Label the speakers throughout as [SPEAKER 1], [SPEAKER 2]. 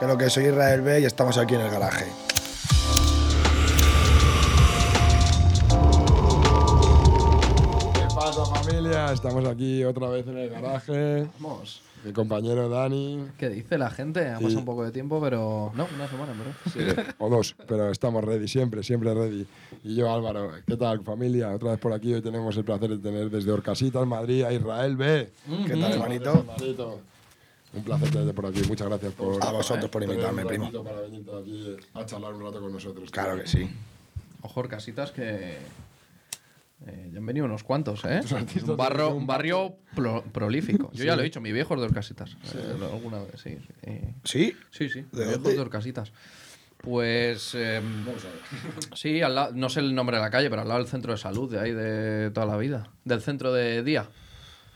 [SPEAKER 1] Que lo que soy Israel B y estamos aquí en el garaje.
[SPEAKER 2] ¿Qué pasa familia? Estamos aquí otra vez en el garaje.
[SPEAKER 3] Vamos.
[SPEAKER 2] Mi compañero Dani.
[SPEAKER 3] ¿Qué dice la gente? Ha pasado un poco de tiempo, pero. No, una semana, en ¿verdad?
[SPEAKER 2] O dos, pero estamos ready, siempre, siempre ready. Y yo, Álvaro, ¿qué tal familia? Otra vez por aquí, hoy tenemos el placer de tener desde Orcasitas, Madrid, a Israel B.
[SPEAKER 1] ¿Qué tal, Mm. hermanito?
[SPEAKER 2] Hermanito. Un placer tenerte por aquí, muchas gracias por...
[SPEAKER 1] A vosotros por
[SPEAKER 2] tener
[SPEAKER 1] invitarme,
[SPEAKER 2] un
[SPEAKER 1] primo.
[SPEAKER 2] ratito Para venirte aquí a charlar un rato con nosotros.
[SPEAKER 1] Claro que sí.
[SPEAKER 3] Ojo, casitas que. eh, ya han venido unos cuantos, ¿eh?
[SPEAKER 2] artistas
[SPEAKER 3] Un, barro-
[SPEAKER 2] tienen
[SPEAKER 3] un barrio pro- prolífico. Yo ya lo he dicho, mi viejo es de Orcasitas. Eh, lo- alguna vez, sí. sí, eh,
[SPEAKER 1] ¿Sí?
[SPEAKER 3] sí, sí.
[SPEAKER 1] ¿De
[SPEAKER 3] mi viejo
[SPEAKER 1] dónde?
[SPEAKER 3] es de Orcasitas. Pues. em,
[SPEAKER 2] Vamos a ver.
[SPEAKER 3] sí, al lado- no sé el nombre de la calle, pero al lado del centro de salud, de ahí de toda la vida. Del centro de día.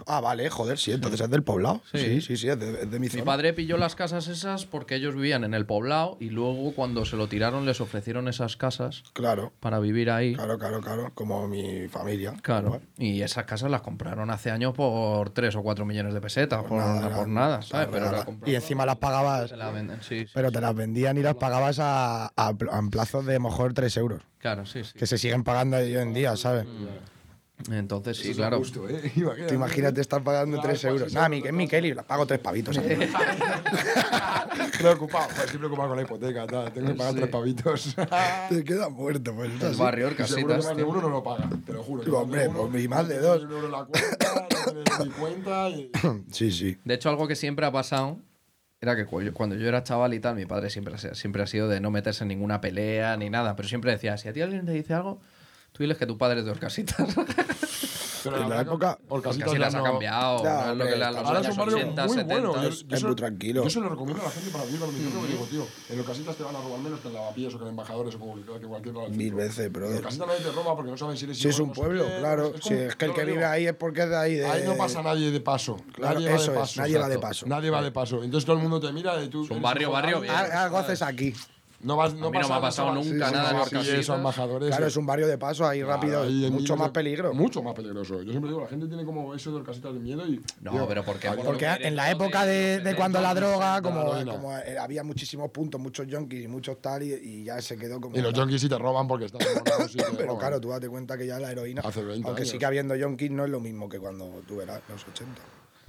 [SPEAKER 1] Ah, vale, joder, sí, entonces es del poblado.
[SPEAKER 3] Sí.
[SPEAKER 1] Sí, sí, sí, es de, es de mi
[SPEAKER 3] Mi
[SPEAKER 1] zona.
[SPEAKER 3] padre pilló las casas esas porque ellos vivían en el poblado y luego cuando se lo tiraron les ofrecieron esas casas
[SPEAKER 1] Claro,
[SPEAKER 3] para vivir ahí.
[SPEAKER 1] claro, claro, claro. Como mi familia.
[SPEAKER 3] Claro.
[SPEAKER 1] Igual.
[SPEAKER 3] Y esas casas las compraron hace años por 3 o 4 millones de pesetas, por, por nada, ¿sabes? Pero
[SPEAKER 1] nada.
[SPEAKER 3] la
[SPEAKER 4] Y
[SPEAKER 3] compraron,
[SPEAKER 4] encima las pagabas.
[SPEAKER 3] se la venden. Sí, sí.
[SPEAKER 4] Pero te las vendían y las pagabas a, a, pl- en plazos de mejor 3 euros.
[SPEAKER 3] Claro, sí, sí.
[SPEAKER 4] Que se siguen pagando hoy en día, ¿sabes?
[SPEAKER 3] Mm. Entonces, sí,
[SPEAKER 2] Es un
[SPEAKER 3] claro.
[SPEAKER 2] gusto, ¿eh?
[SPEAKER 4] Tú imagínate estar pagando 3
[SPEAKER 3] pues
[SPEAKER 4] euros. Nada, mi, que es mi Kelly, la pago 3 pavitos.
[SPEAKER 2] Preocupado, pues, estoy preocupado con la hipoteca, tal. Tengo que pagar
[SPEAKER 3] Sí.
[SPEAKER 2] tres pavitos.
[SPEAKER 1] Te queda muerto, pues.
[SPEAKER 3] El barrio, el
[SPEAKER 2] Seguro que
[SPEAKER 3] casitas.
[SPEAKER 2] más de uno no lo paga, te lo juro. que
[SPEAKER 1] Digo,
[SPEAKER 2] más de
[SPEAKER 1] hombre,
[SPEAKER 2] uno-
[SPEAKER 1] pues, y más de dos.
[SPEAKER 2] Un euro en la cuenta, no tienes ni cuenta y...
[SPEAKER 1] Sí, sí.
[SPEAKER 3] De hecho, algo que siempre ha pasado era que cu- cuando yo era chaval y tal, mi padre siempre, ha- siempre ha sido de no meterse en ninguna pelea ni nada, pero siempre decía, si a ti alguien te dice algo, tú diles que tu padre es de Orcasitas.
[SPEAKER 2] Pero
[SPEAKER 1] En la
[SPEAKER 2] verdad que
[SPEAKER 1] época-
[SPEAKER 2] Orcasitas
[SPEAKER 3] Casi las
[SPEAKER 2] ya
[SPEAKER 3] ha
[SPEAKER 2] no-
[SPEAKER 3] cambiado.
[SPEAKER 1] Ya,
[SPEAKER 3] no es lo que
[SPEAKER 1] hombre,
[SPEAKER 3] la- los
[SPEAKER 2] Ahora es un
[SPEAKER 3] años
[SPEAKER 2] barrio
[SPEAKER 3] 80,
[SPEAKER 2] muy bueno.
[SPEAKER 3] 70.
[SPEAKER 2] Yo,
[SPEAKER 1] es
[SPEAKER 2] se-
[SPEAKER 1] muy tranquilo.
[SPEAKER 2] Yo se lo recomiendo a la gente para vivir con mi porque digo, tío, en Orcasitas te van a robar menos que en Lavapiés o que en Embajadores o como que que cualquier lado del
[SPEAKER 1] Mil
[SPEAKER 2] centro.
[SPEAKER 1] veces, pero-
[SPEAKER 2] En Orcasitas nadie te roba porque no saben si eres
[SPEAKER 1] Si es
[SPEAKER 2] igual,
[SPEAKER 1] un
[SPEAKER 2] no sé
[SPEAKER 1] pueblo,
[SPEAKER 2] qué,
[SPEAKER 1] claro.
[SPEAKER 2] Eh, como-
[SPEAKER 1] Si es que el
[SPEAKER 2] yo
[SPEAKER 1] que
[SPEAKER 2] lo digo.
[SPEAKER 1] vive ahí es porque es de ahí. De...
[SPEAKER 2] Ahí no pasa nadie de paso.
[SPEAKER 1] Claro,
[SPEAKER 2] nadie va
[SPEAKER 1] eso
[SPEAKER 2] de
[SPEAKER 1] es,
[SPEAKER 2] paso.
[SPEAKER 1] nadie va de
[SPEAKER 2] exacto.
[SPEAKER 1] paso.
[SPEAKER 2] Nadie va de paso. Entonces todo el mundo te mira y tú.
[SPEAKER 3] un
[SPEAKER 2] eres
[SPEAKER 3] barrio, barrio
[SPEAKER 2] joven,
[SPEAKER 3] bien.
[SPEAKER 4] Al- Ah, Algo haces aquí.
[SPEAKER 2] No vas, no
[SPEAKER 3] A mí no me
[SPEAKER 2] pasa-
[SPEAKER 3] ha pasado
[SPEAKER 2] pasa-
[SPEAKER 3] nunca
[SPEAKER 2] sí,
[SPEAKER 3] nada
[SPEAKER 2] sí,
[SPEAKER 3] en
[SPEAKER 2] sí,
[SPEAKER 3] Orcasitas.
[SPEAKER 2] eso, embajadores.
[SPEAKER 1] Claro, es un barrio de paso ahí
[SPEAKER 2] Claro,
[SPEAKER 1] rápido.
[SPEAKER 2] ahí en
[SPEAKER 1] Mucho
[SPEAKER 2] miles
[SPEAKER 1] más
[SPEAKER 2] de-
[SPEAKER 1] peligro.
[SPEAKER 2] Mucho más peligroso. Yo siempre digo, la gente tiene como eso de Orcasitas de miedo y.
[SPEAKER 3] No,
[SPEAKER 2] digo,
[SPEAKER 3] pero porque...
[SPEAKER 2] "Ay,
[SPEAKER 4] Porque en la época de, de cuando la droga, como,
[SPEAKER 2] heroína.
[SPEAKER 4] como, eh, había muchísimos puntos, muchos yonkis y muchos tal, y, y ya se quedó como.
[SPEAKER 2] Y los junkies sí te roban porque están hormonados y te
[SPEAKER 4] Pero
[SPEAKER 2] roban.
[SPEAKER 4] claro, tú date cuenta que ya la heroína.
[SPEAKER 2] Hace 20
[SPEAKER 4] aunque sí
[SPEAKER 2] años.
[SPEAKER 4] que habiendo yonkis no es lo mismo que cuando tú eras los 80.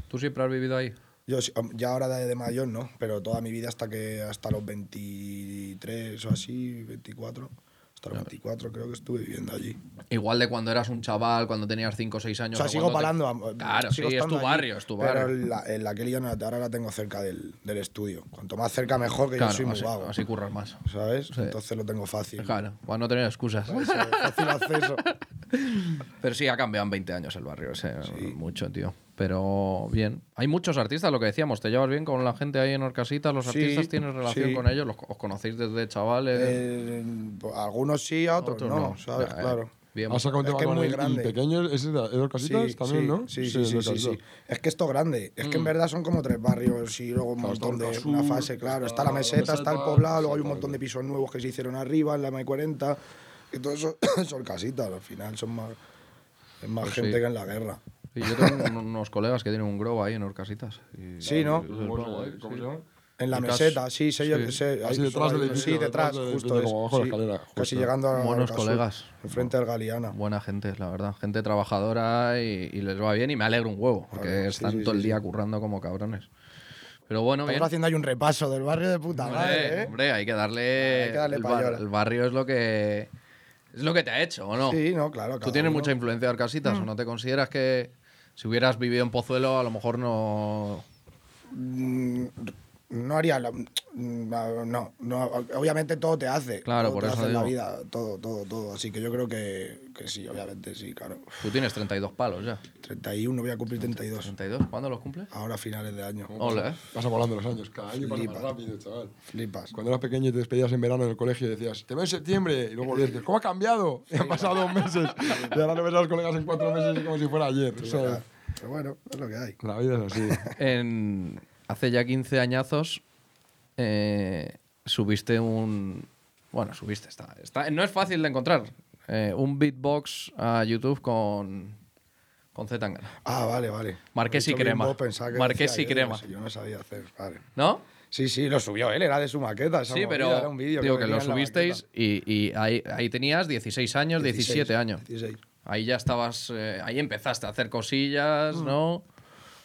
[SPEAKER 3] ¿Tú siempre has vivido ahí?
[SPEAKER 4] Yo sí- hom- ya ahora de, de mayor no, pero toda mi vida hasta que hasta los 23 o así, 24, hasta los 24 creo que estuve viviendo allí.
[SPEAKER 3] Igual de cuando eras un chaval, cuando tenías 5 o 6 años.
[SPEAKER 4] O sea, sigo
[SPEAKER 3] cuando te-
[SPEAKER 4] parando. am-
[SPEAKER 3] Claro,
[SPEAKER 4] sigo
[SPEAKER 3] sí, es
[SPEAKER 4] estando
[SPEAKER 3] tu
[SPEAKER 4] allí,
[SPEAKER 3] barrio, es tu
[SPEAKER 4] Pero
[SPEAKER 3] barrio.
[SPEAKER 4] en la, en la Kelly ya no, ahora la tengo cerca del, del estudio. Cuanto más cerca mejor, que
[SPEAKER 3] Claro,
[SPEAKER 4] yo soy muy
[SPEAKER 3] así,
[SPEAKER 4] vago.
[SPEAKER 3] así curras más.
[SPEAKER 4] ¿Sabes? Entonces lo tengo fácil.
[SPEAKER 3] Claro, para no tener excusas.
[SPEAKER 4] ¿sabes? Fácil acceso.
[SPEAKER 3] Pero sí, ha cambiado en 20 años el barrio ese. Mucho, tío. Pero bien. Hay muchos artistas, lo que decíamos. ¿Te llevas bien con la gente ahí en Orcasitas? ¿Los
[SPEAKER 4] Sí,
[SPEAKER 3] artistas tienes relación
[SPEAKER 4] sí.
[SPEAKER 3] con ellos? ¿Los, ¿Os conocéis desde chavales?
[SPEAKER 4] Eh, pues, algunos sí, a otros,
[SPEAKER 3] Otros
[SPEAKER 4] no, ¿sabes?
[SPEAKER 3] Ya, eh,
[SPEAKER 4] claro.
[SPEAKER 3] Bien.
[SPEAKER 2] Has sacado un
[SPEAKER 4] Es
[SPEAKER 2] tema
[SPEAKER 4] que es
[SPEAKER 2] con
[SPEAKER 4] muy
[SPEAKER 2] el- el
[SPEAKER 4] grande.
[SPEAKER 2] pequeño, ¿ese es de de Orcasitas
[SPEAKER 4] Sí,
[SPEAKER 2] también,
[SPEAKER 4] sí,
[SPEAKER 2] no?
[SPEAKER 4] Sí, sí,
[SPEAKER 2] de
[SPEAKER 4] sí, sí,
[SPEAKER 2] Orcasitas.
[SPEAKER 4] sí. Es que esto es grande. Es que en verdad son como tres barrios y luego un
[SPEAKER 2] Claro,
[SPEAKER 4] montón
[SPEAKER 2] está
[SPEAKER 4] de
[SPEAKER 2] Orca
[SPEAKER 4] una
[SPEAKER 2] Sur,
[SPEAKER 4] fase, claro.
[SPEAKER 2] está
[SPEAKER 4] Está la
[SPEAKER 2] la
[SPEAKER 4] meseta, está el
[SPEAKER 2] meseta,
[SPEAKER 4] poblado, luego hay un
[SPEAKER 2] exactamente.
[SPEAKER 4] montón de pisos nuevos que se hicieron arriba, en la M40. Y todo eso son casitas, al final son más, es más
[SPEAKER 3] Pues sí.
[SPEAKER 4] gente que en la guerra.
[SPEAKER 3] Sí, yo tengo un- unos colegas que tienen un grow ahí en Orcasitas. Y-
[SPEAKER 4] Sí, ¿no?
[SPEAKER 3] Eso es
[SPEAKER 2] ¿Cómo
[SPEAKER 3] guapo,
[SPEAKER 2] se-
[SPEAKER 3] ¿eh?
[SPEAKER 2] Pues cómo
[SPEAKER 3] Sí.
[SPEAKER 2] se llama?
[SPEAKER 4] En la
[SPEAKER 3] Detrás-
[SPEAKER 4] meseta, sí, sí, yo
[SPEAKER 3] sí.
[SPEAKER 4] sé,
[SPEAKER 2] Así
[SPEAKER 4] hay-
[SPEAKER 2] detrás del edificio,
[SPEAKER 4] Sí, detrás,
[SPEAKER 2] detrás del
[SPEAKER 4] justo
[SPEAKER 2] edificio,
[SPEAKER 4] es,
[SPEAKER 2] como abajo de la
[SPEAKER 4] sí.
[SPEAKER 2] escalera,
[SPEAKER 4] Casi
[SPEAKER 2] justo.
[SPEAKER 4] llegando a
[SPEAKER 3] Buenos
[SPEAKER 4] Orca Sur,
[SPEAKER 3] colegas.
[SPEAKER 4] Enfrente del Galeana.
[SPEAKER 3] Buena gente, la verdad. Gente trabajadora y, y les va bien y me alegro un huevo, porque
[SPEAKER 4] Claro, sí,
[SPEAKER 3] están
[SPEAKER 4] sí,
[SPEAKER 3] todo el
[SPEAKER 4] sí,
[SPEAKER 3] día currando como cabrones. Pero bueno, bien.
[SPEAKER 4] Estamos haciendo ahí un repaso del barrio de puta madre,
[SPEAKER 3] Hombre,
[SPEAKER 4] ¿eh?
[SPEAKER 3] hombre, hay que darle.
[SPEAKER 4] Hay que darle
[SPEAKER 3] el,
[SPEAKER 4] payola.
[SPEAKER 3] el barrio es lo que. Es lo que te ha hecho, ¿o no?
[SPEAKER 4] Sí, no, claro.
[SPEAKER 3] Tú
[SPEAKER 4] cada
[SPEAKER 3] tienes
[SPEAKER 4] uno.
[SPEAKER 3] mucha influencia de Arcasitas, ¿o no te consideras que si hubieras vivido en Pozuelo, a lo mejor no.
[SPEAKER 4] Mm, no haría la- mm, no, no, no, obviamente todo te hace
[SPEAKER 3] Claro,
[SPEAKER 4] todo
[SPEAKER 3] por
[SPEAKER 4] te
[SPEAKER 3] eso
[SPEAKER 4] hace en la
[SPEAKER 3] digo.
[SPEAKER 4] vida todo todo todo así que yo creo que, que sí obviamente sí claro
[SPEAKER 3] Tú tienes 32 palos ya.
[SPEAKER 4] 31 voy a cumplir 32
[SPEAKER 3] ¿32? ¿Cuándo los cumples?
[SPEAKER 4] ahora a finales de año
[SPEAKER 3] Hola, ¿eh?
[SPEAKER 2] Pasa volando los años, cada año pasa
[SPEAKER 4] Flipa.
[SPEAKER 2] más rápido, chaval.
[SPEAKER 4] flipas
[SPEAKER 2] Cuando eras pequeño y te despedías en verano en el colegio y decías, te veo en septiembre. Y luego volvías y dices, ¿cómo ha cambiado? Y han pasado dos meses. Y ahora no ves a los colegas en cuatro meses y como si fuera ayer. ¿sabes?
[SPEAKER 4] pero bueno es lo que hay
[SPEAKER 2] La vida es así.
[SPEAKER 3] En- hace ya 15 añazos eh, subiste un... Bueno, subiste, está, está- no es fácil de encontrar. eh, un beatbox a YouTube con, con Z Tangana.
[SPEAKER 4] ah vale vale
[SPEAKER 3] Marqués
[SPEAKER 4] He dicho
[SPEAKER 3] y crema.
[SPEAKER 4] bimbo, pensaba que
[SPEAKER 3] Marqués
[SPEAKER 4] decía
[SPEAKER 3] y
[SPEAKER 4] yo,
[SPEAKER 3] crema.
[SPEAKER 4] no sé, yo no sabía hacer vale
[SPEAKER 3] ¿No?
[SPEAKER 4] Sí, sí, lo subió él, era de su maqueta. esa
[SPEAKER 3] Sí,
[SPEAKER 4] movida,
[SPEAKER 3] pero
[SPEAKER 4] era un vídeo
[SPEAKER 3] digo que
[SPEAKER 4] tenía
[SPEAKER 3] lo
[SPEAKER 4] en la
[SPEAKER 3] subisteis
[SPEAKER 4] maqueta.
[SPEAKER 3] y, y ahí, ahí tenías 16 años, 17
[SPEAKER 4] 16,
[SPEAKER 3] años.
[SPEAKER 4] 16.
[SPEAKER 3] Ahí ya estabas, eh, ahí empezaste a hacer cosillas,
[SPEAKER 4] Mm.
[SPEAKER 3] ¿no?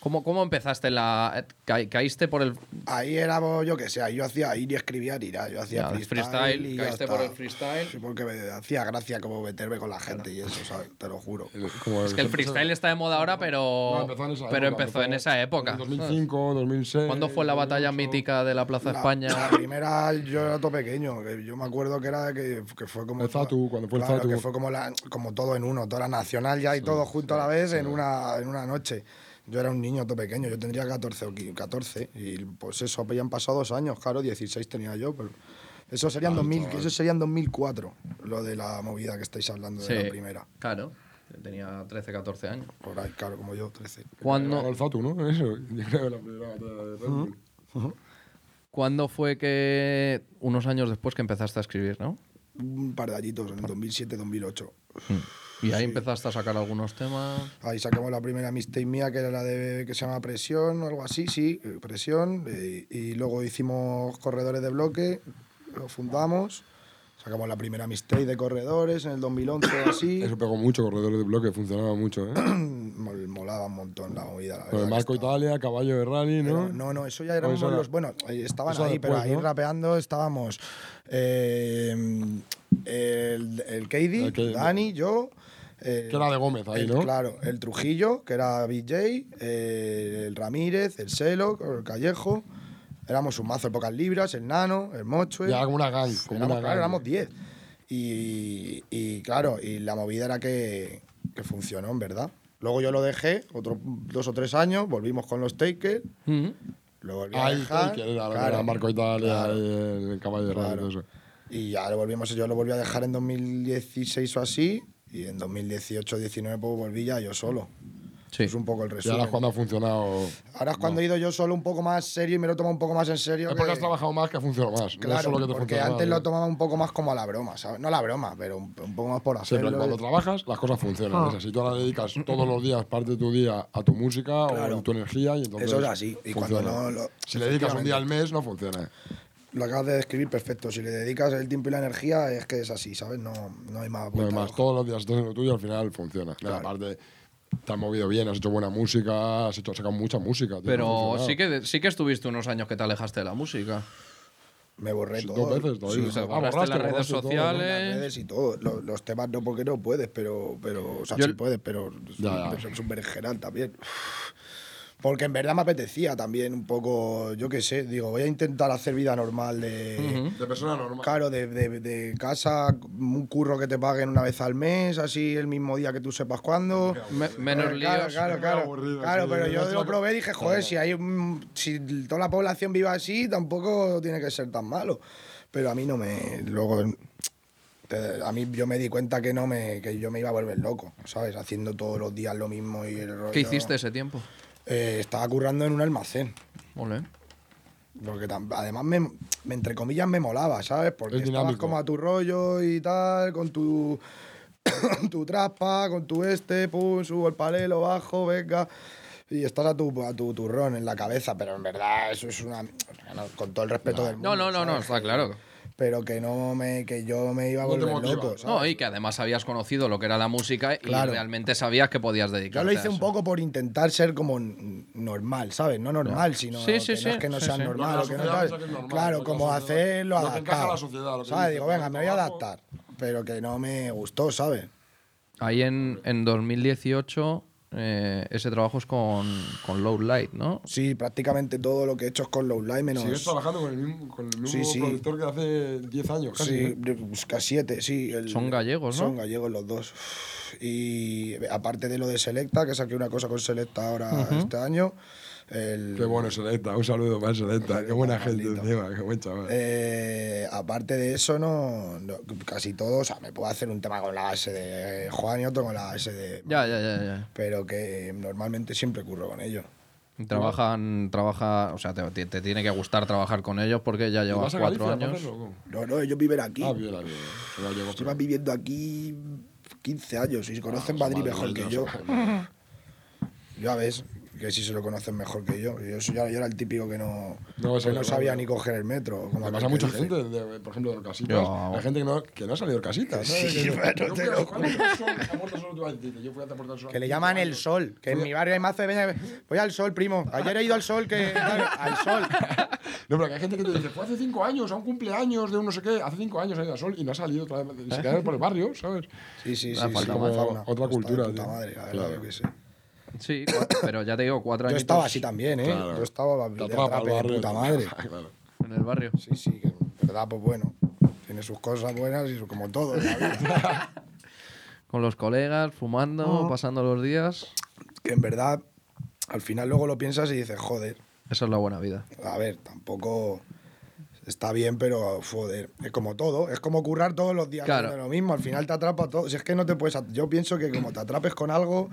[SPEAKER 3] ¿Cómo, cómo empezaste la... ca- caíste por el...
[SPEAKER 4] Ahí era, bo- yo que sé, yo hacía ir y escribía tirar, yo hacía
[SPEAKER 3] Ya,
[SPEAKER 4] freestyle,
[SPEAKER 3] freestyle,
[SPEAKER 4] y ya
[SPEAKER 3] caíste
[SPEAKER 4] está.
[SPEAKER 3] por el freestyle.
[SPEAKER 4] Sí, porque me hacía gracia como meterme con la gente y eso, ¿sabes? Te lo juro.
[SPEAKER 2] El- como
[SPEAKER 3] Es que el freestyle está de moda ahora, pero,
[SPEAKER 2] No, empezó en esa
[SPEAKER 3] pero
[SPEAKER 2] época,
[SPEAKER 3] empezó en esa época. Ah.
[SPEAKER 2] En 2005, 2006.
[SPEAKER 3] ¿Cuándo fue la batalla
[SPEAKER 2] 2008?
[SPEAKER 3] mítica de la Plaza
[SPEAKER 4] La-
[SPEAKER 3] España?
[SPEAKER 4] La primera yo era todo pequeño. que Yo me acuerdo que era que, que fue como.
[SPEAKER 2] El Zatu, cuando fue el
[SPEAKER 4] Claro,
[SPEAKER 2] Zatu.
[SPEAKER 4] que fue como, la, como todo en uno, toda la nacional ya y todo junto a la vez en, una, en una noche. Yo era un niño todo pequeño, yo tendría 14 o 15, 14. Y pues eso, ya han pasado dos años, claro, 16 tenía yo, pero. Eso serían, 2000,
[SPEAKER 2] eh.
[SPEAKER 4] eso serían 2004, lo de la movida que estáis hablando de la primera.
[SPEAKER 3] Claro, tenía 13, 14 años.
[SPEAKER 4] Por ahí, claro, como yo, 13.
[SPEAKER 3] ¿Cuándo,
[SPEAKER 2] El Zatu, ¿no? Eso, yo creo que la primera batalla de Red Bull.
[SPEAKER 3] ¿Cuándo fue que unos años después que empezaste a escribir, no?
[SPEAKER 4] Un par de añitos, en el 2007-2008.
[SPEAKER 3] Y ahí empezaste a sacar algunos temas.
[SPEAKER 4] Ahí sacamos la primera mixtape mía, que era la de que se llama Presión o algo así, sí, eh, Presión. eh, y luego hicimos Corredores de Bloque, lo fundamos. Sacamos la primera mixtape de Corredores en el 2011 o así.
[SPEAKER 2] Eso pegó mucho, corredores de bloque, funcionaba mucho, ¿eh?
[SPEAKER 4] Mol- Molaba un montón la movida, la
[SPEAKER 2] Con
[SPEAKER 4] verdad
[SPEAKER 2] el
[SPEAKER 4] que
[SPEAKER 2] Marco
[SPEAKER 4] estaba-
[SPEAKER 2] Italia, caballo de rally, ¿no?
[SPEAKER 4] Pero no, no, eso ya
[SPEAKER 2] O
[SPEAKER 4] éramos
[SPEAKER 2] eso era-
[SPEAKER 4] los. Bueno, eh, estaban
[SPEAKER 2] eso
[SPEAKER 4] ahí, pero
[SPEAKER 2] después,
[SPEAKER 4] ahí
[SPEAKER 2] ¿no?
[SPEAKER 4] rapeando estábamos eh, el, el Keidi,
[SPEAKER 2] El Keidi.
[SPEAKER 4] Dani, yo. eh,
[SPEAKER 2] Que era de Gómez ahí,
[SPEAKER 4] el-
[SPEAKER 2] ¿no?
[SPEAKER 4] Claro, el Trujillo, que era BJ, eh, el Ramírez, el Selo, el Callejo. Éramos un mazo de pocas libras, el Nano, el Mochue.
[SPEAKER 2] Ya era como una gang, como
[SPEAKER 4] pues, éramos,
[SPEAKER 2] una
[SPEAKER 4] claro,
[SPEAKER 2] gang.
[SPEAKER 4] éramos 10. Y, y claro, y la movida era que, que funcionó, en verdad. Luego yo lo dejé, otros dos o tres años, volvimos con los Takers, lo volví a
[SPEAKER 2] Ahí,
[SPEAKER 4] dejar.
[SPEAKER 2] que era,
[SPEAKER 4] claro,
[SPEAKER 2] era Marco Italia,
[SPEAKER 4] claro.
[SPEAKER 2] el, el caballo de rally,
[SPEAKER 4] Claro.
[SPEAKER 2] todo eso.
[SPEAKER 4] Y ya lo volvimos, yo lo volví a dejar en 2016 o así, y en 2018-19 pues volví ya yo solo.
[SPEAKER 3] Sí.
[SPEAKER 4] Es un poco el
[SPEAKER 2] Y ahora es
[SPEAKER 4] resumen.
[SPEAKER 2] cuando ha funcionado.
[SPEAKER 4] Ahora es cuando he ido yo solo un poco más serio y me lo he tomado un poco más en serio.
[SPEAKER 2] Es porque
[SPEAKER 4] que-
[SPEAKER 2] has trabajado más que ha funcionado más. no es
[SPEAKER 4] Claro,
[SPEAKER 2] solo que te
[SPEAKER 4] porque
[SPEAKER 2] funciona
[SPEAKER 4] antes
[SPEAKER 2] más,
[SPEAKER 4] lo
[SPEAKER 2] ¿no?
[SPEAKER 4] tomaba un poco más como a la broma, ¿sabes? No a la broma, pero un, un poco más por
[SPEAKER 2] Sí,
[SPEAKER 4] hacerlo.
[SPEAKER 2] pero cuando trabajas, las cosas funcionan.
[SPEAKER 4] Ah.
[SPEAKER 2] es así. tú ahora dedicas todos los días parte de tu día a tu música o
[SPEAKER 4] Claro.
[SPEAKER 2] a tu energía y entonces.
[SPEAKER 4] Eso es así. Y cuando no lo-
[SPEAKER 2] si le dedicas un día al mes, no funciona.
[SPEAKER 4] Lo acabas de describir perfecto. Si le dedicas el tiempo y la energía, es que es así, ¿sabes? No, no hay más.
[SPEAKER 2] No
[SPEAKER 4] vuelta
[SPEAKER 2] hay
[SPEAKER 4] de
[SPEAKER 2] más.
[SPEAKER 4] hoja.
[SPEAKER 2] Todos los días estás en lo tuyo, al final funciona. Mira, Aparte, te has movido bien, has hecho buena música, has hecho, has sacado mucha música. tío, ha
[SPEAKER 3] Pero
[SPEAKER 2] funcionado.
[SPEAKER 3] sí que, sí que estuviste unos años que te alejaste de la música.
[SPEAKER 4] Me borré todo.
[SPEAKER 2] Dos veces todavía.
[SPEAKER 3] o sea,
[SPEAKER 2] Ah,
[SPEAKER 3] borraste
[SPEAKER 2] borraste,
[SPEAKER 3] las redes
[SPEAKER 2] borraste todo, ¿no?
[SPEAKER 3] sociales.
[SPEAKER 4] Las redes y todo. Lo- Los, temas no porque no puedes, pero. pero o sea,
[SPEAKER 3] Yo-
[SPEAKER 4] sí puedes, pero.
[SPEAKER 2] Ya, ya.
[SPEAKER 4] pero Es un berenjenal también. Porque en verdad me apetecía también un poco. Yo qué sé, digo, voy a intentar hacer vida normal de.
[SPEAKER 2] De persona normal.
[SPEAKER 4] Claro, de, de- de casa, un curro que te paguen una vez al mes, así el mismo día que tú sepas cuándo.
[SPEAKER 3] Me- menos
[SPEAKER 4] Claro, claro,
[SPEAKER 3] líos.
[SPEAKER 4] Claro,
[SPEAKER 2] Muy
[SPEAKER 4] claro.
[SPEAKER 2] aburrido,
[SPEAKER 4] Claro,
[SPEAKER 2] sí,
[SPEAKER 4] pero
[SPEAKER 2] no
[SPEAKER 4] yo
[SPEAKER 2] sé
[SPEAKER 4] lo
[SPEAKER 2] lo que-
[SPEAKER 4] probé y dije, joder, si, hay, un- si toda la población vive así, tampoco tiene que ser tan malo. Pero a mí no me. Luego. te- A mí yo me di cuenta que no me que yo me iba a volver loco, ¿sabes? Haciendo todos los días lo mismo y el rollo.
[SPEAKER 3] ¿Qué hiciste ese tiempo?
[SPEAKER 4] Eh, estaba currando en un almacén.
[SPEAKER 3] Ole.
[SPEAKER 4] Porque tam- además, me, me- entre comillas, me molaba, ¿sabes? Porque
[SPEAKER 2] Es
[SPEAKER 4] estabas
[SPEAKER 2] dinámico.
[SPEAKER 4] como a tu rollo y tal, con tu, con tu traspa, con tu este, pum, subo el palelo, bajo, venga. Y estás a tu, a tu turrón en la cabeza, pero en verdad eso es una... no, Con todo el respeto del mundo.
[SPEAKER 3] No, no, no, no,
[SPEAKER 4] ¿sabes?
[SPEAKER 3] está claro.
[SPEAKER 4] Pero que no me que yo me iba a
[SPEAKER 2] No te
[SPEAKER 4] volver
[SPEAKER 2] motiva.
[SPEAKER 4] loco, pues, ¿sabes?
[SPEAKER 3] No, y que además habías conocido lo que era la música y
[SPEAKER 4] Claro.
[SPEAKER 3] realmente sabías que podías dedicar.
[SPEAKER 4] Yo lo hice un poco por intentar ser como n- normal, ¿sabes? No normal, sino
[SPEAKER 3] Sí, sí,
[SPEAKER 4] que
[SPEAKER 3] sí,
[SPEAKER 4] no es que no
[SPEAKER 3] sí,
[SPEAKER 4] sea
[SPEAKER 3] sí.
[SPEAKER 4] normal
[SPEAKER 2] Lo
[SPEAKER 4] o
[SPEAKER 2] que
[SPEAKER 4] que
[SPEAKER 2] la
[SPEAKER 4] no
[SPEAKER 2] sociedad
[SPEAKER 4] sabes.
[SPEAKER 2] piensa que es normal,
[SPEAKER 4] claro,
[SPEAKER 2] lo que
[SPEAKER 4] como
[SPEAKER 2] la sociedad-
[SPEAKER 4] hacerlo
[SPEAKER 2] lo que encaja a la
[SPEAKER 4] adaptado.
[SPEAKER 2] sociedad, lo que
[SPEAKER 4] ¿Sabes?
[SPEAKER 2] dice,
[SPEAKER 4] Digo,
[SPEAKER 2] por
[SPEAKER 4] venga,
[SPEAKER 2] el
[SPEAKER 4] me voy a
[SPEAKER 2] trabajo.
[SPEAKER 4] adaptar, pero que no me gustó, ¿sabes?
[SPEAKER 3] Ahí en, en 2018 eh, ese trabajo es con, con Low Light, ¿no?
[SPEAKER 4] Sí, prácticamente todo lo que he hecho es con Lowline menos
[SPEAKER 2] Sigues trabajando con el mismo, con el mismo
[SPEAKER 4] Sí, sí.
[SPEAKER 2] productor que hace 10 años casi. ¿eh?
[SPEAKER 4] Sí,
[SPEAKER 2] ¿no?
[SPEAKER 4] busca siete, sí. el-
[SPEAKER 3] Son gallegos, ¿no?
[SPEAKER 4] Son gallegos los dos. Y aparte de lo de Selecta, que saqué una cosa con Selecta ahora este año. el-
[SPEAKER 2] Qué bueno, Selecta. Un saludo para Selecta. Qué buena gente encima. Qué buen chaval.
[SPEAKER 4] Eh, aparte de eso, no, no- casi todo. O sea, me puedo hacer un tema con la S de Juan y otro con la S de.
[SPEAKER 3] Ya, ya, ya, ya.
[SPEAKER 4] Pero que normalmente siempre curro con ellos.
[SPEAKER 3] Trabajan, trabaja, o sea, te, te- te tiene que gustar trabajar con ellos porque ya llevas
[SPEAKER 2] ¿Vas a
[SPEAKER 3] cuatro
[SPEAKER 2] Galicia para
[SPEAKER 3] años.
[SPEAKER 2] hacerlo, o
[SPEAKER 4] No,
[SPEAKER 2] cómo?
[SPEAKER 4] no, ellos viven aquí.
[SPEAKER 2] Ah, bien, bien. Pero llevo-
[SPEAKER 4] Llevan viviendo aquí
[SPEAKER 2] Ah,
[SPEAKER 4] 15 años y se conocen Madrid mejor que yo.
[SPEAKER 2] Madrileños.
[SPEAKER 4] Ya ves. que sí se lo conocen mejor que yo. Yo, soy- yo era el típico que no,
[SPEAKER 2] No,
[SPEAKER 4] que
[SPEAKER 2] eso
[SPEAKER 4] no
[SPEAKER 2] es
[SPEAKER 4] sabía
[SPEAKER 2] verdad.
[SPEAKER 4] ni coger el metro.
[SPEAKER 2] Me
[SPEAKER 4] Como
[SPEAKER 2] pasa
[SPEAKER 4] que
[SPEAKER 2] a mucha
[SPEAKER 4] dice.
[SPEAKER 2] gente, de- por ejemplo, de Orcasitas.
[SPEAKER 3] Yo-
[SPEAKER 2] Hay gente que no, que no ha salido de Orcasitas. ¿sabes?
[SPEAKER 4] Sí,
[SPEAKER 2] Que-
[SPEAKER 4] bueno,
[SPEAKER 2] yo fui
[SPEAKER 4] te
[SPEAKER 2] a-
[SPEAKER 4] lo
[SPEAKER 2] ¿cuántas personas han muerto solo tú vas a decirte? Yo fui a Puerta del Sol
[SPEAKER 4] Que le
[SPEAKER 2] hace
[SPEAKER 4] llaman
[SPEAKER 2] cinco
[SPEAKER 4] el
[SPEAKER 2] años.
[SPEAKER 4] sol. Que en mi barrio hay mazo de peña que- Voy al sol, primo. Ayer he ido al sol, que. Al sol.
[SPEAKER 2] No, pero que hay gente que te dice, fue hace cinco años, a un cumpleaños de un no sé qué, hace cinco años ha ido a Sol y no ha salido otra vez, ni siquiera por el barrio, ¿sabes?
[SPEAKER 4] ¿Eh? Sí, sí, sí.
[SPEAKER 3] Ah,
[SPEAKER 4] sí,
[SPEAKER 3] falta
[SPEAKER 4] como
[SPEAKER 2] más.
[SPEAKER 4] fauna.
[SPEAKER 2] Otra
[SPEAKER 4] Está de
[SPEAKER 2] cultura,
[SPEAKER 4] puta
[SPEAKER 2] tío.
[SPEAKER 4] madre, la verdad,
[SPEAKER 2] Claro.
[SPEAKER 4] yo qué sé.
[SPEAKER 3] Sí, cua- pero ya te digo, cuatro
[SPEAKER 4] Yo
[SPEAKER 3] años
[SPEAKER 4] estaba así también, ¿eh?
[SPEAKER 2] Claro.
[SPEAKER 4] Yo estaba
[SPEAKER 2] Te
[SPEAKER 4] de
[SPEAKER 2] atrapa
[SPEAKER 4] atrape
[SPEAKER 2] el
[SPEAKER 4] de
[SPEAKER 2] barrio.
[SPEAKER 4] puta
[SPEAKER 2] te-
[SPEAKER 4] madre.
[SPEAKER 2] Claro.
[SPEAKER 3] en el barrio.
[SPEAKER 4] Sí, sí, que en verdad, pues bueno. Tiene sus cosas buenas y su- como todo. en la vida.
[SPEAKER 3] Con los colegas, fumando, pasando los días.
[SPEAKER 4] que en verdad, al final luego lo piensas y dices, joder,
[SPEAKER 3] Esa es la buena vida.
[SPEAKER 4] a ver, tampoco está bien, pero joder, es como todo, es como currar todos los días
[SPEAKER 3] Claro.
[SPEAKER 4] haciendo lo mismo, al final te atrapa todo, si es que no te puedes, at- yo pienso que como te atrapes con algo,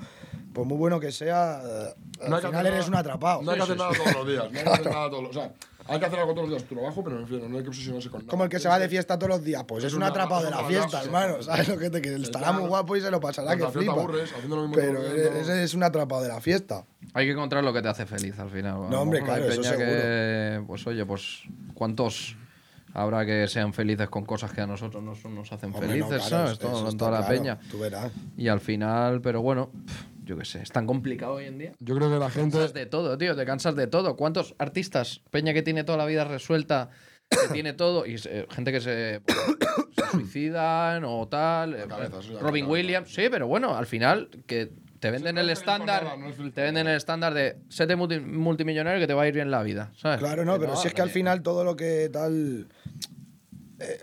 [SPEAKER 4] pues muy bueno que sea, eh, al
[SPEAKER 2] No hay que hacer
[SPEAKER 4] final eres un
[SPEAKER 2] nada-
[SPEAKER 4] atrapado.
[SPEAKER 2] No hay que hacer nada todos los días. No hay que hacer nada todos los O sea, hay que hacer algo todos los días tu trabajo, pero me refiero, no hay que obsesionarse con nada.
[SPEAKER 4] Como el que se va de fiesta todos los días, pues es,
[SPEAKER 2] Es
[SPEAKER 4] un
[SPEAKER 2] una-
[SPEAKER 4] atrapado de
[SPEAKER 2] es
[SPEAKER 4] la
[SPEAKER 2] una
[SPEAKER 4] fiesta,
[SPEAKER 2] relax,
[SPEAKER 4] hermano.
[SPEAKER 2] sí.
[SPEAKER 4] ¿Sabes lo que te quieres? Estará
[SPEAKER 2] Claro.
[SPEAKER 4] muy guapo y se lo pasará
[SPEAKER 2] Cuando
[SPEAKER 4] que
[SPEAKER 2] la fiesta
[SPEAKER 4] flipa.
[SPEAKER 2] aburres, haciendo lo mismo
[SPEAKER 4] Pero
[SPEAKER 2] todo el día,
[SPEAKER 4] eres- ese es un atrapado de la fiesta.
[SPEAKER 3] Hay que encontrar lo que te hace feliz al final. A lo
[SPEAKER 4] hombre,
[SPEAKER 3] mejor hay
[SPEAKER 4] claro, eso
[SPEAKER 3] peña que, pues oye, pues cuántos habrá que sean felices con cosas que a nosotros no son- nos hacen
[SPEAKER 4] Hombre, no, claro,
[SPEAKER 3] felices, ¿sabes?
[SPEAKER 4] eso
[SPEAKER 3] Todo-
[SPEAKER 4] está
[SPEAKER 3] con toda la
[SPEAKER 4] claro,
[SPEAKER 3] peña.
[SPEAKER 4] Tú verás.
[SPEAKER 3] Y al final, pero bueno, pf, yo qué sé, es tan complicado hoy en día.
[SPEAKER 2] Yo creo que la
[SPEAKER 3] Te cansas
[SPEAKER 2] gente.
[SPEAKER 3] de todo, tío, te cansas de todo. ¿Cuántos artistas, peña que tiene toda la vida resuelta, que tiene todo, y se- gente que se, pues, se suicidan o tal? eh,
[SPEAKER 2] cabeza, eso ya
[SPEAKER 3] Robin
[SPEAKER 2] acaba.
[SPEAKER 3] Williams, sí, pero bueno, al final que te venden
[SPEAKER 2] no
[SPEAKER 3] el
[SPEAKER 2] es feliz por
[SPEAKER 3] estándar,
[SPEAKER 2] nada, no es feliz
[SPEAKER 3] te
[SPEAKER 2] por
[SPEAKER 3] venden el estándar de sete multi- multimillonario que te va a ir bien la vida, ¿sabes?
[SPEAKER 4] Claro, no,
[SPEAKER 3] Que
[SPEAKER 4] pero si es que al
[SPEAKER 3] eh,
[SPEAKER 4] final todo lo que tal. eh,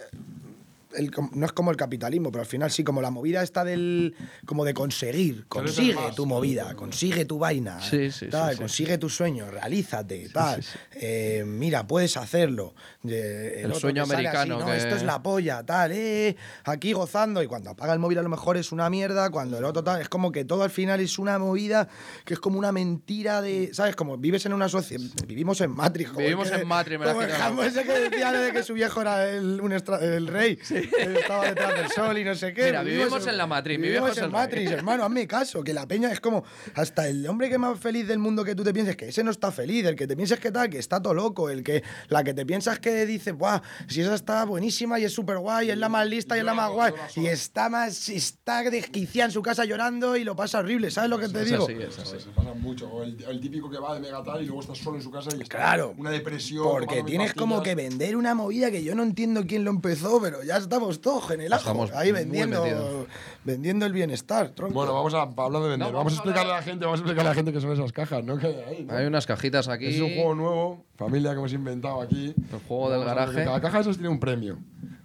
[SPEAKER 4] el com- no es como el capitalismo, pero al final sí, como la movida está del. como de conseguir. Consigue
[SPEAKER 2] más.
[SPEAKER 4] tu movida, consigue tu vaina.
[SPEAKER 3] Sí, sí, sí,
[SPEAKER 4] tal,
[SPEAKER 3] sí.
[SPEAKER 4] Consigue tu sueño, realízate, tal. eh, mira, puedes hacerlo. eh,
[SPEAKER 3] El
[SPEAKER 4] otro
[SPEAKER 3] sueño
[SPEAKER 4] que sale
[SPEAKER 3] americano
[SPEAKER 4] así,
[SPEAKER 3] que-
[SPEAKER 4] no, esto es la polla, tal, eh, aquí gozando. Y cuando apaga el móvil a lo mejor es una mierda, cuando el otro tal. Es como que todo al final es una movida que es como una mentira de. ¿Sabes? Como vives en una sociedad. Vivimos en Matrix, como
[SPEAKER 3] Vivimos
[SPEAKER 4] el que-
[SPEAKER 3] en Matrix, me la
[SPEAKER 4] Como el
[SPEAKER 3] has quitado.
[SPEAKER 4] jambo ese que decía lo de que su viejo era el, un estra- el rey. que estaba detrás del sol y no sé qué.
[SPEAKER 3] Mira, vivimos en la Matrix, mi viejo
[SPEAKER 4] Vivimos
[SPEAKER 3] es
[SPEAKER 4] en
[SPEAKER 3] el
[SPEAKER 4] Matrix,
[SPEAKER 3] rey.
[SPEAKER 4] hermano. Hazme caso, que la peña es como. Hasta el hombre que más feliz del mundo que tú te pienses, que ese no está feliz. El que te pienses que tal, que está todo loco. El que, la que te piensas que dice, ¡buah! Si esa está buenísima y es súper guay, es la más lista y es la más guay. Y está más. Está desquiciada en su casa llorando y lo pasa horrible. ¿Sabes lo que te
[SPEAKER 3] es
[SPEAKER 4] digo?
[SPEAKER 3] así, es así.
[SPEAKER 2] Se pasa mucho. O el, el típico que va de megatal y luego está solo en su casa y está
[SPEAKER 4] Claro.
[SPEAKER 2] una depresión.
[SPEAKER 4] Porque
[SPEAKER 2] tomándome
[SPEAKER 4] tienes como que
[SPEAKER 2] pastillas.
[SPEAKER 4] vender una movida que yo no entiendo quién lo empezó, pero ya estamos todos en el ajo,
[SPEAKER 3] Estamos
[SPEAKER 4] ahí
[SPEAKER 3] muy
[SPEAKER 4] vendiendo,
[SPEAKER 3] metidos.
[SPEAKER 4] vendiendo el bienestar, tronco.
[SPEAKER 2] Bueno, vamos a hablar de vender.
[SPEAKER 3] No,
[SPEAKER 2] vamos
[SPEAKER 3] vamos
[SPEAKER 2] a
[SPEAKER 3] a
[SPEAKER 2] explicarle a la gente, vamos a explicarle a la gente qué son esas cajas, ¿no? Que hay ahí, ¿no?
[SPEAKER 3] Hay unas cajitas aquí.
[SPEAKER 2] Es un juego nuevo, familia que hemos inventado aquí.
[SPEAKER 3] El juego del
[SPEAKER 2] Vamos a ver,
[SPEAKER 3] garaje.
[SPEAKER 2] Cada caja de esas tiene un premio.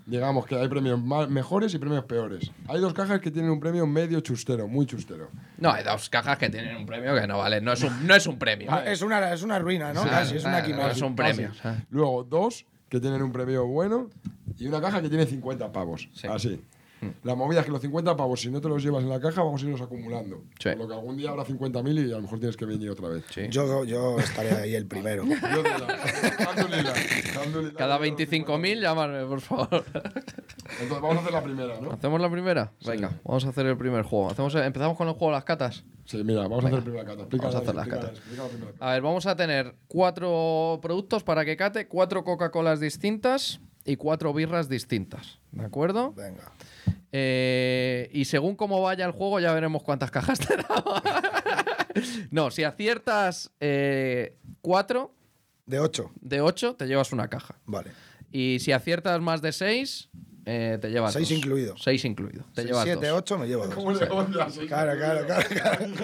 [SPEAKER 2] Digamos que hay premios ma- mejores y premios peores. Hay dos cajas que tienen un premio medio chustero, muy chustero.
[SPEAKER 3] No, hay dos cajas que tienen un premio que no vale, no es un, no es un premio.
[SPEAKER 4] es, una, es una ruina, ¿no?
[SPEAKER 3] Sí,
[SPEAKER 4] Casi, es una
[SPEAKER 3] ah,
[SPEAKER 4] quimera.
[SPEAKER 3] es un premio.
[SPEAKER 2] Casi. Luego dos que tienen un premio bueno y una caja que tiene 50 pavos.
[SPEAKER 3] Sí. Hmm.
[SPEAKER 2] Así. La movida es que los 50 pavos, si no te los llevas en la caja, vamos a irlos acumulando.
[SPEAKER 3] Sí.
[SPEAKER 2] Por lo que algún día habrá 50.000 y a lo mejor tienes que venir otra vez.
[SPEAKER 3] Sí.
[SPEAKER 4] Yo, yo estaré ahí el primero.
[SPEAKER 2] Yo te la- Alhamdulillah, alhamdulillah.
[SPEAKER 3] Cada 25.000, llámame, por favor.
[SPEAKER 2] Entonces vamos a hacer la primera, ¿no?
[SPEAKER 3] ¿Hacemos la primera? Venga, vamos a hacer el primer juego. Hacemos, empezamos con el juego de las catas.
[SPEAKER 2] Sí, mira, vamos a hacer primera cata. Explícala,
[SPEAKER 3] vamos a hacer las
[SPEAKER 2] explícala,
[SPEAKER 3] catas.
[SPEAKER 2] explícala primero.
[SPEAKER 3] A ver, vamos a tener cuatro productos para que cate, cuatro Coca-Colas distintas y cuatro birras distintas. ¿De acuerdo?
[SPEAKER 4] Venga.
[SPEAKER 3] Eh, y según cómo vaya el juego, ya veremos cuántas cajas te damos. no, si aciertas eh, cuatro
[SPEAKER 4] De 8.
[SPEAKER 3] de ocho, te llevas una caja.
[SPEAKER 4] Vale.
[SPEAKER 3] Y si aciertas más de seis, eh, te llevas
[SPEAKER 4] Seis
[SPEAKER 3] dos.
[SPEAKER 4] incluido.
[SPEAKER 3] Seis incluido. Te
[SPEAKER 4] Si
[SPEAKER 3] llevas dos.
[SPEAKER 4] 7, 8 me llevo dos.
[SPEAKER 2] ¿Cómo le odias?
[SPEAKER 4] Claro, claro, claro. claro.
[SPEAKER 3] bien,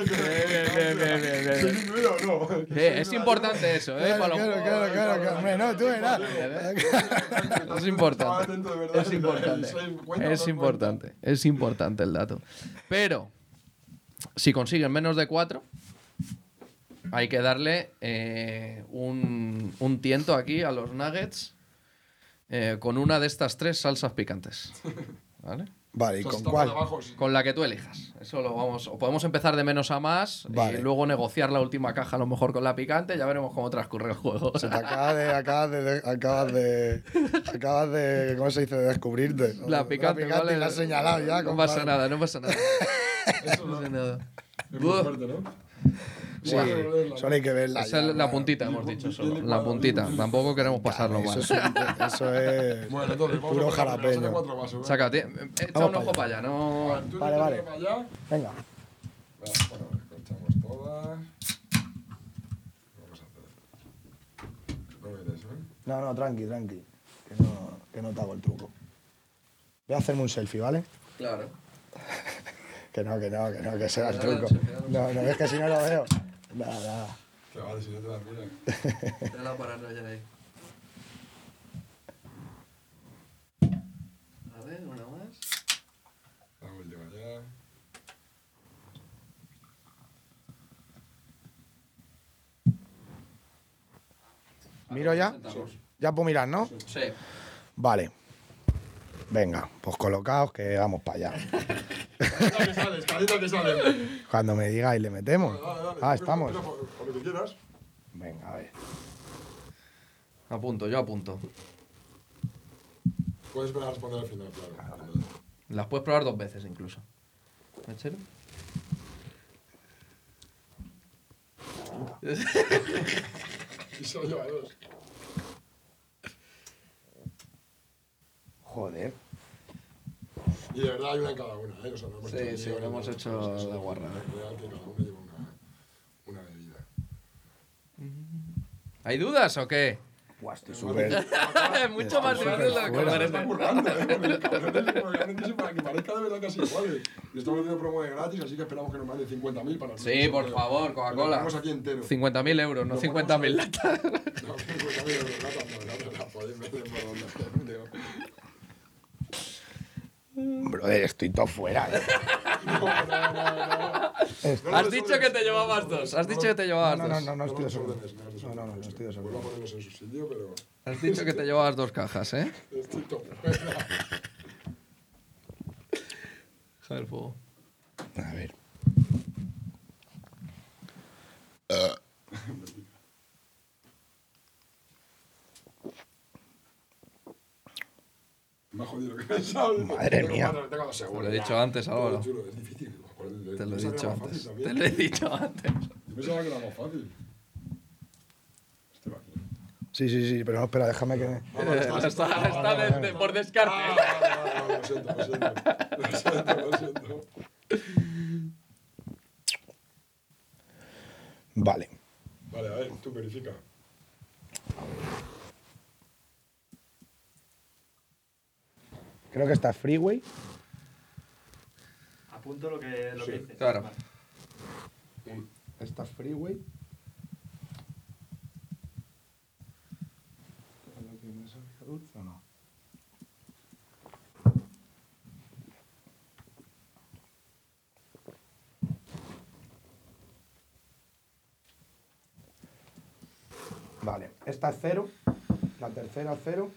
[SPEAKER 3] bien, bien, bien, bien.
[SPEAKER 2] ¿Soy número o no?
[SPEAKER 3] Eh, es importante eso, ¿eh?
[SPEAKER 4] Claro,
[SPEAKER 3] Para los
[SPEAKER 4] claro,
[SPEAKER 3] juegos.
[SPEAKER 4] claro, claro, claro. Hombre, no, tú verás.
[SPEAKER 3] Es importante. Es importante. Es importante. Es importante el dato. Pero, si consiguen menos de cuatro, hay que darle eh, un, un tiento aquí a los nuggets eh, con una de estas tres salsas picantes. ¿Vale?
[SPEAKER 4] Vale, ¿y
[SPEAKER 2] ¿Y
[SPEAKER 4] con cuál?
[SPEAKER 3] Con la que tú elijas. Eso lo vamos. O podemos empezar de menos a más
[SPEAKER 4] Vale.
[SPEAKER 3] y luego negociar la última caja a lo mejor con la picante. Ya veremos cómo transcurre el juego.
[SPEAKER 4] Se te acaba de, acabas de, acabas de, acabas de, ¿cómo se dice? De descubrirte.
[SPEAKER 3] La picante,
[SPEAKER 4] la picante
[SPEAKER 3] ¿vale?
[SPEAKER 4] y la has señalado ya.
[SPEAKER 3] No
[SPEAKER 4] compadre.
[SPEAKER 3] pasa nada, no pasa nada. No pasa nada.
[SPEAKER 2] Es muy fuerte, ¿no?
[SPEAKER 4] Sí, ¿eh? solo hay que verla.
[SPEAKER 3] Esa es
[SPEAKER 4] ya,
[SPEAKER 3] la
[SPEAKER 4] claro.
[SPEAKER 3] puntita, hemos dicho. solo. La puntita. Tampoco queremos pasarlo mal.
[SPEAKER 4] Eso es, un- eso es
[SPEAKER 2] Bueno, entonces, vamos
[SPEAKER 4] puro
[SPEAKER 2] a poner- saca
[SPEAKER 4] jalapeño.
[SPEAKER 2] cuatro vasos, ¿eh?
[SPEAKER 3] Sácate. eh, Echa un ojo para allá, no.
[SPEAKER 2] Tú
[SPEAKER 4] Vale,
[SPEAKER 2] le
[SPEAKER 4] vale.
[SPEAKER 2] pones para allá.
[SPEAKER 4] Venga,
[SPEAKER 2] Bueno, cortamos todas. Vamos a hacer. No me des, ¿eh?
[SPEAKER 4] no, no, tranqui, tranqui. Que no, que no te hago el truco. Voy a hacerme un selfie, ¿vale?
[SPEAKER 3] Claro.
[SPEAKER 4] Que no, que no, que no, que será el
[SPEAKER 3] Dale,
[SPEAKER 4] truco.
[SPEAKER 3] dale, dale.
[SPEAKER 4] No, no ves que si no lo veo. Nada, nada.
[SPEAKER 2] Que vale, si no te la miran.
[SPEAKER 3] la paranoia ahí. A ver, una más.
[SPEAKER 2] La última ya.
[SPEAKER 4] ¿Miro ya? Ya puedo mirar, ¿no?
[SPEAKER 3] Sí.
[SPEAKER 4] Vale. Venga, pues colocaos que vamos para allá.
[SPEAKER 2] Carita que sales, carita que sales.
[SPEAKER 4] Cuando me digáis, le metemos.
[SPEAKER 2] Dale, dale.
[SPEAKER 4] Ah, estamos.
[SPEAKER 2] Mira, por- por lo que quieras.
[SPEAKER 4] Venga, a ver.
[SPEAKER 3] Apunto, yo apunto.
[SPEAKER 2] Puedes esperar a responder al final, claro.
[SPEAKER 3] Las puedes probar dos veces incluso. ¿Me chelo?
[SPEAKER 2] Y se lo lleva dos.
[SPEAKER 4] Joder.
[SPEAKER 2] Y de verdad hay una en cada una, ¿eh? O sea, no hemos
[SPEAKER 3] Sí,
[SPEAKER 2] hecho
[SPEAKER 3] sí,
[SPEAKER 2] guión,
[SPEAKER 3] lo hemos
[SPEAKER 2] no,
[SPEAKER 3] hecho
[SPEAKER 2] no, no,
[SPEAKER 3] de
[SPEAKER 2] no,
[SPEAKER 3] guarra,
[SPEAKER 2] no,
[SPEAKER 3] ¿eh?
[SPEAKER 2] no, Real que cada uno lleva una, una bebida.
[SPEAKER 3] ¿Hay dudas o qué?
[SPEAKER 4] Buah, estoy súper.
[SPEAKER 3] Es mucho más grande de lo que
[SPEAKER 2] Se
[SPEAKER 3] parece.
[SPEAKER 2] está currando, ¿eh? Porque el cabrón es realmente para que parezca de verdad casi igual. ¿eh? Y estamos haciendo promo de gratis, así que esperamos que nos manden 50.000 para
[SPEAKER 3] Sí, por favor, Coca-Cola.
[SPEAKER 2] Estamos aquí entero.
[SPEAKER 3] 50.000 euros, no
[SPEAKER 2] Lo
[SPEAKER 3] 50.000
[SPEAKER 2] ponemos
[SPEAKER 3] latas.
[SPEAKER 2] No, 50.000 euros, no, tanto, no, no, no, joder, me hacen por onda, tío.
[SPEAKER 4] Brother, estoy todo fuera. eh.
[SPEAKER 2] No, no, no, no. No
[SPEAKER 3] Has
[SPEAKER 2] nos
[SPEAKER 3] dicho que
[SPEAKER 2] desordenes.
[SPEAKER 3] te llevabas dos. Has dicho que te llevabas
[SPEAKER 4] Este. No, no,
[SPEAKER 3] dos.
[SPEAKER 4] no, no estoy
[SPEAKER 2] nos
[SPEAKER 4] solo.
[SPEAKER 2] desordenes, nos
[SPEAKER 4] No, no, no, no estoy
[SPEAKER 2] Vuelvo a
[SPEAKER 4] solo.
[SPEAKER 2] ponerlos en su sitio, pero
[SPEAKER 3] Has dicho que te llevabas dos cajas, ¿eh?
[SPEAKER 2] estoy todo fuera.
[SPEAKER 3] Joder, fuego.
[SPEAKER 4] A ver.
[SPEAKER 2] Me ha jodido lo que pensaba.
[SPEAKER 4] Madre
[SPEAKER 2] Tengo
[SPEAKER 4] mía.
[SPEAKER 2] cuatro, tengo dos segundos,
[SPEAKER 3] Te lo he
[SPEAKER 2] ya.
[SPEAKER 3] dicho antes,
[SPEAKER 2] Todo
[SPEAKER 3] Álvaro.
[SPEAKER 2] chulo, es difícil. Joder,
[SPEAKER 3] Te lo
[SPEAKER 2] pensaba que
[SPEAKER 3] he dicho
[SPEAKER 2] era más
[SPEAKER 3] antes.
[SPEAKER 2] fácil
[SPEAKER 3] Te
[SPEAKER 2] también.
[SPEAKER 3] lo he dicho antes.
[SPEAKER 2] Yo pensaba que era más fácil. Este va aquí.
[SPEAKER 4] Sí, sí, sí, pero no, espera, déjame que. me-
[SPEAKER 2] Ah, vale,
[SPEAKER 3] Está,
[SPEAKER 2] Ah,
[SPEAKER 3] está
[SPEAKER 2] vale,
[SPEAKER 3] de- de- por descarte.
[SPEAKER 2] ah, vale, vale, Lo siento, lo siento. Lo siento, lo siento.
[SPEAKER 4] Vale.
[SPEAKER 2] Vale, a ver, tú verifica.
[SPEAKER 4] Creo que está Freeway.
[SPEAKER 5] Apunto lo que, lo que dices.
[SPEAKER 3] Claro.
[SPEAKER 5] Vale.
[SPEAKER 4] Está Freeway. ¿Dulce o no? Vale, esta es cero, la tercera cero.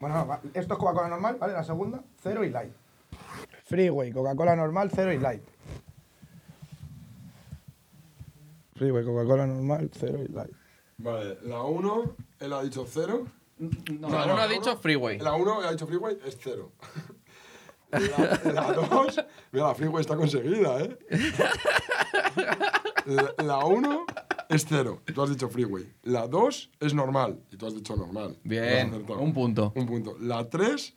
[SPEAKER 4] Bueno, no, va- esto es Coca-Cola normal, ¿vale? La segunda, cero y light. Freeway, Coca-Cola normal, cero y light. Freeway, Coca-Cola normal, cero y light.
[SPEAKER 2] Vale, la 1, él ha dicho 0.
[SPEAKER 3] No, no, ha dicho freeway.
[SPEAKER 2] La 1, él ha dicho freeway, es 0. La 2, mira, la freeway está conseguida, ¿eh? La- La 1 es 0, tú has dicho freeway. La 2 es normal, y tú has dicho normal. Lo has
[SPEAKER 3] Bien,
[SPEAKER 2] acertado.
[SPEAKER 3] un punto.
[SPEAKER 2] Un punto. La 3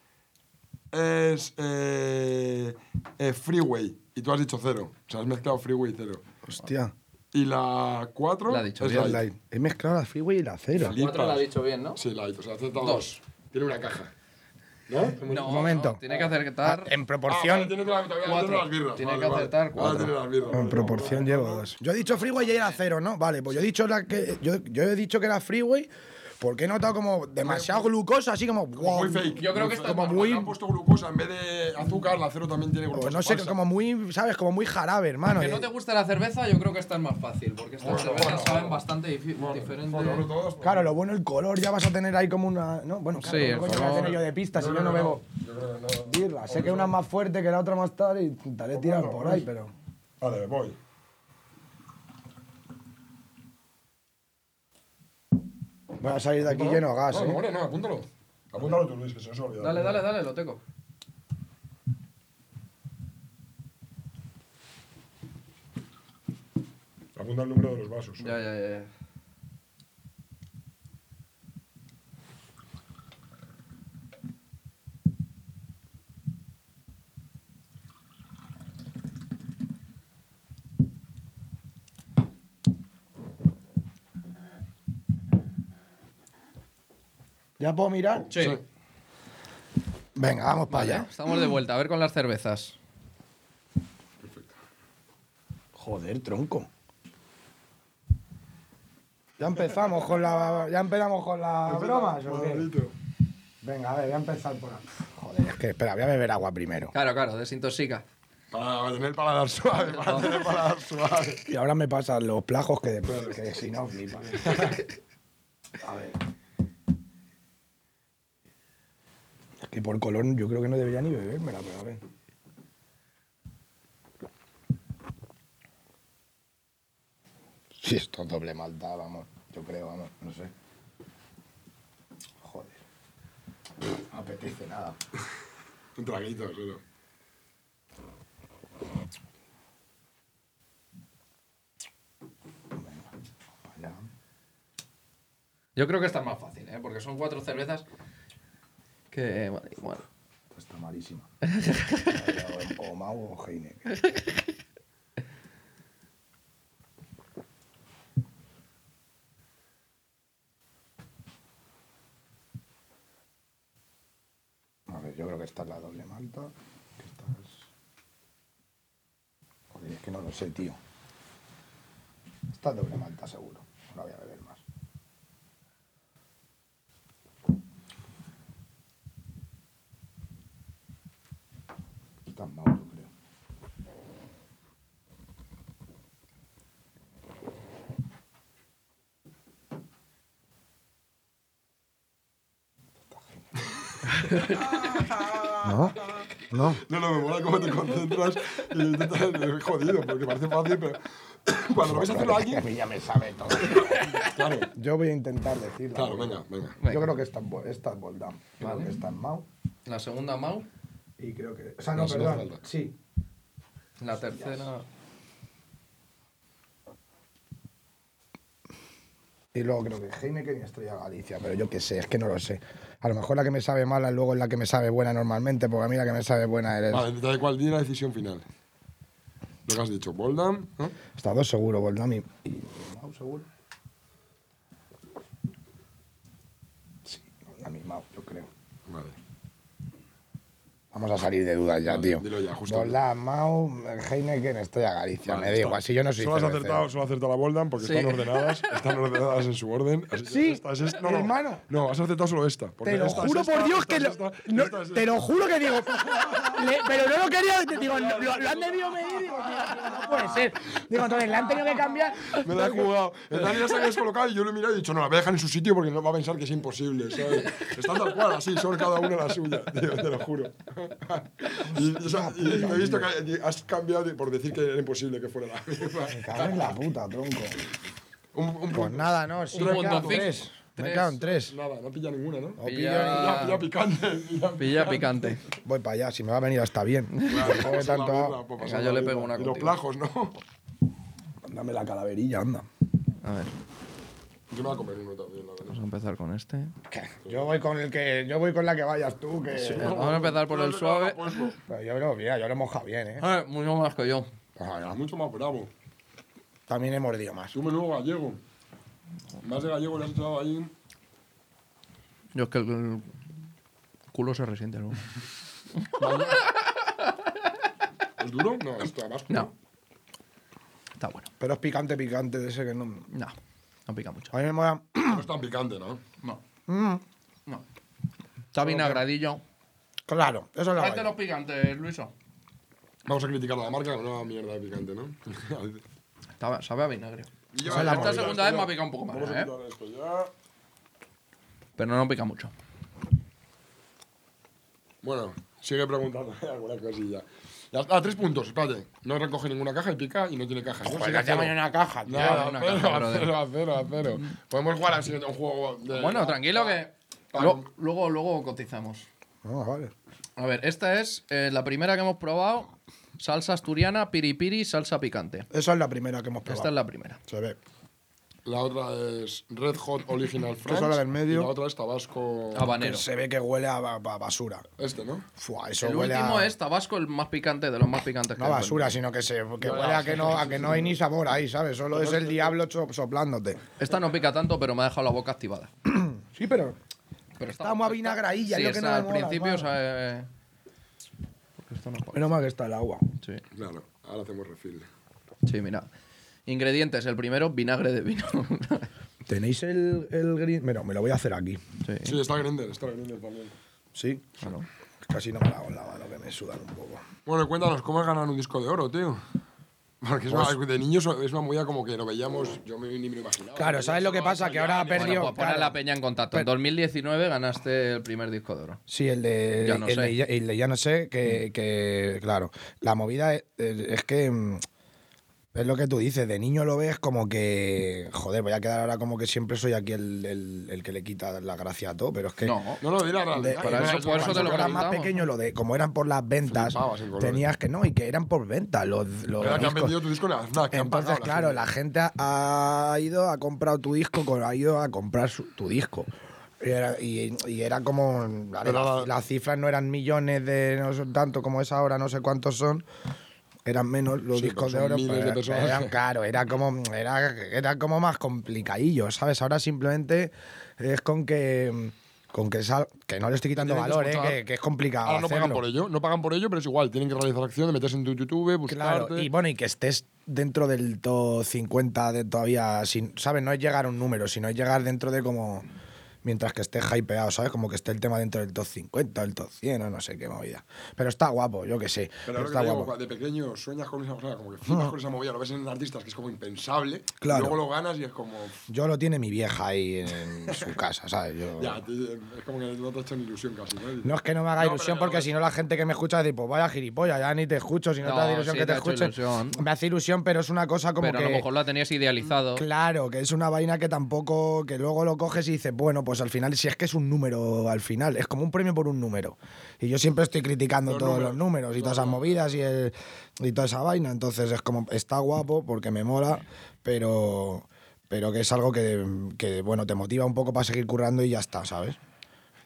[SPEAKER 2] es eh, eh, freeway, y tú has dicho 0. O sea, has mezclado freeway y 0.
[SPEAKER 4] Hostia.
[SPEAKER 2] Y la 4
[SPEAKER 3] La ha dicho
[SPEAKER 2] es
[SPEAKER 3] bien,
[SPEAKER 2] light.
[SPEAKER 4] La- He mezclado la freeway y la cero.
[SPEAKER 2] Flipas.
[SPEAKER 3] bien, ¿no?
[SPEAKER 2] Sí, light, o sea, ha acertado
[SPEAKER 3] Dos.
[SPEAKER 2] dos. Tiene una caja. ¿No?
[SPEAKER 3] No,
[SPEAKER 4] Un momento. em,
[SPEAKER 3] no, tiene que acertar.
[SPEAKER 4] En
[SPEAKER 2] Ah, vale,
[SPEAKER 4] proporción.
[SPEAKER 2] tiene que, todavía tiene
[SPEAKER 3] Cuatro.
[SPEAKER 2] las birras.
[SPEAKER 3] Tiene
[SPEAKER 2] vale,
[SPEAKER 3] que
[SPEAKER 2] vale.
[SPEAKER 3] acertar cuatro.
[SPEAKER 2] Ahora tiene las birras.
[SPEAKER 4] En
[SPEAKER 2] vale.
[SPEAKER 4] proporción llevo dos.
[SPEAKER 1] Yo he dicho freeway y era cero, ¿no? Vale, pues yo he dicho la que. Yo, yo he dicho que era freeway porque he notado como demasiado glucosa, así como. wow,
[SPEAKER 2] Muy fake.
[SPEAKER 3] Yo creo
[SPEAKER 2] Muy
[SPEAKER 3] que está
[SPEAKER 2] fake.
[SPEAKER 3] como
[SPEAKER 2] Le han
[SPEAKER 3] muy.
[SPEAKER 2] puesto glucosa en vez de azúcar, la cero también tiene glucosa.
[SPEAKER 1] Pues no sé,
[SPEAKER 2] falsa.
[SPEAKER 1] como muy, ¿sabes? Como muy jarabe, hermano.
[SPEAKER 3] Que no
[SPEAKER 1] Eh,
[SPEAKER 3] te gusta la cerveza, yo creo que esta es más fácil, porque estas
[SPEAKER 2] Bueno,
[SPEAKER 3] cervezas
[SPEAKER 2] bueno,
[SPEAKER 3] saben
[SPEAKER 2] bueno.
[SPEAKER 3] bastante difi-
[SPEAKER 2] Bueno, bueno, ahora
[SPEAKER 3] diferente.
[SPEAKER 2] todos, pues,
[SPEAKER 1] Claro, lo bueno el color, ya vas a tener ahí como una. No, bueno, claro,
[SPEAKER 3] Sí,
[SPEAKER 1] ¿qué
[SPEAKER 3] el
[SPEAKER 1] coño
[SPEAKER 3] color.
[SPEAKER 1] voy a tener yo de pista si yo no bebo
[SPEAKER 2] Yo creo que no.
[SPEAKER 1] birra? Sé que una es más fuerte que la otra más tarde y intentaré tirar
[SPEAKER 2] Bueno,
[SPEAKER 1] por ahí,
[SPEAKER 2] pues.
[SPEAKER 1] pero.
[SPEAKER 2] Vale, voy.
[SPEAKER 4] Voy a salir de aquí lleno de gas,
[SPEAKER 2] No,
[SPEAKER 4] ¿eh?
[SPEAKER 2] hombre, no, apúntalo. Apúntalo tú, Luis, que se nos ha olvidado.
[SPEAKER 3] Dale, dale, dale, lo tengo.
[SPEAKER 2] La Apunta el número de los vasos.
[SPEAKER 3] Ya, ya, ya. ya.
[SPEAKER 4] ¿Ya puedo mirar?
[SPEAKER 3] Sí.
[SPEAKER 4] Venga, vamos para
[SPEAKER 3] Vale,
[SPEAKER 4] allá.
[SPEAKER 3] estamos de vuelta. A ver con las cervezas.
[SPEAKER 4] Joder, tronco. Ya empezamos con la. Ya empezamos con las bromas. ¿o qué?
[SPEAKER 2] Manolito.
[SPEAKER 4] Venga, a ver, voy a empezar por aquí. Joder, es que espera, voy a beber agua primero.
[SPEAKER 3] Claro, claro, desintoxica.
[SPEAKER 2] Para tener el paladar suave, para tener el paladar suave.
[SPEAKER 4] Y ahora me pasan los plajos que, de- que si no flipa. A ver. Es que por color yo creo que no debería ni bebérmela, pero a ver. Si esto es doble maldad, vamos. Yo creo, vamos, no sé. Joder. No apetece nada.
[SPEAKER 2] Un traguito solo.
[SPEAKER 4] Vaya.
[SPEAKER 3] Yo creo que esta es más fácil, ¿eh? Porque son cuatro cervezas que... Bueno, igual.
[SPEAKER 4] Pues Está malísima. Vaya, o o Mau o Heineken. A ver, yo creo que esta es la doble malta. que Esta es... Joder, es que no lo sé, tío. Esta es doble malta, seguro. No la voy a beber más. Esta es Mau, yo creo.
[SPEAKER 2] No, no, me mola cómo te concentras y intentas. jodido, porque parece fácil, pero. Cuando lo vais a hacerlo a
[SPEAKER 4] Que a
[SPEAKER 2] alguien.
[SPEAKER 4] mí ya me sabe todo.
[SPEAKER 2] Claro,
[SPEAKER 4] Yo voy a intentar decirlo.
[SPEAKER 2] claro, venga, venga.
[SPEAKER 3] Venga.
[SPEAKER 4] Yo creo que esta es, Bo- esta es Boldam. Creo
[SPEAKER 3] Vale.
[SPEAKER 4] que esta es Mau.
[SPEAKER 3] La segunda Mau,
[SPEAKER 4] Y creo que. O sea,
[SPEAKER 2] No,
[SPEAKER 4] no,
[SPEAKER 2] si no
[SPEAKER 4] perdón.
[SPEAKER 2] hace falta.
[SPEAKER 4] sí.
[SPEAKER 3] la tercera...
[SPEAKER 4] Y luego creo que Heineken y Estrella Galicia. Pero yo qué sé, es que no lo sé. A lo mejor la que me sabe mala luego es la que me sabe buena normalmente, porque a mí la que me sabe buena eres.
[SPEAKER 2] Vale, da igual, di la decisión final. Lo que has dicho, Boldam, ¿no?
[SPEAKER 4] Estas dos seguro, Boldam y. y Mau seguro. Sí, Boldam y Mau, yo creo.
[SPEAKER 2] Vale.
[SPEAKER 4] Vamos a salir de dudas ya,
[SPEAKER 2] Vale,
[SPEAKER 4] tío.
[SPEAKER 2] dilo ya, justo.
[SPEAKER 4] Boldam, Mau, Heineken, Estrella Galicia.
[SPEAKER 2] Vale,
[SPEAKER 4] me da
[SPEAKER 2] está.
[SPEAKER 4] igual, si yo no soy.
[SPEAKER 2] Solo has
[SPEAKER 4] cervecero.
[SPEAKER 2] acertado, solo has acertado la Boldam porque
[SPEAKER 3] Sí.
[SPEAKER 2] están ordenadas, están ordenadas en su orden. Así que
[SPEAKER 4] Sí,
[SPEAKER 2] esta es esta- no, no,
[SPEAKER 4] hermano.
[SPEAKER 2] No, has acertado solo esta. porque
[SPEAKER 4] Te lo
[SPEAKER 2] esta es
[SPEAKER 4] juro
[SPEAKER 2] esta,
[SPEAKER 4] por Dios
[SPEAKER 2] esta
[SPEAKER 4] que
[SPEAKER 2] es
[SPEAKER 4] lo,
[SPEAKER 2] esta,
[SPEAKER 4] no,
[SPEAKER 2] esta es
[SPEAKER 4] te lo juro que digo, le- pero no lo quería, te digo, no, lo, lo han debido medir, digo, no, no puede ser. Digo, entonces le han tenido que cambiar.
[SPEAKER 2] Me la he jugado. El Dani la se había descolocado y yo lo he mirado y he dicho, no, la voy a dejar en su sitio porque no va a pensar que es imposible, ¿sabes? Están tal cual, así, son cada uno la suya, tío, te lo juro. Y, o sea, y he visto que has cambiado de- por decir que era imposible que fuera la misma.
[SPEAKER 4] Me cago en la puta, tronco.
[SPEAKER 2] Un, un
[SPEAKER 4] Pues
[SPEAKER 2] punto.
[SPEAKER 4] nada, no, sí,
[SPEAKER 3] Un
[SPEAKER 4] me he
[SPEAKER 3] punto
[SPEAKER 4] quedado en
[SPEAKER 3] fix.
[SPEAKER 4] tres. Me he
[SPEAKER 3] Tres.
[SPEAKER 4] quedado en tres.
[SPEAKER 2] Nada, no pilla ninguna, ¿no?
[SPEAKER 4] No pillo ni-
[SPEAKER 2] Pilla, pilla
[SPEAKER 3] Pilla,
[SPEAKER 2] picante. Pilla,
[SPEAKER 3] pilla picante.
[SPEAKER 4] Voy para allá, si me va a venir hasta bien. Joder,
[SPEAKER 2] Pasa la
[SPEAKER 4] tanto
[SPEAKER 2] birra,
[SPEAKER 4] agua.
[SPEAKER 2] pues
[SPEAKER 3] Venga,
[SPEAKER 2] pasa
[SPEAKER 3] yo
[SPEAKER 2] la
[SPEAKER 3] le pego
[SPEAKER 2] birra.
[SPEAKER 3] una
[SPEAKER 2] Y los
[SPEAKER 3] contigo.
[SPEAKER 2] plajos, ¿no?
[SPEAKER 4] ah, Dame la calaverilla, anda.
[SPEAKER 3] A ver,
[SPEAKER 2] Yo me voy a comer uno también, la verdad.
[SPEAKER 3] vamos a empezar con este.
[SPEAKER 4] Yo voy con el que, yo voy con la que vayas tú, que.
[SPEAKER 3] Vamos a empezar por el suave.
[SPEAKER 4] Pero yo creo, mira, yo lo he mojado bien, eh.
[SPEAKER 3] A ver, mucho más que yo.
[SPEAKER 4] Ah,
[SPEAKER 2] Ah, Mucho más bravo.
[SPEAKER 4] También he mordido más.
[SPEAKER 2] Tú menú gallego. Más de gallego le has echado ahí.
[SPEAKER 3] Yo es que el, el culo se resiente luego.
[SPEAKER 2] ¿Es duro? No, es tabasco.
[SPEAKER 3] No. Está bueno.
[SPEAKER 4] Pero es picante, picante, de ese que no.
[SPEAKER 3] No, no pica mucho.
[SPEAKER 4] A mí me mola.
[SPEAKER 2] No es tan picante, ¿no?
[SPEAKER 3] No. No. Está vinagradillo.
[SPEAKER 4] Claro, eso es la
[SPEAKER 3] Hazte
[SPEAKER 4] vaina.
[SPEAKER 3] los picantes, Luiso.
[SPEAKER 2] Vamos a criticar a la marca, no una mierda de picante, ¿no?
[SPEAKER 3] Está- sabe a vinagre.
[SPEAKER 2] Ya,
[SPEAKER 3] Esa
[SPEAKER 2] vamos
[SPEAKER 3] es la movida.
[SPEAKER 2] a quitar
[SPEAKER 3] segunda vez
[SPEAKER 2] esto
[SPEAKER 3] me ha
[SPEAKER 2] ya.
[SPEAKER 3] picado un poco más,
[SPEAKER 2] Vamos a
[SPEAKER 3] ¿eh?
[SPEAKER 2] quitar esto ya.
[SPEAKER 3] Pero no pica mucho.
[SPEAKER 2] Bueno, sigue preguntando alguna cosilla. Ya está, A tres puntos, espérate. No recoge ninguna caja y pica y no tiene cajas. ¿no?
[SPEAKER 4] Pues
[SPEAKER 2] Sigue
[SPEAKER 4] ya te
[SPEAKER 2] cero.
[SPEAKER 4] voy a una caja, tío.
[SPEAKER 2] Nada,
[SPEAKER 3] una
[SPEAKER 2] cero,
[SPEAKER 3] caja,
[SPEAKER 2] a
[SPEAKER 3] brother.
[SPEAKER 2] cero, a cero, a cero. Podemos jugar así un juego de...
[SPEAKER 3] Bueno, tranquilo que.
[SPEAKER 2] Ah,
[SPEAKER 3] Lo- luego, luego cotizamos.
[SPEAKER 4] No, Ah, vale.
[SPEAKER 3] A ver, esta es eh, la primera que hemos probado Salsa asturiana, piripiri, salsa picante.
[SPEAKER 4] Esa es la primera que hemos probado.
[SPEAKER 3] Esta es la primera.
[SPEAKER 4] Se ve.
[SPEAKER 2] La otra es Red Hot Original French.
[SPEAKER 4] es la del medio.
[SPEAKER 2] Y la otra es Tabasco.
[SPEAKER 3] Habanero.
[SPEAKER 4] Se ve que huele a, ba- ba- basura.
[SPEAKER 2] Este, ¿no?
[SPEAKER 4] Fua, eso
[SPEAKER 3] El
[SPEAKER 4] huele
[SPEAKER 3] último
[SPEAKER 4] a...
[SPEAKER 3] es Tabasco, el más picante de los más picantes
[SPEAKER 4] No
[SPEAKER 3] que
[SPEAKER 4] a
[SPEAKER 3] hay.
[SPEAKER 4] basura, sino que, se, que huele a que, no, a que no hay ni sabor ahí, ¿sabes? Solo es el diablo cho- soplándote.
[SPEAKER 3] Esta no pica tanto, pero me ha dejado la boca activada.
[SPEAKER 4] Sí, pero
[SPEAKER 3] Pero está,
[SPEAKER 4] Estamos a vinagradilla,
[SPEAKER 3] Sí,
[SPEAKER 4] yo que no
[SPEAKER 3] esa
[SPEAKER 4] me
[SPEAKER 3] al
[SPEAKER 4] mola,
[SPEAKER 3] principio,
[SPEAKER 4] mano.
[SPEAKER 3] o sea, eh, porque esto no es pa-
[SPEAKER 4] menos mal que está el agua.
[SPEAKER 3] sí.
[SPEAKER 2] Claro, ahora hacemos refill.
[SPEAKER 3] sí, mira. Ingredientes. El primero, vinagre de vino.
[SPEAKER 4] ¿Tenéis el, el gris? Mira, me lo voy a hacer aquí.
[SPEAKER 3] sí.
[SPEAKER 2] Sí, está Grinder, está Grinder también.
[SPEAKER 4] ¿Sí? Casi no me la hago en la mano, que me sudan un poco.
[SPEAKER 2] Bueno, cuéntanos, ¿cómo has ganado un disco de oro, tío? Porque es
[SPEAKER 4] Pues-
[SPEAKER 2] una- de niños es una movida como que lo veíamos, yo me- ni me lo imaginaba.
[SPEAKER 4] Claro, ¿sabes lo que pasa? Que ahora ha
[SPEAKER 3] Bueno,
[SPEAKER 4] perdido...
[SPEAKER 3] pues pon a
[SPEAKER 4] claro.
[SPEAKER 3] la peña en contacto. En 2019 ganaste el primer disco de oro.
[SPEAKER 4] Sí, el de,
[SPEAKER 3] Ya no
[SPEAKER 4] el,
[SPEAKER 3] sé. Mm.
[SPEAKER 4] de, el de ya no sé, que, que, claro, la movida es, es que mm, es lo que tú dices, de niño lo ves como que, joder, voy a quedar ahora como que siempre soy aquí el, el- el que le quita la gracia a todo, pero es que...
[SPEAKER 3] No.
[SPEAKER 2] No, no, di la
[SPEAKER 4] de- eh,
[SPEAKER 2] realidad.
[SPEAKER 3] para
[SPEAKER 2] Di la
[SPEAKER 3] eso- por
[SPEAKER 2] realidad.
[SPEAKER 3] eso te lo
[SPEAKER 4] cuando eras más
[SPEAKER 3] preguntamos.
[SPEAKER 4] pequeño, lo de como eran por las ventas,
[SPEAKER 2] Flipabas en colores.
[SPEAKER 4] tenías que no, y que eran por ventas los, los
[SPEAKER 2] Era que han
[SPEAKER 4] discos.
[SPEAKER 2] vendido tu disco en las Fnac, que han
[SPEAKER 4] Entonces,
[SPEAKER 2] pagado
[SPEAKER 4] claro, la
[SPEAKER 2] gente.
[SPEAKER 4] gente ha ido, ha comprado tu disco, con- ha ido a comprar su- tu disco. Y era, y- y era como. vale,
[SPEAKER 2] Pero
[SPEAKER 4] las,
[SPEAKER 2] la-
[SPEAKER 4] las cifras no eran millones de no sé, tanto como es ahora, no sé cuántos son. Eran menos los
[SPEAKER 2] Sí,
[SPEAKER 4] discos de
[SPEAKER 2] pero son
[SPEAKER 4] oro.
[SPEAKER 2] miles
[SPEAKER 4] pero
[SPEAKER 2] de
[SPEAKER 4] era-
[SPEAKER 2] personas.
[SPEAKER 4] eran caro, era como, era, era como más complicadillo, ¿sabes? Ahora simplemente es con que. Con que, sal- que no le estoy quitando
[SPEAKER 2] Tienen que
[SPEAKER 4] valor, ¿eh?
[SPEAKER 2] escuchar.
[SPEAKER 4] que, que es complicado.
[SPEAKER 2] Ahora no pagan
[SPEAKER 4] hacerlo.
[SPEAKER 2] por ello, no pagan por ello, pero es igual, tienen que realizar acción de meterse en tu YouTube, buscarte.
[SPEAKER 4] Claro, y bueno, y que estés dentro del top 50 de todavía, sin, ¿sabes? No es llegar a un número, sino es llegar dentro de como. Mientras que estés hypeado, ¿sabes? Como que esté el tema dentro del top 50, el top 100, o no sé qué movida. Pero está guapo, yo que sé.
[SPEAKER 2] Pero ahora que
[SPEAKER 4] está
[SPEAKER 2] te
[SPEAKER 4] guapo. Mm.
[SPEAKER 2] digo, de pequeño sueñas con esa cosa, como que flipas con esa movida, lo ves en artistas que es como impensable,
[SPEAKER 4] Claro.
[SPEAKER 2] y luego lo ganas y es como.
[SPEAKER 4] Yo lo tiene mi vieja ahí en, en su casa, ¿sabes? Yo...
[SPEAKER 2] Ya, tío, es como que no te ha hecho ni ilusión casi. ¿no?
[SPEAKER 4] No es que no me haga
[SPEAKER 2] No,
[SPEAKER 4] ilusión,
[SPEAKER 2] pero
[SPEAKER 4] porque
[SPEAKER 2] no-
[SPEAKER 4] si no la gente que me escucha dice, pues vaya gilipollas, ya ni te escucho, si no, te
[SPEAKER 3] No,
[SPEAKER 4] hace ilusión
[SPEAKER 3] sí
[SPEAKER 4] que te,
[SPEAKER 3] te ha hecho
[SPEAKER 4] escuche.
[SPEAKER 3] ilusión.
[SPEAKER 4] Me hace ilusión, pero es una cosa como
[SPEAKER 3] Pero
[SPEAKER 4] que. Mm,
[SPEAKER 3] a lo mejor la tenías idealizado.
[SPEAKER 4] Claro, que es una vaina que tampoco, que luego lo coges y dices, bueno, pues al final, si es que es un número, al final, es como un premio por un número. Y yo siempre estoy criticando
[SPEAKER 2] Los
[SPEAKER 4] todos
[SPEAKER 2] números,
[SPEAKER 4] los números y todas esas movidas y, el- y toda esa vaina. Entonces es como, está guapo porque me mola, pero, pero que es algo que, que, bueno, te motiva un poco para seguir currando y ya está, ¿sabes?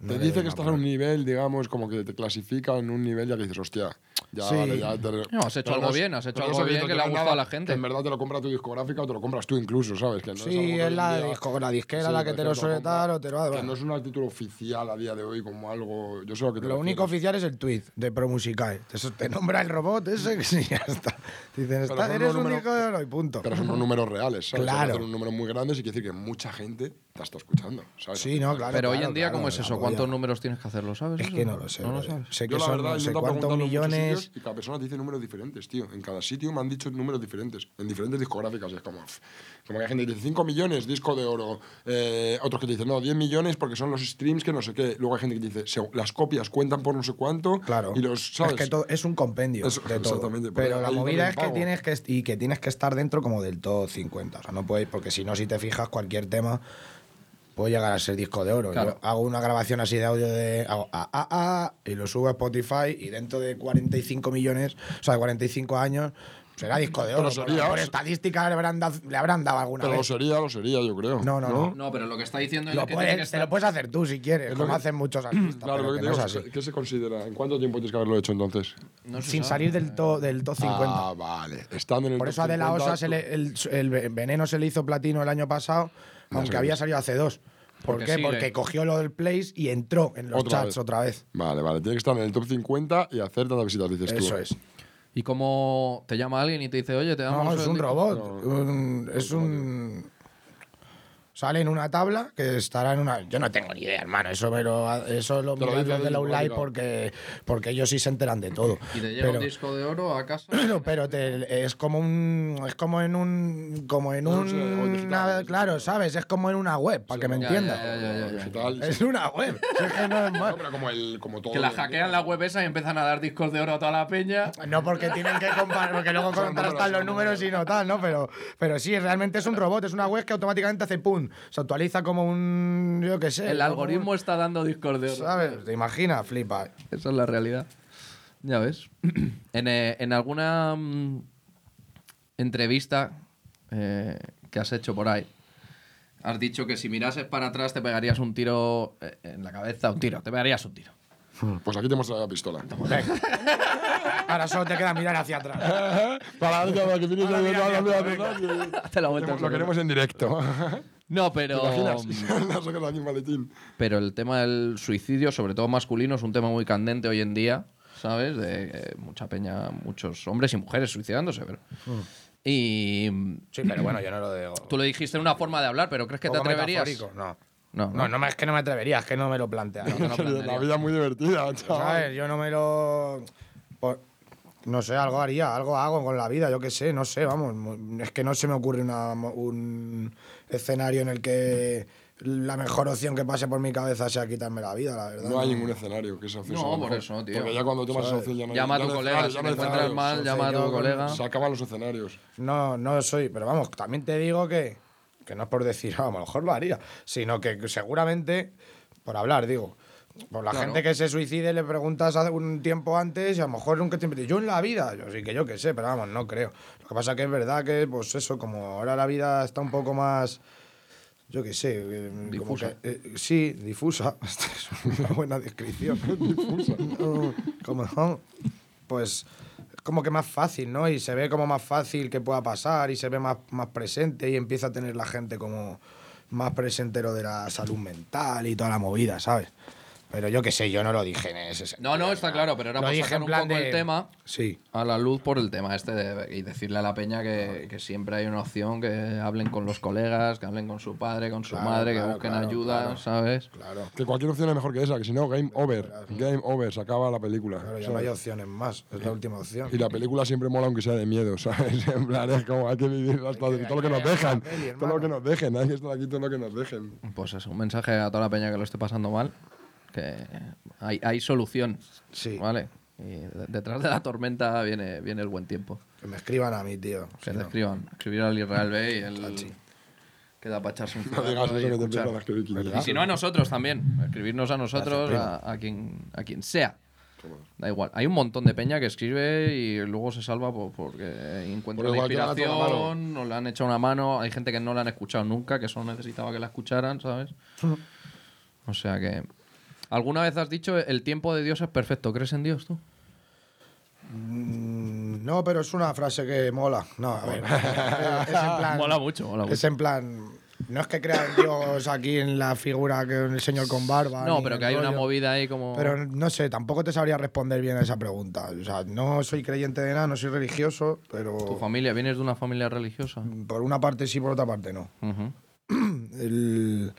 [SPEAKER 2] Te dice que estás a un nivel, digamos, como que te clasifica en un nivel ya que dices, hostia, ya
[SPEAKER 4] Sí.
[SPEAKER 2] vale, ya te...
[SPEAKER 3] No, has hecho
[SPEAKER 2] Pero
[SPEAKER 3] algo
[SPEAKER 2] es-
[SPEAKER 3] bien, has hecho
[SPEAKER 2] pero
[SPEAKER 3] algo
[SPEAKER 2] eso
[SPEAKER 3] bien
[SPEAKER 2] no
[SPEAKER 3] que le ha
[SPEAKER 2] lleva
[SPEAKER 3] gustado
[SPEAKER 2] nada,
[SPEAKER 3] a la gente.
[SPEAKER 2] que en verdad te lo compra tu discográfica o te lo compras tú incluso, ¿sabes? Que no
[SPEAKER 4] Sí,
[SPEAKER 2] algo que
[SPEAKER 4] es
[SPEAKER 2] hoy
[SPEAKER 4] la
[SPEAKER 2] en día-
[SPEAKER 4] disco- la disquera la que te
[SPEAKER 2] por
[SPEAKER 4] lo
[SPEAKER 2] ejemplo,
[SPEAKER 4] suele
[SPEAKER 2] compra-
[SPEAKER 4] dar o te lo da,
[SPEAKER 2] que
[SPEAKER 4] bueno.
[SPEAKER 2] no es un título oficial a día de hoy como algo... Yo sé lo que te
[SPEAKER 4] Lo único
[SPEAKER 2] refieres.
[SPEAKER 4] oficial es el tweet de Promusicae. Eso te nombra el robot ese que sí, ya está. Te dicen,
[SPEAKER 2] Pero
[SPEAKER 4] "Está-
[SPEAKER 2] son
[SPEAKER 4] eres
[SPEAKER 2] los
[SPEAKER 4] un
[SPEAKER 2] números-
[SPEAKER 4] hijo de oro y punto.
[SPEAKER 2] Pero son unos números reales, ¿sabes?
[SPEAKER 4] Claro.
[SPEAKER 2] Claro. Son números muy grandes y quiere decir que mucha gente te está escuchando, ¿sabes?
[SPEAKER 4] Sí, no, claro.
[SPEAKER 3] pero hoy
[SPEAKER 4] claro,
[SPEAKER 3] en día,
[SPEAKER 4] claro,
[SPEAKER 3] ¿cómo es
[SPEAKER 4] la
[SPEAKER 3] eso?
[SPEAKER 4] polla.
[SPEAKER 3] ¿Cuántos números tienes que hacerlo? ¿Sabes?
[SPEAKER 4] Es
[SPEAKER 3] eso?
[SPEAKER 4] que no lo sé.
[SPEAKER 3] No lo
[SPEAKER 4] brother.
[SPEAKER 3] sabes.
[SPEAKER 4] Sé que
[SPEAKER 2] Yo, la
[SPEAKER 4] son
[SPEAKER 2] verdad,
[SPEAKER 4] no sé
[SPEAKER 2] intento
[SPEAKER 4] cuántos
[SPEAKER 2] preguntarlo en muchos
[SPEAKER 4] millones.
[SPEAKER 2] sitios Y cada persona dice números diferentes, tío. En cada sitio me han dicho números diferentes. En diferentes discográficas. y Es como, pff, como que hay gente que dice 5 millones, disco de oro. Eh, otros que te dicen, no, 10 millones porque son los streams que no sé qué. Luego hay gente que dice, "Seg- las copias cuentan por no sé cuánto.
[SPEAKER 4] Claro.
[SPEAKER 2] Y los, ¿sabes?
[SPEAKER 4] Es que todo- es un compendio
[SPEAKER 2] Eso,
[SPEAKER 4] de todo.
[SPEAKER 2] exactamente, porque
[SPEAKER 4] Pero la
[SPEAKER 2] hay un
[SPEAKER 4] movida es que
[SPEAKER 2] impago.
[SPEAKER 4] tienes que est- y que tienes que estar dentro como del todo 50, o sea, no puedes porque si no si te fijas cualquier tema puede llegar a ser disco de oro.
[SPEAKER 3] Claro.
[SPEAKER 4] Yo hago una grabación así de audio de hago a, a, a, y lo subo a Spotify y dentro de 45 millones, o sea, de 45 años será disco de
[SPEAKER 2] Pero
[SPEAKER 4] oro.
[SPEAKER 2] sería-
[SPEAKER 4] por, por estadística le habrán, dado- le habrán dado alguna
[SPEAKER 2] Pero lo
[SPEAKER 4] vez.
[SPEAKER 2] sería, lo sería, yo creo.
[SPEAKER 4] No, no, no.
[SPEAKER 3] No, pero lo que está diciendo
[SPEAKER 4] Lo
[SPEAKER 3] es que
[SPEAKER 4] puedes-
[SPEAKER 3] tiene que
[SPEAKER 4] te lo
[SPEAKER 3] estar-
[SPEAKER 4] puedes hacer tú si quieres, como
[SPEAKER 2] que-
[SPEAKER 4] hacen muchos artistas.
[SPEAKER 2] Claro,
[SPEAKER 4] pero
[SPEAKER 2] lo que
[SPEAKER 4] que
[SPEAKER 2] te
[SPEAKER 4] no
[SPEAKER 2] digo,
[SPEAKER 4] es
[SPEAKER 2] es,
[SPEAKER 4] así.
[SPEAKER 2] ¿qué se considera? ¿En cuánto tiempo tienes que haberlo hecho entonces?
[SPEAKER 3] no se
[SPEAKER 4] sin
[SPEAKER 3] sabe.
[SPEAKER 4] salir del top del top 50.
[SPEAKER 2] Ah, vale. Estando en el
[SPEAKER 4] Por
[SPEAKER 2] top
[SPEAKER 4] eso a De La
[SPEAKER 2] 50,
[SPEAKER 4] Osa se
[SPEAKER 2] tú-
[SPEAKER 4] le- el, el veneno se le hizo platino el año pasado, aunque había salido hace dos. ¿Por
[SPEAKER 3] Porque
[SPEAKER 4] qué?
[SPEAKER 3] sigue.
[SPEAKER 4] Porque cogió lo del place y entró en los
[SPEAKER 2] Otra
[SPEAKER 4] chats
[SPEAKER 2] vez.
[SPEAKER 4] otra vez.
[SPEAKER 2] Vale, vale. Tiene que estar en el top 50 y hacer tantas visitas, dices tú.
[SPEAKER 4] Eso es.
[SPEAKER 3] ¿Y cómo te llama alguien y te dice, oye, te damos.
[SPEAKER 4] No, Ah, es
[SPEAKER 3] el
[SPEAKER 4] un
[SPEAKER 3] disco?
[SPEAKER 4] robot. un- es un. Sale en una tabla que estará en una. Yo no tengo ni idea, hermano. Eso, pero, eso lo
[SPEAKER 2] Te lo
[SPEAKER 4] miran
[SPEAKER 2] dice
[SPEAKER 4] los de
[SPEAKER 2] el
[SPEAKER 4] la Live
[SPEAKER 2] informático.
[SPEAKER 4] porque, porque ellos sí se enteran de todo.
[SPEAKER 3] Y te llega
[SPEAKER 4] Pero-
[SPEAKER 3] un disco de oro a casa.
[SPEAKER 4] No, pero te- es como un es como en un como en
[SPEAKER 2] No,
[SPEAKER 4] un
[SPEAKER 2] sí, o digital,
[SPEAKER 4] una- claro sabes es como en una web para que me
[SPEAKER 3] Ya,
[SPEAKER 4] entiendas
[SPEAKER 3] ya, ya, ya, ya.
[SPEAKER 2] Digital,
[SPEAKER 4] es una web si es que no es más.
[SPEAKER 2] No, pero como, el, como todo.
[SPEAKER 3] Que la hackean la web esa y empiezan a dar discos de oro a toda la peña.
[SPEAKER 4] no porque tienen que comparar porque luego
[SPEAKER 2] Son números,
[SPEAKER 4] contrastan los
[SPEAKER 2] son
[SPEAKER 4] números y no tal no pero pero sí realmente es un robot es una web que automáticamente hace pum se actualiza como un yo qué sé
[SPEAKER 3] El
[SPEAKER 4] como
[SPEAKER 3] algoritmo está dando discos de
[SPEAKER 4] un-
[SPEAKER 3] oro.
[SPEAKER 4] sabes te imaginas flipa
[SPEAKER 3] Esa es la realidad. Ya ves. en, eh, en alguna mm, entrevista eh, que has hecho por ahí, has dicho que si mirases para atrás te pegarías un tiro eh, en la cabeza, un tiro, te pegarías un tiro.
[SPEAKER 2] Pues aquí te muestro la pistola.
[SPEAKER 4] Ahora solo te queda mirar hacia atrás.
[SPEAKER 2] Para que- para que tienes
[SPEAKER 4] Ahora
[SPEAKER 2] ahí-
[SPEAKER 4] mira,
[SPEAKER 2] ahora
[SPEAKER 4] mira,
[SPEAKER 2] mira, mira.
[SPEAKER 3] Hazte la vuelta,
[SPEAKER 2] Lo queremos en directo.
[SPEAKER 3] No,
[SPEAKER 2] ¿Te
[SPEAKER 3] pero, mm,
[SPEAKER 2] imaginas? Las sacas aquí en maletín.
[SPEAKER 3] pero el tema del suicidio, sobre todo masculino, es un tema muy candente hoy en día, ¿sabes? De eh, mucha peña, muchos hombres y mujeres suicidándose, pero...
[SPEAKER 4] Hmm.
[SPEAKER 3] Y mm,
[SPEAKER 6] Sí, pero bueno, yo no lo digo.
[SPEAKER 3] tú lo dijiste en una forma de hablar, pero ¿crees que te
[SPEAKER 6] Poco
[SPEAKER 3] atreverías?
[SPEAKER 6] metafórico, No.
[SPEAKER 3] No,
[SPEAKER 6] No, no me- es que no me atrevería, es que no me lo plantea.
[SPEAKER 3] No, no, no,
[SPEAKER 2] La vida es muy divertida, chaval.
[SPEAKER 4] ¿Sabes? Yo no me lo. por- no sé, algo haría, algo hago con la vida, yo qué sé, no sé, vamos. mu- Es que no se me ocurre una mo- un escenario en el que la mejor opción que pase por mi cabeza sea quitarme la vida, la verdad.
[SPEAKER 2] No hay ningún escenario que se hace
[SPEAKER 3] No,
[SPEAKER 2] eso, a lo
[SPEAKER 3] por
[SPEAKER 2] mejor.
[SPEAKER 3] eso, tío.
[SPEAKER 2] Porque ya cuando tomas esa opción ya no hay-
[SPEAKER 3] Llama a
[SPEAKER 2] ya
[SPEAKER 3] tu
[SPEAKER 2] no hay
[SPEAKER 3] colega,
[SPEAKER 2] escenarios,
[SPEAKER 3] si
[SPEAKER 2] ya
[SPEAKER 3] te
[SPEAKER 2] no hay
[SPEAKER 3] encuentras
[SPEAKER 2] escenarios.
[SPEAKER 3] mal,
[SPEAKER 4] sí,
[SPEAKER 3] llama a
[SPEAKER 4] yo
[SPEAKER 3] tu
[SPEAKER 4] con-
[SPEAKER 3] colega.
[SPEAKER 2] Se acaban los escenarios.
[SPEAKER 4] No, no soy, pero vamos, también te digo que, que no es por decir, "Ah, a lo mejor lo haría, sino que seguramente, por hablar, digo, por la
[SPEAKER 3] Claro.
[SPEAKER 4] gente que se suicide le preguntas hace un tiempo antes y a lo mejor nunca te dice, yo en la vida, yo sí que yo qué sé, pero vamos, no creo. Lo que pasa que es verdad que, pues eso, como ahora la vida está un poco más, yo qué sé, eh, como
[SPEAKER 3] Difusa.
[SPEAKER 4] que- eh, sí, difusa, Esta es una buena descripción. difusa. como, pues como que más fácil, ¿no? Y se ve como más fácil que pueda pasar y se ve más, más presente y empieza a tener la gente como más presente lo de la salud mental y toda la movida, ¿sabes? Pero yo qué sé, yo no lo dije en ese sentido.
[SPEAKER 3] No, no, está claro, pero era
[SPEAKER 4] Lo
[SPEAKER 3] por
[SPEAKER 4] dije
[SPEAKER 3] sacar
[SPEAKER 4] en
[SPEAKER 3] un
[SPEAKER 4] plan
[SPEAKER 3] poco
[SPEAKER 4] de-
[SPEAKER 3] el tema
[SPEAKER 4] Sí.
[SPEAKER 3] a la luz por el tema este de- y decirle a la peña que, que siempre hay una opción, que hablen con los colegas, que hablen con su padre, con su
[SPEAKER 4] Claro,
[SPEAKER 3] madre, que
[SPEAKER 4] claro,
[SPEAKER 3] busquen
[SPEAKER 4] claro,
[SPEAKER 3] ayuda,
[SPEAKER 4] claro.
[SPEAKER 3] ¿sabes?
[SPEAKER 4] Claro,
[SPEAKER 2] Que cualquier opción es mejor que esa, que si no, game over. Game over, se acaba la película.
[SPEAKER 4] claro, ya no
[SPEAKER 2] ¿sabes?
[SPEAKER 4] hay opciones más, es la última opción.
[SPEAKER 2] Y la película siempre mola aunque sea de miedo, ¿sabes? En plan, es como hay que vivir hasta todo lo que nos dejan. Todo lo que nos dejen, hay que estar aquí todo lo que nos dejen.
[SPEAKER 3] Pues eso, un mensaje a toda la peña que lo esté pasando mal, que hay, hay solución,
[SPEAKER 4] Sí.
[SPEAKER 3] ¿vale? Y de- detrás de la tormenta viene, viene el buen tiempo.
[SPEAKER 4] Que me escriban a mí, tío. si
[SPEAKER 3] Que te
[SPEAKER 4] no.
[SPEAKER 3] escriban. Escribir al Israel B y el... Queda para echarse un
[SPEAKER 2] No digas
[SPEAKER 3] cigarro y
[SPEAKER 2] eso que te
[SPEAKER 3] escuchar.
[SPEAKER 2] empiezan a escribir.
[SPEAKER 3] Y si no, a nosotros también. Escribirnos a nosotros, a, a quien, a quien sea. Da igual. Hay un montón de peña que escribe y luego se salva po- porque encuentra
[SPEAKER 2] Por
[SPEAKER 3] la
[SPEAKER 2] igual que le han hecho una
[SPEAKER 3] inspiración, o le han echado una mano. Hay gente que no la han escuchado nunca, que solo necesitaba que la escucharan, ¿sabes? O sea que. ¿Alguna vez has dicho el tiempo de Dios es perfecto? ¿Crees en Dios tú?
[SPEAKER 4] Mm, No, pero es una frase que mola. No, a ver. es en plan.
[SPEAKER 3] Mola mucho, mola mucho.
[SPEAKER 4] Es en plan. No es que crea en Dios aquí en la figura que el señor con barba.
[SPEAKER 3] No,
[SPEAKER 4] Ah, ni
[SPEAKER 3] pero
[SPEAKER 4] el
[SPEAKER 3] que hay una
[SPEAKER 4] rollo.
[SPEAKER 3] movida ahí como.
[SPEAKER 4] Pero no sé, tampoco te sabría responder bien a esa pregunta. O sea, no soy creyente de nada, no soy religioso, pero.
[SPEAKER 3] ¿Tu familia? ¿Vienes de una familia religiosa?
[SPEAKER 4] Por una parte sí, por otra parte no.
[SPEAKER 3] Ujú.
[SPEAKER 4] El,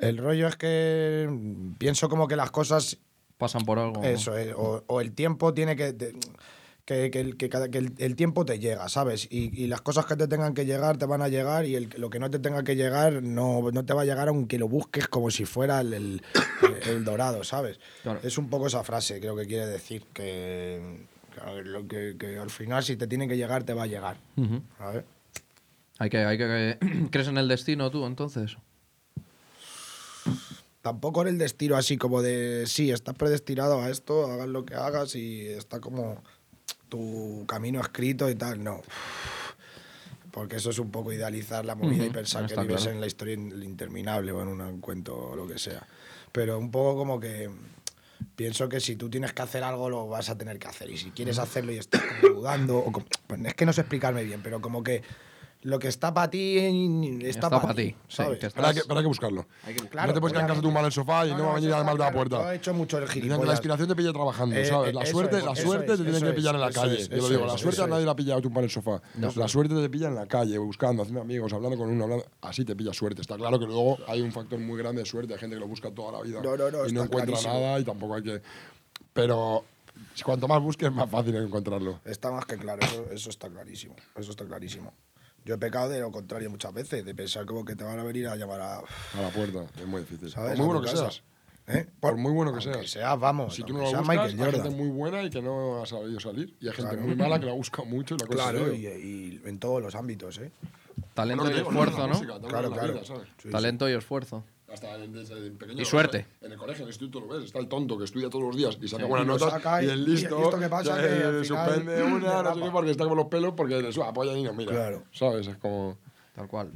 [SPEAKER 4] el rollo es que pienso como que las cosas
[SPEAKER 3] Pasan por algo.
[SPEAKER 4] Eso es, o, o el tiempo tiene que... te- que, que el- que cada- que el, el tiempo te llega, ¿sabes? Y, y las cosas que te tengan que llegar te van a llegar y el- lo que no te tenga que llegar no, no te va a llegar aunque lo busques como si fuera el, el- el dorado, ¿sabes?
[SPEAKER 3] Claro.
[SPEAKER 4] Es un poco esa frase, creo que quiere decir, que, que lo que- que al final si te tiene que llegar te va a llegar.
[SPEAKER 3] Ujú.
[SPEAKER 4] ¿sabes?
[SPEAKER 3] Hay que, hay que, ¿Crees en el destino tú, entonces?
[SPEAKER 4] Tampoco en el destino así como de, sí, estás predestinado a esto, hagas lo que hagas y está como tu camino escrito y tal, no. Porque eso es un poco idealizar la movida y
[SPEAKER 3] Ujú,
[SPEAKER 4] pensar que
[SPEAKER 3] está
[SPEAKER 4] vives
[SPEAKER 3] claro.
[SPEAKER 4] en la historia in- interminable o en un cuento o lo que sea. Pero un poco como que pienso que si tú tienes que hacer algo lo vas a tener que hacer y si quieres hacerlo y estás como dudando, o como- pues es que no sé explicarme bien, pero como que lo que está para ti está,
[SPEAKER 3] Está
[SPEAKER 4] pa'
[SPEAKER 3] pa' ti, sí,
[SPEAKER 4] ¿sabes?
[SPEAKER 3] que está-
[SPEAKER 2] Habrá que, habrá que buscarlo.
[SPEAKER 4] Claro,
[SPEAKER 2] no te puedes quedar en casa
[SPEAKER 4] obviamente.
[SPEAKER 2] tumbado en el sofá y no, va a venir
[SPEAKER 4] Ah, eso
[SPEAKER 2] al mal
[SPEAKER 4] está
[SPEAKER 2] de la
[SPEAKER 4] claro.
[SPEAKER 2] puerta.
[SPEAKER 4] Yo he hecho mucho el
[SPEAKER 2] Dicen que la
[SPEAKER 4] gilipollas.
[SPEAKER 2] inspiración te pilla trabajando,
[SPEAKER 4] Eh,
[SPEAKER 2] ¿sabes? La
[SPEAKER 4] eso
[SPEAKER 2] suerte,
[SPEAKER 4] es,
[SPEAKER 2] la
[SPEAKER 4] eso
[SPEAKER 2] suerte
[SPEAKER 4] es,
[SPEAKER 2] te tiene
[SPEAKER 4] eso
[SPEAKER 2] que
[SPEAKER 4] es,
[SPEAKER 2] pillar en la
[SPEAKER 4] eso
[SPEAKER 2] calle.
[SPEAKER 4] es,
[SPEAKER 2] yo lo
[SPEAKER 4] eso
[SPEAKER 2] digo,
[SPEAKER 4] es,
[SPEAKER 2] la
[SPEAKER 4] eso
[SPEAKER 2] suerte a
[SPEAKER 4] es.
[SPEAKER 2] nadie la pilla tumbado en el sofá. La suerte te pilla en la calle, buscando, haciendo amigos, hablando con uno, hablando. Así te pilla suerte. Está claro que luego hay un factor muy grande de suerte. Hay gente que lo busca toda la vida
[SPEAKER 4] No, no, no,
[SPEAKER 2] y
[SPEAKER 4] está
[SPEAKER 2] no encuentra
[SPEAKER 4] clarísimo.
[SPEAKER 2] nada y tampoco hay que. Pero cuanto más busques, más fácil es encontrarlo.
[SPEAKER 4] Está más que claro, eso, eso está clarísimo. Eso está clarísimo. Yo he pecado de lo contrario muchas veces, de pensar como que te van a venir a llamar a.
[SPEAKER 2] A la puerta, es muy difícil.
[SPEAKER 4] ¿sabes?
[SPEAKER 2] Por muy
[SPEAKER 4] A
[SPEAKER 2] bueno
[SPEAKER 4] tu
[SPEAKER 2] que
[SPEAKER 4] casa.
[SPEAKER 2] seas.
[SPEAKER 4] ¿Eh?
[SPEAKER 2] Por muy bueno que
[SPEAKER 4] aunque
[SPEAKER 2] seas.
[SPEAKER 4] vamos.
[SPEAKER 2] Si tú no
[SPEAKER 4] aunque
[SPEAKER 2] lo
[SPEAKER 4] seas
[SPEAKER 2] buscas,
[SPEAKER 4] Michael
[SPEAKER 2] hay
[SPEAKER 4] Jordan.
[SPEAKER 2] gente muy buena y que no ha sabido salir. Y hay gente muy mala que la busca mucho y la cosa
[SPEAKER 4] Claro,
[SPEAKER 2] se
[SPEAKER 4] y,
[SPEAKER 2] ve.
[SPEAKER 4] y en todos los ámbitos, ¿eh?
[SPEAKER 3] Talento
[SPEAKER 2] Lo que
[SPEAKER 3] y
[SPEAKER 2] te digo,
[SPEAKER 3] esfuerzo,
[SPEAKER 2] la
[SPEAKER 3] ¿no?
[SPEAKER 2] música, también
[SPEAKER 4] Claro,
[SPEAKER 2] la
[SPEAKER 4] claro.
[SPEAKER 2] vida, ¿sabes?
[SPEAKER 4] Sí, sí.
[SPEAKER 3] Talento y esfuerzo.
[SPEAKER 2] Hasta en, desde pequeño lo
[SPEAKER 3] Y suerte.
[SPEAKER 2] ves En el colegio, en el instituto lo ves. Está el tonto que estudia todos los días y saca buenas
[SPEAKER 4] Y lo
[SPEAKER 2] notas.
[SPEAKER 4] saca
[SPEAKER 2] y
[SPEAKER 4] y-
[SPEAKER 2] el
[SPEAKER 4] y el
[SPEAKER 2] listo.
[SPEAKER 4] listo que pasa,
[SPEAKER 2] ya
[SPEAKER 4] que
[SPEAKER 2] le
[SPEAKER 4] al final,
[SPEAKER 2] suspende
[SPEAKER 4] mm,
[SPEAKER 2] una,
[SPEAKER 4] le
[SPEAKER 2] no sé qué,
[SPEAKER 4] tapa.
[SPEAKER 2] porque está con los pelos, porque le su- apoya y no mira.
[SPEAKER 4] Claro.
[SPEAKER 2] ¿Sabes? Es como.
[SPEAKER 3] Tal cual.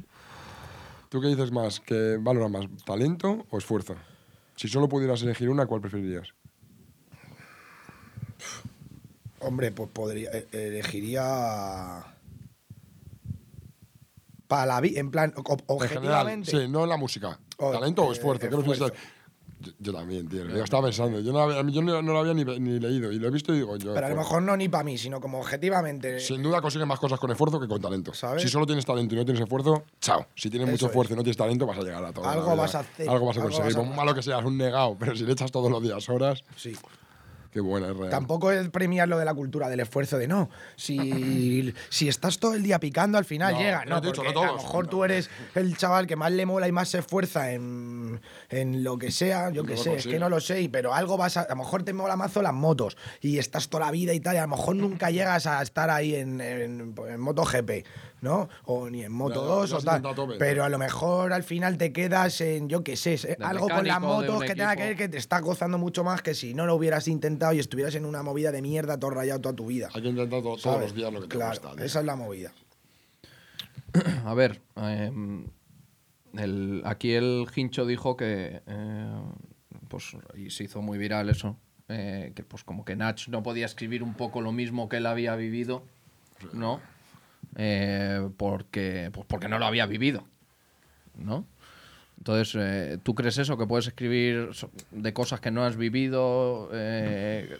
[SPEAKER 2] ¿Tú qué dices más? ¿Qué valora más? ¿Talento o esfuerzo? Si solo pudieras elegir una, ¿cuál preferirías?
[SPEAKER 4] Hombre, pues podría. e- Elegiría. Para la vida. En plan, ob-
[SPEAKER 2] En general,
[SPEAKER 4] objetivamente.
[SPEAKER 2] sí, no en la música.
[SPEAKER 4] O-
[SPEAKER 2] ¿Talento o esfuerzo?
[SPEAKER 4] eh,
[SPEAKER 2] ¿Qué prefieres?
[SPEAKER 4] esfuerzo.
[SPEAKER 2] Yo, yo también, tío. Yo estaba pensando. Yo no, había- yo no- no lo había ni, ni leído. Y lo he visto y digo yo.
[SPEAKER 4] pero a lo
[SPEAKER 2] esfuerzo.
[SPEAKER 4] mejor no ni para mí, sino como objetivamente.
[SPEAKER 2] Sin duda consigues más cosas con esfuerzo que con talento.
[SPEAKER 4] ¿Sabes?
[SPEAKER 2] Si solo tienes talento y no tienes esfuerzo, chao. Si tienes
[SPEAKER 4] Eso
[SPEAKER 2] mucho
[SPEAKER 4] es.
[SPEAKER 2] esfuerzo y no tienes talento, vas a llegar a todo.
[SPEAKER 4] Algo vas a hacer,
[SPEAKER 2] Algo vas a
[SPEAKER 4] algo
[SPEAKER 2] conseguir.
[SPEAKER 4] vas a-
[SPEAKER 2] Por muy malo que seas, un negado. Pero si le echas todos los días horas,
[SPEAKER 4] Sí.
[SPEAKER 2] qué buena es real.
[SPEAKER 4] Tampoco es premiar lo de la cultura del esfuerzo de no. Si, si estás todo el día picando, al final
[SPEAKER 2] No,
[SPEAKER 4] llega.
[SPEAKER 2] pero
[SPEAKER 4] No,
[SPEAKER 2] te he dicho,
[SPEAKER 4] porque
[SPEAKER 2] no
[SPEAKER 4] a lo
[SPEAKER 2] todos.
[SPEAKER 4] mejor tú eres el chaval que más le mola y más se esfuerza en, en lo que sea. Yo
[SPEAKER 2] No
[SPEAKER 4] qué
[SPEAKER 2] lo
[SPEAKER 4] sé, es
[SPEAKER 2] consigue.
[SPEAKER 4] que no lo sé. y- Pero algo vas a. A lo mejor te mola mazo las motos y estás toda la vida y tal. Y a lo mejor nunca llegas a estar ahí en, en, en MotoGP, ¿no? O ni en Moto
[SPEAKER 2] ya,
[SPEAKER 4] 2
[SPEAKER 2] ya
[SPEAKER 4] o
[SPEAKER 2] has
[SPEAKER 4] tal.
[SPEAKER 2] intentado a tope.
[SPEAKER 4] pero a lo mejor al final te quedas en, yo qué sé, eh,
[SPEAKER 3] De
[SPEAKER 4] algo con las
[SPEAKER 3] mecánico, de
[SPEAKER 4] motos
[SPEAKER 3] un
[SPEAKER 4] que tenga que ver
[SPEAKER 3] equipo.
[SPEAKER 4] que te estás gozando mucho más que si no lo hubieras intentado y estuvieras en una movida de mierda todo rayado toda tu vida.
[SPEAKER 2] Hay que intentar to- todos
[SPEAKER 4] ¿sabes?
[SPEAKER 2] los días lo que te
[SPEAKER 4] Claro,
[SPEAKER 2] gusta. tío.
[SPEAKER 4] Esa es la movida.
[SPEAKER 3] A ver, eh, el- aquí el Hincho dijo que, eh, pues, y se hizo muy viral eso, eh, que pues como que Nach no podía escribir un poco lo mismo que él había vivido, ¿no? Eh, porque, pues porque no lo había vivido, ¿no? Entonces, eh, ¿tú crees eso? ¿Que puedes escribir so- de cosas que no has vivido? Eh,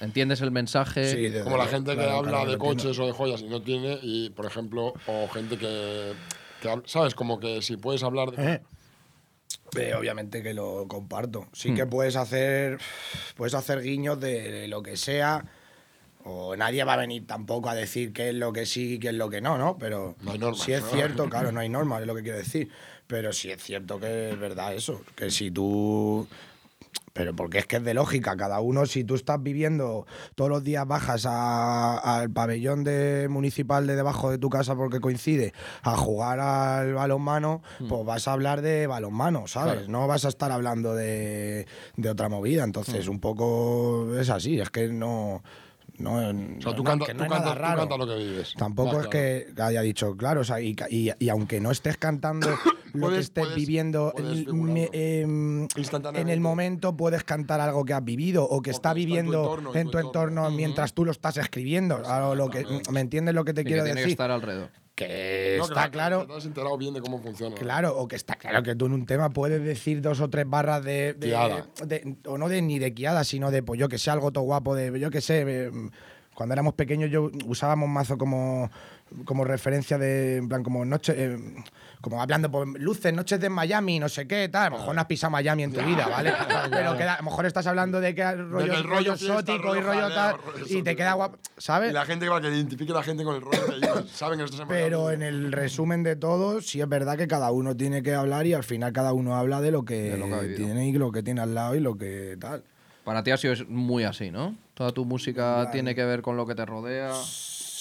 [SPEAKER 3] ¿Entiendes el mensaje?
[SPEAKER 4] Sí, de-
[SPEAKER 2] Como la gente que
[SPEAKER 4] claro,
[SPEAKER 2] habla
[SPEAKER 4] claro,
[SPEAKER 2] de
[SPEAKER 4] lo entiendo.
[SPEAKER 2] coches o de joyas y no tiene, y por ejemplo, o gente que. que hab- ¿Sabes? Como que si puedes hablar. de-
[SPEAKER 4] Eh, obviamente que lo comparto. Sí
[SPEAKER 2] Hmm.
[SPEAKER 4] que puedes hacer, puedes hacer guiños de, de lo que sea. O nadie va a venir tampoco a decir qué es lo que sí y qué es lo que no, ¿no? Pero
[SPEAKER 2] No hay normas,
[SPEAKER 4] si es
[SPEAKER 2] ¿no?
[SPEAKER 4] cierto, claro, no hay normas, es lo que quiero decir. Pero sí es cierto que es verdad eso. Que si tú Pero porque es que es de lógica, cada uno, si tú estás viviendo todos los días bajas a- al pabellón de municipal de debajo de tu casa porque coincide a jugar al balonmano,
[SPEAKER 2] Hmm.
[SPEAKER 4] pues vas a hablar de balonmano, ¿sabes? No vas a estar hablando de, de otra movida,
[SPEAKER 2] Hmm.
[SPEAKER 4] entonces un poco es así, es que no... no
[SPEAKER 2] O sea, tú cantas tú cantas- tú cantas lo que vives.
[SPEAKER 4] Tampoco
[SPEAKER 2] Más
[SPEAKER 4] es
[SPEAKER 2] claro.
[SPEAKER 4] que haya dicho, claro, o sea, y, ca- y- y aunque no estés cantando lo que
[SPEAKER 2] Puedes-
[SPEAKER 4] estés
[SPEAKER 2] puedes-
[SPEAKER 4] viviendo
[SPEAKER 2] puedes
[SPEAKER 4] el-
[SPEAKER 2] figurarlo.
[SPEAKER 4] me- em, en
[SPEAKER 2] Instantáneamente.
[SPEAKER 4] el momento, puedes cantar algo que has vivido o que está
[SPEAKER 2] está en tu
[SPEAKER 4] viviendo
[SPEAKER 2] entorno, en
[SPEAKER 4] en
[SPEAKER 2] tu
[SPEAKER 4] tu entorno,
[SPEAKER 2] entorno.
[SPEAKER 4] mientras tú lo estás escribiendo. a lo que, ¿Me entiendes lo que te
[SPEAKER 3] Y que
[SPEAKER 4] quiero
[SPEAKER 3] tiene que
[SPEAKER 4] decir?
[SPEAKER 3] estar alrededor.
[SPEAKER 4] Que
[SPEAKER 2] No,
[SPEAKER 4] está
[SPEAKER 2] que-
[SPEAKER 4] claro.
[SPEAKER 2] que te has enterado bien de cómo funciona.
[SPEAKER 4] Claro, o que está claro que tú en un tema puedes decir dos o tres barras de. de-
[SPEAKER 2] Quiada.
[SPEAKER 4] de- o no de ni de quiada, sino de, pues yo que sé, algo todo guapo, de yo que sé. eh, cuando éramos pequeños yo usábamos mazo como, como referencia de, en plan, como noche, eh, como hablando, pues, luces, noches de Miami, no sé qué, tal. A lo mejor no has pisado Miami en tu vida, ¿vale? Pero que da- a lo mejor estás hablando de que rollo,
[SPEAKER 2] del rollo
[SPEAKER 4] rollo
[SPEAKER 2] fiesta,
[SPEAKER 4] exótico y
[SPEAKER 2] rollo
[SPEAKER 4] rollo
[SPEAKER 2] jaleo,
[SPEAKER 4] tal,
[SPEAKER 2] rollo
[SPEAKER 4] y te
[SPEAKER 2] exótico.
[SPEAKER 4] queda guapo, ¿sabes?
[SPEAKER 2] Y la gente para que identifique la gente con el rollo que ellos saben que no estás en
[SPEAKER 4] Pero
[SPEAKER 2] Miami.
[SPEAKER 4] en el resumen de todo, sí es verdad que cada uno tiene que hablar y al final cada uno habla de lo que,
[SPEAKER 3] De lo que ha vivido.
[SPEAKER 4] tiene y lo que tiene al lado y lo que tal.
[SPEAKER 3] Para ti ha sido es muy así, ¿no? Toda tu música tiene que ver con lo que te rodea.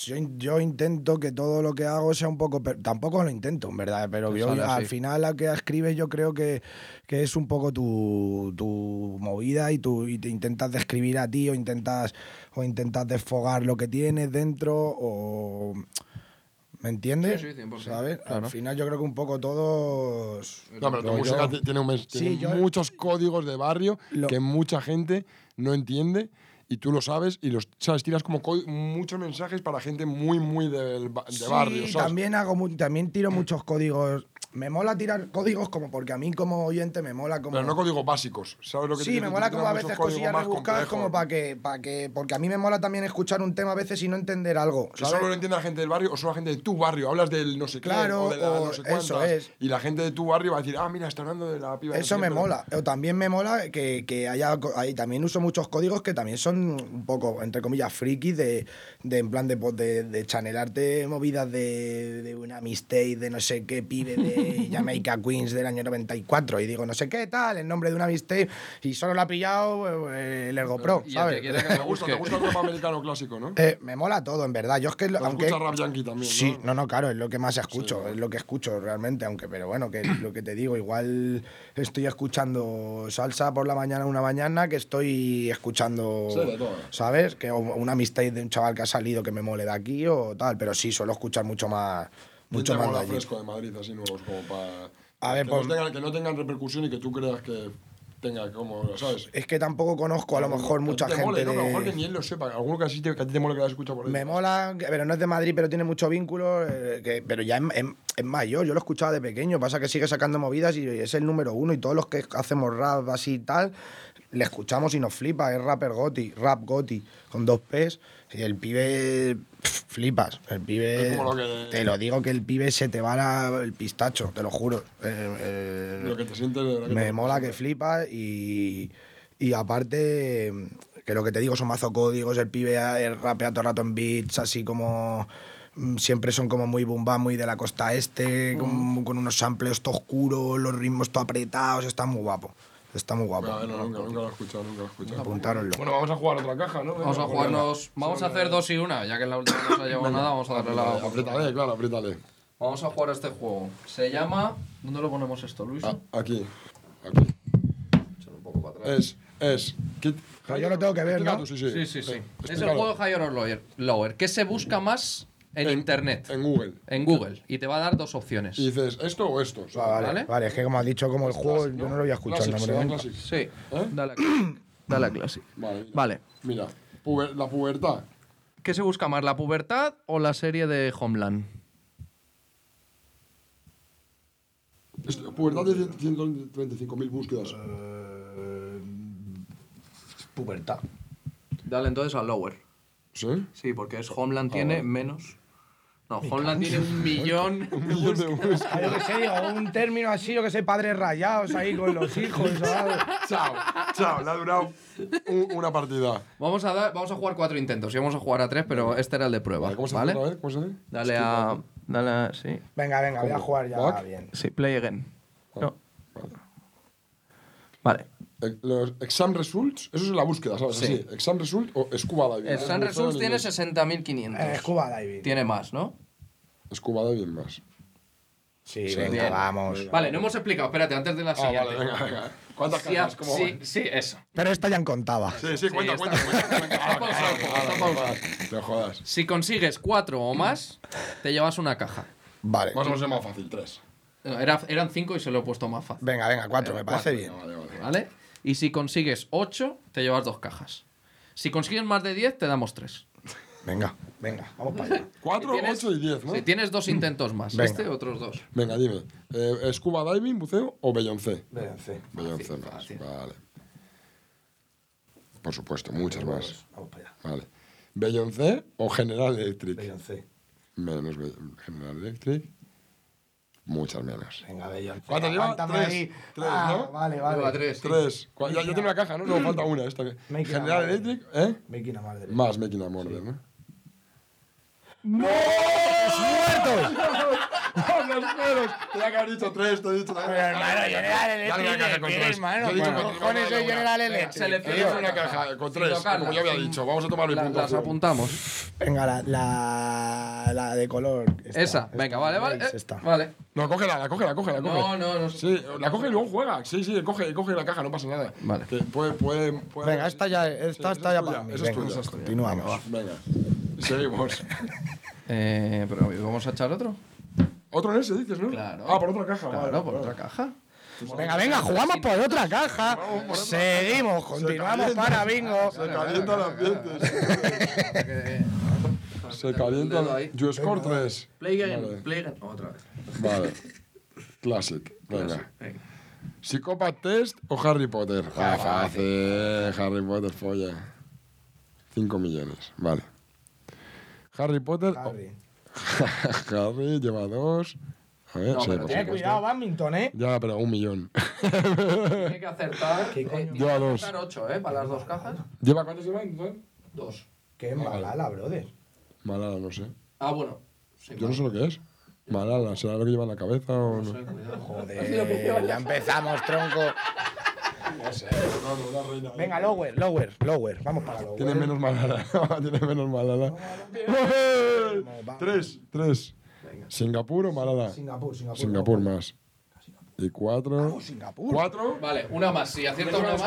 [SPEAKER 4] Yo, in- yo intento que todo lo que hago sea un poco... per- Tampoco lo intento, en verdad, pero
[SPEAKER 3] Te
[SPEAKER 4] yo,
[SPEAKER 3] sale así.
[SPEAKER 4] al final la que escribes yo creo que, que es un poco tu, tu movida y, tú y te intentas describir a ti o intentas, o intentas desfogar lo que tienes dentro o... ¿Me entiendes?
[SPEAKER 3] Sí, sí, 100%,
[SPEAKER 4] ¿Sabes?
[SPEAKER 3] claro.
[SPEAKER 4] Al final yo creo que un poco todos...
[SPEAKER 2] No, pero tu
[SPEAKER 4] yo-
[SPEAKER 2] música ti- tiene, un mes-
[SPEAKER 4] Sí,
[SPEAKER 2] tiene
[SPEAKER 4] yo-
[SPEAKER 2] muchos códigos de barrio
[SPEAKER 4] Lo-
[SPEAKER 2] que mucha gente no entiende y tú lo sabes y los sabes, tiras como co- muchos mensajes para gente muy, muy del ba- de
[SPEAKER 4] Sí,
[SPEAKER 2] barrio. ¿sabes?
[SPEAKER 4] también hago mu- también tiro muchos códigos. Me mola tirar códigos como porque a mí como oyente me mola como
[SPEAKER 2] Pero no códigos básicos. ¿Sabes lo que te
[SPEAKER 4] Sí,
[SPEAKER 2] quiero
[SPEAKER 4] me
[SPEAKER 2] decir?
[SPEAKER 4] mola
[SPEAKER 2] Tú
[SPEAKER 4] como a
[SPEAKER 2] tiras
[SPEAKER 4] veces
[SPEAKER 2] muchos códigos
[SPEAKER 4] cosillas
[SPEAKER 2] más
[SPEAKER 4] rebuscadas como
[SPEAKER 2] complejos.
[SPEAKER 4] para que para que porque a mí me mola también escuchar un tema a veces y no entender algo,
[SPEAKER 2] Que
[SPEAKER 4] ¿sabes?
[SPEAKER 2] solo lo entiende la gente del barrio o solo la gente de tu barrio. Hablas del no sé qué
[SPEAKER 4] Claro,
[SPEAKER 2] o de la
[SPEAKER 4] o
[SPEAKER 2] no sé cuántas.
[SPEAKER 4] eso es.
[SPEAKER 2] Y la gente de tu barrio va a decir, ah, mira, está hablando de la piba. de no
[SPEAKER 4] Eso
[SPEAKER 2] sé
[SPEAKER 4] me
[SPEAKER 2] qué, pero-
[SPEAKER 4] mola. O también me mola que, que haya. co- ahí también uso muchos códigos que también son un poco, entre comillas, frikis de, de en plan de, pues, de, de chanelarte movidas de, de una mistake, de no sé qué pibe, de de Jamaica Queens del año 94 y digo no sé qué tal, el nombre de una mixtape y solo lo ha pillado eh, el Ergo Pro,
[SPEAKER 3] Y el que
[SPEAKER 4] ¿sabes?
[SPEAKER 3] quiera que
[SPEAKER 2] Te
[SPEAKER 3] lo
[SPEAKER 2] gusta,
[SPEAKER 3] busque.
[SPEAKER 2] te gusta el rap americano clásico, ¿no?
[SPEAKER 4] Eh, me mola todo, en verdad. Yo es que, lo-
[SPEAKER 2] Pero
[SPEAKER 4] aunque.
[SPEAKER 2] escuchas rap yankee también,
[SPEAKER 4] Sí,
[SPEAKER 2] ¿no?
[SPEAKER 4] no, no, claro, es lo que más escucho, es lo que escucho realmente, aunque, pero bueno, que lo que te digo, igual estoy escuchando salsa por la mañana, una mañana, que estoy escuchando,
[SPEAKER 2] Sí, de todo.
[SPEAKER 4] ¿sabes? Que o una amistad de un chaval que ha salido que me mole de aquí o tal, pero sí, suelo escuchar mucho más, mucho
[SPEAKER 2] Mucho
[SPEAKER 4] más de allí.
[SPEAKER 2] fresco de Madrid, así nuevos, como para.
[SPEAKER 4] A ver,
[SPEAKER 2] que,
[SPEAKER 4] pues-
[SPEAKER 2] no tengan, que no tengan repercusión y que tú creas que tenga como, ¿sabes?
[SPEAKER 4] Es que tampoco conozco a lo mejor
[SPEAKER 2] Que
[SPEAKER 4] mucha
[SPEAKER 2] a ti te
[SPEAKER 4] gente
[SPEAKER 2] mole, ¿no? Que A lo mejor que
[SPEAKER 4] de...
[SPEAKER 2] ni él lo sepa. Alguno que, así te, que a ti te mole que lo has escuchado por ahí.
[SPEAKER 4] Me mola, que- pero no es de Madrid, pero tiene mucho vínculo, eh, que- pero ya es, es- es mayor, yo lo escuchaba de pequeño, pasa que sigue sacando movidas y es el número uno y todos los que hacemos rap así y tal, le escuchamos y nos flipa, es rapper goti, rap goti, con dos P's, y el pibe pff, flipas, el pibe...
[SPEAKER 2] Es como lo que-
[SPEAKER 4] Te lo digo que el pibe se te va la- el pistacho, te lo juro. Eh, eh,
[SPEAKER 2] Lo que te sientes de verdad. que
[SPEAKER 4] me
[SPEAKER 2] te-
[SPEAKER 4] mola que flipa y, y aparte, que lo que te digo son mazo códigos, el pibe el rapea todo el rato en beats, así como mm, siempre son como muy bumba, muy de la costa este, con, con unos samples todo oscuros, los ritmos todo apretados, está muy guapo, está muy guapo.
[SPEAKER 2] Bueno, a ver, Ah, no, nunca, nunca lo he escuchado, nunca lo he escuchado.
[SPEAKER 4] Apuntároslo.
[SPEAKER 2] Bueno, vamos a jugar otra caja, ¿no?
[SPEAKER 3] Vamos a
[SPEAKER 2] Venga,
[SPEAKER 3] jugarnos. Vamos a hacer dos y una, ya que en la última no se ha llevado nada, vamos a darle la.
[SPEAKER 2] Apriétale, claro, apriétale.
[SPEAKER 3] Vamos a jugar a este juego. Se llama. ¿Dónde lo ponemos esto, Luis?
[SPEAKER 2] Ah, aquí. Aquí.
[SPEAKER 3] Échalo un poco para atrás.
[SPEAKER 2] Es, es. Kit-
[SPEAKER 4] Pero yo lo tengo que ver,
[SPEAKER 2] Kit
[SPEAKER 4] ¿no?
[SPEAKER 2] Gato, Sí, sí,
[SPEAKER 3] Sí, sí, sí.
[SPEAKER 2] Eh,
[SPEAKER 3] Es el
[SPEAKER 2] explícalo.
[SPEAKER 3] juego de Higher or Lower. Lower. ¿Qué se busca más en, internet?
[SPEAKER 2] En Google.
[SPEAKER 3] En Google. Y te va a dar dos opciones.
[SPEAKER 2] Y dices, ¿esto o esto? O sea,
[SPEAKER 4] Vale,
[SPEAKER 3] ¿Vale?
[SPEAKER 4] vale, es que como has dicho, como el juego, yo no lo había escuchado.
[SPEAKER 2] Classic,
[SPEAKER 4] no me
[SPEAKER 2] se
[SPEAKER 4] lo
[SPEAKER 2] llama
[SPEAKER 4] nunca.
[SPEAKER 2] Classic.
[SPEAKER 3] Sí.
[SPEAKER 2] ¿Eh?
[SPEAKER 3] Dale a Classic. Dale a Classic.
[SPEAKER 2] Vale. mira.
[SPEAKER 3] Vale.
[SPEAKER 2] Mira, puber- la pubertad.
[SPEAKER 3] ¿Qué se busca más, la pubertad o la serie de Homeland?
[SPEAKER 2] Es- Pubertad de 125.000 búsquedas.
[SPEAKER 4] Pubertad.
[SPEAKER 3] Dale entonces a Lower.
[SPEAKER 2] ¿Sí?
[SPEAKER 3] Sí, porque es Homeland tiene menos. No, Homeland tiene un millón.
[SPEAKER 2] Millón de búsquedas.
[SPEAKER 4] Ah, Yo qué sé, digo, un término así, yo que sé, padres rayados ahí con los hijos, ¿sabes?
[SPEAKER 2] Chao, chao, le ha durado un- una partida.
[SPEAKER 3] Vamos a, dar, vamos a jugar cuatro intentos. Íbamos a jugar a tres, pero este era el de prueba.
[SPEAKER 2] Vale, ¿Cómo se eh? hace otra
[SPEAKER 3] ¿Vale?
[SPEAKER 2] vez? ¿Cómo se hace?
[SPEAKER 3] Dale a. Dale a. Sí.
[SPEAKER 4] Venga, venga, voy a jugar ya
[SPEAKER 2] ¿Back?
[SPEAKER 4] bien.
[SPEAKER 3] Sí, play again.
[SPEAKER 2] Oh,
[SPEAKER 3] No. Vale.
[SPEAKER 2] Eh, Los exam results, eso es la búsqueda, ¿sabes?
[SPEAKER 3] Sí.
[SPEAKER 2] Así, exam result o scuba diving.
[SPEAKER 3] El Sun
[SPEAKER 2] Eso
[SPEAKER 3] Results
[SPEAKER 2] en
[SPEAKER 3] tiene
[SPEAKER 2] inglés.
[SPEAKER 4] Eh,
[SPEAKER 3] 60.500.
[SPEAKER 4] Scuba Diving.
[SPEAKER 3] Tiene más, ¿no?
[SPEAKER 2] Scuba diving más.
[SPEAKER 4] Sí,
[SPEAKER 3] Sí,
[SPEAKER 4] venga,
[SPEAKER 3] bien.
[SPEAKER 4] vamos.
[SPEAKER 3] Vale, no hemos explicado. Espérate, antes de la
[SPEAKER 2] Ah,
[SPEAKER 3] siguiente.
[SPEAKER 2] vale, venga, venga. ¿Cuántas
[SPEAKER 3] Sí,
[SPEAKER 2] cajas? ¿Cómo
[SPEAKER 3] sí,
[SPEAKER 2] van?
[SPEAKER 3] sí, eso.
[SPEAKER 4] Pero esta ya en contaba.
[SPEAKER 2] Sí, sí, cuenta,
[SPEAKER 3] está-
[SPEAKER 2] cuenta. cuenta, cuenta.
[SPEAKER 3] está pausado,
[SPEAKER 2] Ah,
[SPEAKER 3] está
[SPEAKER 2] vale,
[SPEAKER 3] pausado.
[SPEAKER 2] vale. Te jodas.
[SPEAKER 3] Si consigues cuatro o más, te llevas una caja.
[SPEAKER 4] Vale.
[SPEAKER 2] Más o menos es más fácil, tres.
[SPEAKER 3] No, era- eran cinco y se lo he puesto más fácil.
[SPEAKER 4] Venga, venga, cuatro, me parece bien.
[SPEAKER 2] Vale, vale.
[SPEAKER 3] ¿Vale? Y si consigues ocho, te llevas dos cajas. Si consigues más de 10, te damos tres.
[SPEAKER 4] Venga, venga, vamos para allá.
[SPEAKER 2] Cuatro,
[SPEAKER 3] tienes-
[SPEAKER 2] ocho y diez, ¿no?
[SPEAKER 3] Si tienes dos intentos más,
[SPEAKER 4] Venga.
[SPEAKER 3] este otros dos.
[SPEAKER 2] Venga, dime. Eh, ¿Scuba diving, buceo o Beyoncé?
[SPEAKER 4] Véanse,
[SPEAKER 2] Beyoncé más,
[SPEAKER 3] fácil.
[SPEAKER 2] vale. Por supuesto, muchas más.
[SPEAKER 4] vamos para allá.
[SPEAKER 2] Vale. ¿Beyoncé o General Electric?
[SPEAKER 4] Véanse.
[SPEAKER 2] Menos Be- General Electric. Muchas menos.
[SPEAKER 4] Venga, véanse.
[SPEAKER 2] ¿Cuántas lleva?
[SPEAKER 4] Aguántame
[SPEAKER 2] Tres.
[SPEAKER 4] ahí.
[SPEAKER 2] Tres,
[SPEAKER 4] Ah,
[SPEAKER 2] ¿no?
[SPEAKER 4] Vale, vale.
[SPEAKER 3] Lleva tres. sí.
[SPEAKER 2] Tres. Cu- Ya, ya tiene una caja, ¿no? No, falta una. Esta. que-
[SPEAKER 4] Making a
[SPEAKER 2] General
[SPEAKER 4] Murder.
[SPEAKER 2] Electric, ¿eh?
[SPEAKER 4] Making a Murder.
[SPEAKER 2] Más Making a Murder, ¿no? ¡No! ¡Los cueros! Tenía que haber dicho tres, te he dicho.
[SPEAKER 4] hermano, General Electric, pero, hermano, ¿por cojones soy General Electric?
[SPEAKER 3] Se le
[SPEAKER 2] He dicho una caja con
[SPEAKER 3] Sin
[SPEAKER 2] tres,
[SPEAKER 3] tocarla,
[SPEAKER 2] como yo había
[SPEAKER 3] sin-
[SPEAKER 2] dicho. Vamos a tomar el
[SPEAKER 3] la-
[SPEAKER 2] punto.
[SPEAKER 3] las apuntamos.
[SPEAKER 4] Venga, la, la, la de color. esta,
[SPEAKER 3] Esa, venga, vale, vale.
[SPEAKER 4] veis,
[SPEAKER 3] eh,
[SPEAKER 4] esta.
[SPEAKER 3] Vale.
[SPEAKER 2] No, cógela, la coge, la coge, la coge.
[SPEAKER 3] No, no, no.
[SPEAKER 2] Sí, la coge y luego juega. Sí, sí, coge, coge la caja, no pasa nada.
[SPEAKER 3] Vale.
[SPEAKER 2] Que puede, puede, puede-
[SPEAKER 4] Venga, esta ya, esta,
[SPEAKER 2] Sí,
[SPEAKER 4] esta
[SPEAKER 2] esa
[SPEAKER 4] ya
[SPEAKER 2] es
[SPEAKER 4] para
[SPEAKER 2] tuya,
[SPEAKER 4] mí.
[SPEAKER 2] esa es
[SPEAKER 4] Venga,
[SPEAKER 2] tuya.
[SPEAKER 4] continuamos.
[SPEAKER 2] Venga. Seguimos.
[SPEAKER 3] Eh, pero vamos a echar otro.
[SPEAKER 2] Otro en ese, dices, ¿no?
[SPEAKER 3] Claro.
[SPEAKER 2] Ah, por otra caja.
[SPEAKER 3] Claro,
[SPEAKER 2] vale,
[SPEAKER 3] por
[SPEAKER 2] vale.
[SPEAKER 3] otra caja.
[SPEAKER 4] Venga, venga, jugamos por otra caja. Seguimos, continuamos
[SPEAKER 2] calienta.
[SPEAKER 4] para bingo.
[SPEAKER 2] Se calienta las dientes. Se
[SPEAKER 3] El dedo ahí.
[SPEAKER 2] calienta. Yo score 3.
[SPEAKER 3] Play game,
[SPEAKER 2] Vale.
[SPEAKER 3] play game. Otra vez.
[SPEAKER 2] Vale. Classic. Venga.
[SPEAKER 3] Venga.
[SPEAKER 2] ¿Psicopat Test o Harry Potter? Ah, fácil. Harry Potter, folla. 5 millones, vale. Harry Potter. o-
[SPEAKER 4] Harry.
[SPEAKER 2] Harry lleva dos. A ver, sí, por
[SPEAKER 4] Ten
[SPEAKER 2] supuesto.
[SPEAKER 4] Eh, cuidado, Badminton, ¿eh?
[SPEAKER 2] Ya, pero un millón.
[SPEAKER 3] Tiene que acertar. eh, tiene
[SPEAKER 2] Yo a
[SPEAKER 3] que
[SPEAKER 2] dos.
[SPEAKER 3] acertar ocho, ¿eh? Para las dos cajas.
[SPEAKER 2] ¿Lleva cuántos llevan? ¿no?
[SPEAKER 3] Dos.
[SPEAKER 4] Qué malala, brother.
[SPEAKER 2] Malala, no sé.
[SPEAKER 3] Ah, bueno. Sí,
[SPEAKER 2] Yo no sé lo que es. Malala, ¿será lo que lleva en la cabeza o no?
[SPEAKER 6] Joder, ya empezamos, tronco. Venga, lower, lower, lower. Vamos para lower.
[SPEAKER 2] Tiene menos Malala. Tiene menos Malala. tres, tres. ¿Singapur o Malala?
[SPEAKER 4] Singapur, Singapur. Oh,
[SPEAKER 2] Singapur más. Y cuatro.
[SPEAKER 4] Singapur.
[SPEAKER 2] ¿Cuatro?
[SPEAKER 3] Vale, una más. Si acierta una más.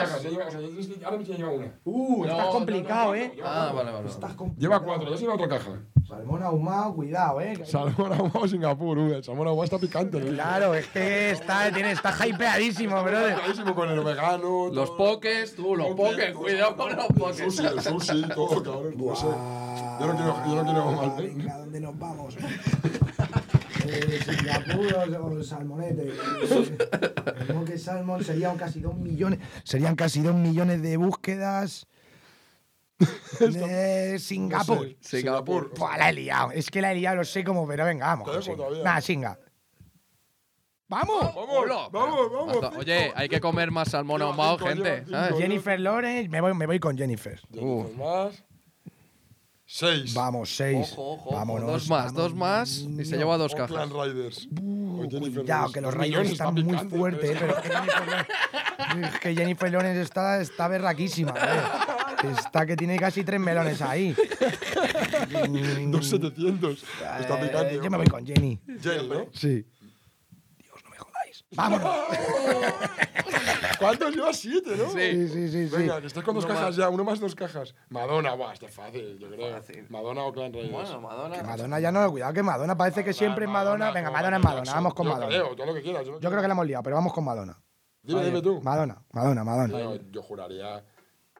[SPEAKER 2] Ahora me lleva una.
[SPEAKER 4] Uh,
[SPEAKER 3] No,
[SPEAKER 4] estás
[SPEAKER 3] no,
[SPEAKER 4] complicado, ¿eh?
[SPEAKER 3] Ah, vale, vale.
[SPEAKER 4] Estás
[SPEAKER 3] vale.
[SPEAKER 4] complicado.
[SPEAKER 2] Lleva cuatro, ya se lleva otra caja.
[SPEAKER 4] Salmón ahumado, cuidado, ¿eh? que hay-
[SPEAKER 2] Salmón ahumado o Singapur, uh, el salmón ahumado está picante. ¿eh? ¿no?
[SPEAKER 6] Claro, es que está, tiene, está hypeadísimo, brother.
[SPEAKER 2] Picadísimo con el vegano.
[SPEAKER 3] Los
[SPEAKER 2] todo.
[SPEAKER 3] pokés, tú, los pokés. Cuidado con los
[SPEAKER 2] El
[SPEAKER 3] pokés.
[SPEAKER 2] sushi, el sushi, todo, cabrón. No sé. Yo no quiero, yo no quiero mal.
[SPEAKER 4] Venga, Ah, ¿dónde nos vamos? Eh, Singapur o- o el salmonete. Tengo que salmon serían casi dos millones. Serían casi dos millones de búsquedas. De Singapur.
[SPEAKER 2] Singapur. Singapur.
[SPEAKER 6] Buah, la he liado. Es que la he liado, lo sé cómo, pero venga, vamos.
[SPEAKER 2] Te dejo
[SPEAKER 6] José.
[SPEAKER 2] todavía.
[SPEAKER 6] Nah, singa. ¡Vamos!
[SPEAKER 2] Vamos, vamos, vamos.
[SPEAKER 3] Hasta- Oye, hay que comer más salmón
[SPEAKER 2] Lleva
[SPEAKER 3] ahumado,
[SPEAKER 2] cinco, lleva
[SPEAKER 3] gente.
[SPEAKER 2] cinco.
[SPEAKER 3] ¿sabes?
[SPEAKER 6] Jennifer Lawrence, me voy, me voy con Jennifer.
[SPEAKER 2] Jennifer más. Seis.
[SPEAKER 4] Vamos, seis.
[SPEAKER 3] Ojo, ojo, ojo.
[SPEAKER 4] Vámonos.
[SPEAKER 3] Dos más,
[SPEAKER 4] vamos,
[SPEAKER 3] dos más. Y se lleva dos cajas.
[SPEAKER 2] Oakland Riders.
[SPEAKER 4] Uh,
[SPEAKER 2] Con Jennifer
[SPEAKER 4] cuidado,
[SPEAKER 2] Lawrence.
[SPEAKER 4] que los
[SPEAKER 2] Un
[SPEAKER 4] rayos
[SPEAKER 2] millón
[SPEAKER 4] están
[SPEAKER 2] está
[SPEAKER 4] muy
[SPEAKER 2] picante,
[SPEAKER 4] fuertes, eh,
[SPEAKER 2] pero
[SPEAKER 4] pero es que Jennifer Lawrence- es que Jennifer Lawrence está, está berraquísima. eh. Está que tiene casi tres melones ahí. Mm,
[SPEAKER 2] Dos setecientos. Está
[SPEAKER 4] eh,
[SPEAKER 2] picante.
[SPEAKER 4] yo me voy con Jenny.
[SPEAKER 2] Jenny, ¿no?
[SPEAKER 4] Sí. Dios, no me jodáis. Vámonos.
[SPEAKER 2] ¿Cuántos llevas? Siete, ¿no?
[SPEAKER 3] Sí.
[SPEAKER 4] Sí, sí, sí. sí.
[SPEAKER 2] Venga, que estás con dos
[SPEAKER 3] Uno
[SPEAKER 2] cajas
[SPEAKER 3] más.
[SPEAKER 2] ya, uno más dos cajas. Madonna, buah, está fácil, yo creo.
[SPEAKER 3] Fácil.
[SPEAKER 2] Madonna o Clan Riders.
[SPEAKER 3] Bueno,
[SPEAKER 4] Que
[SPEAKER 3] Madonna.
[SPEAKER 4] Madonna ya no, cuidado que Madonna parece que siempre es Madonna. Venga, Madonna es Madonna, vamos con
[SPEAKER 2] Yo
[SPEAKER 4] Madonna.
[SPEAKER 2] creo, todo lo que quieras. Yo, no-
[SPEAKER 4] Yo creo que la hemos liado, pero vamos con Madonna.
[SPEAKER 2] Dime, dime tú.
[SPEAKER 4] Madonna, Madonna, Madonna.
[SPEAKER 2] Yo, yo juraría.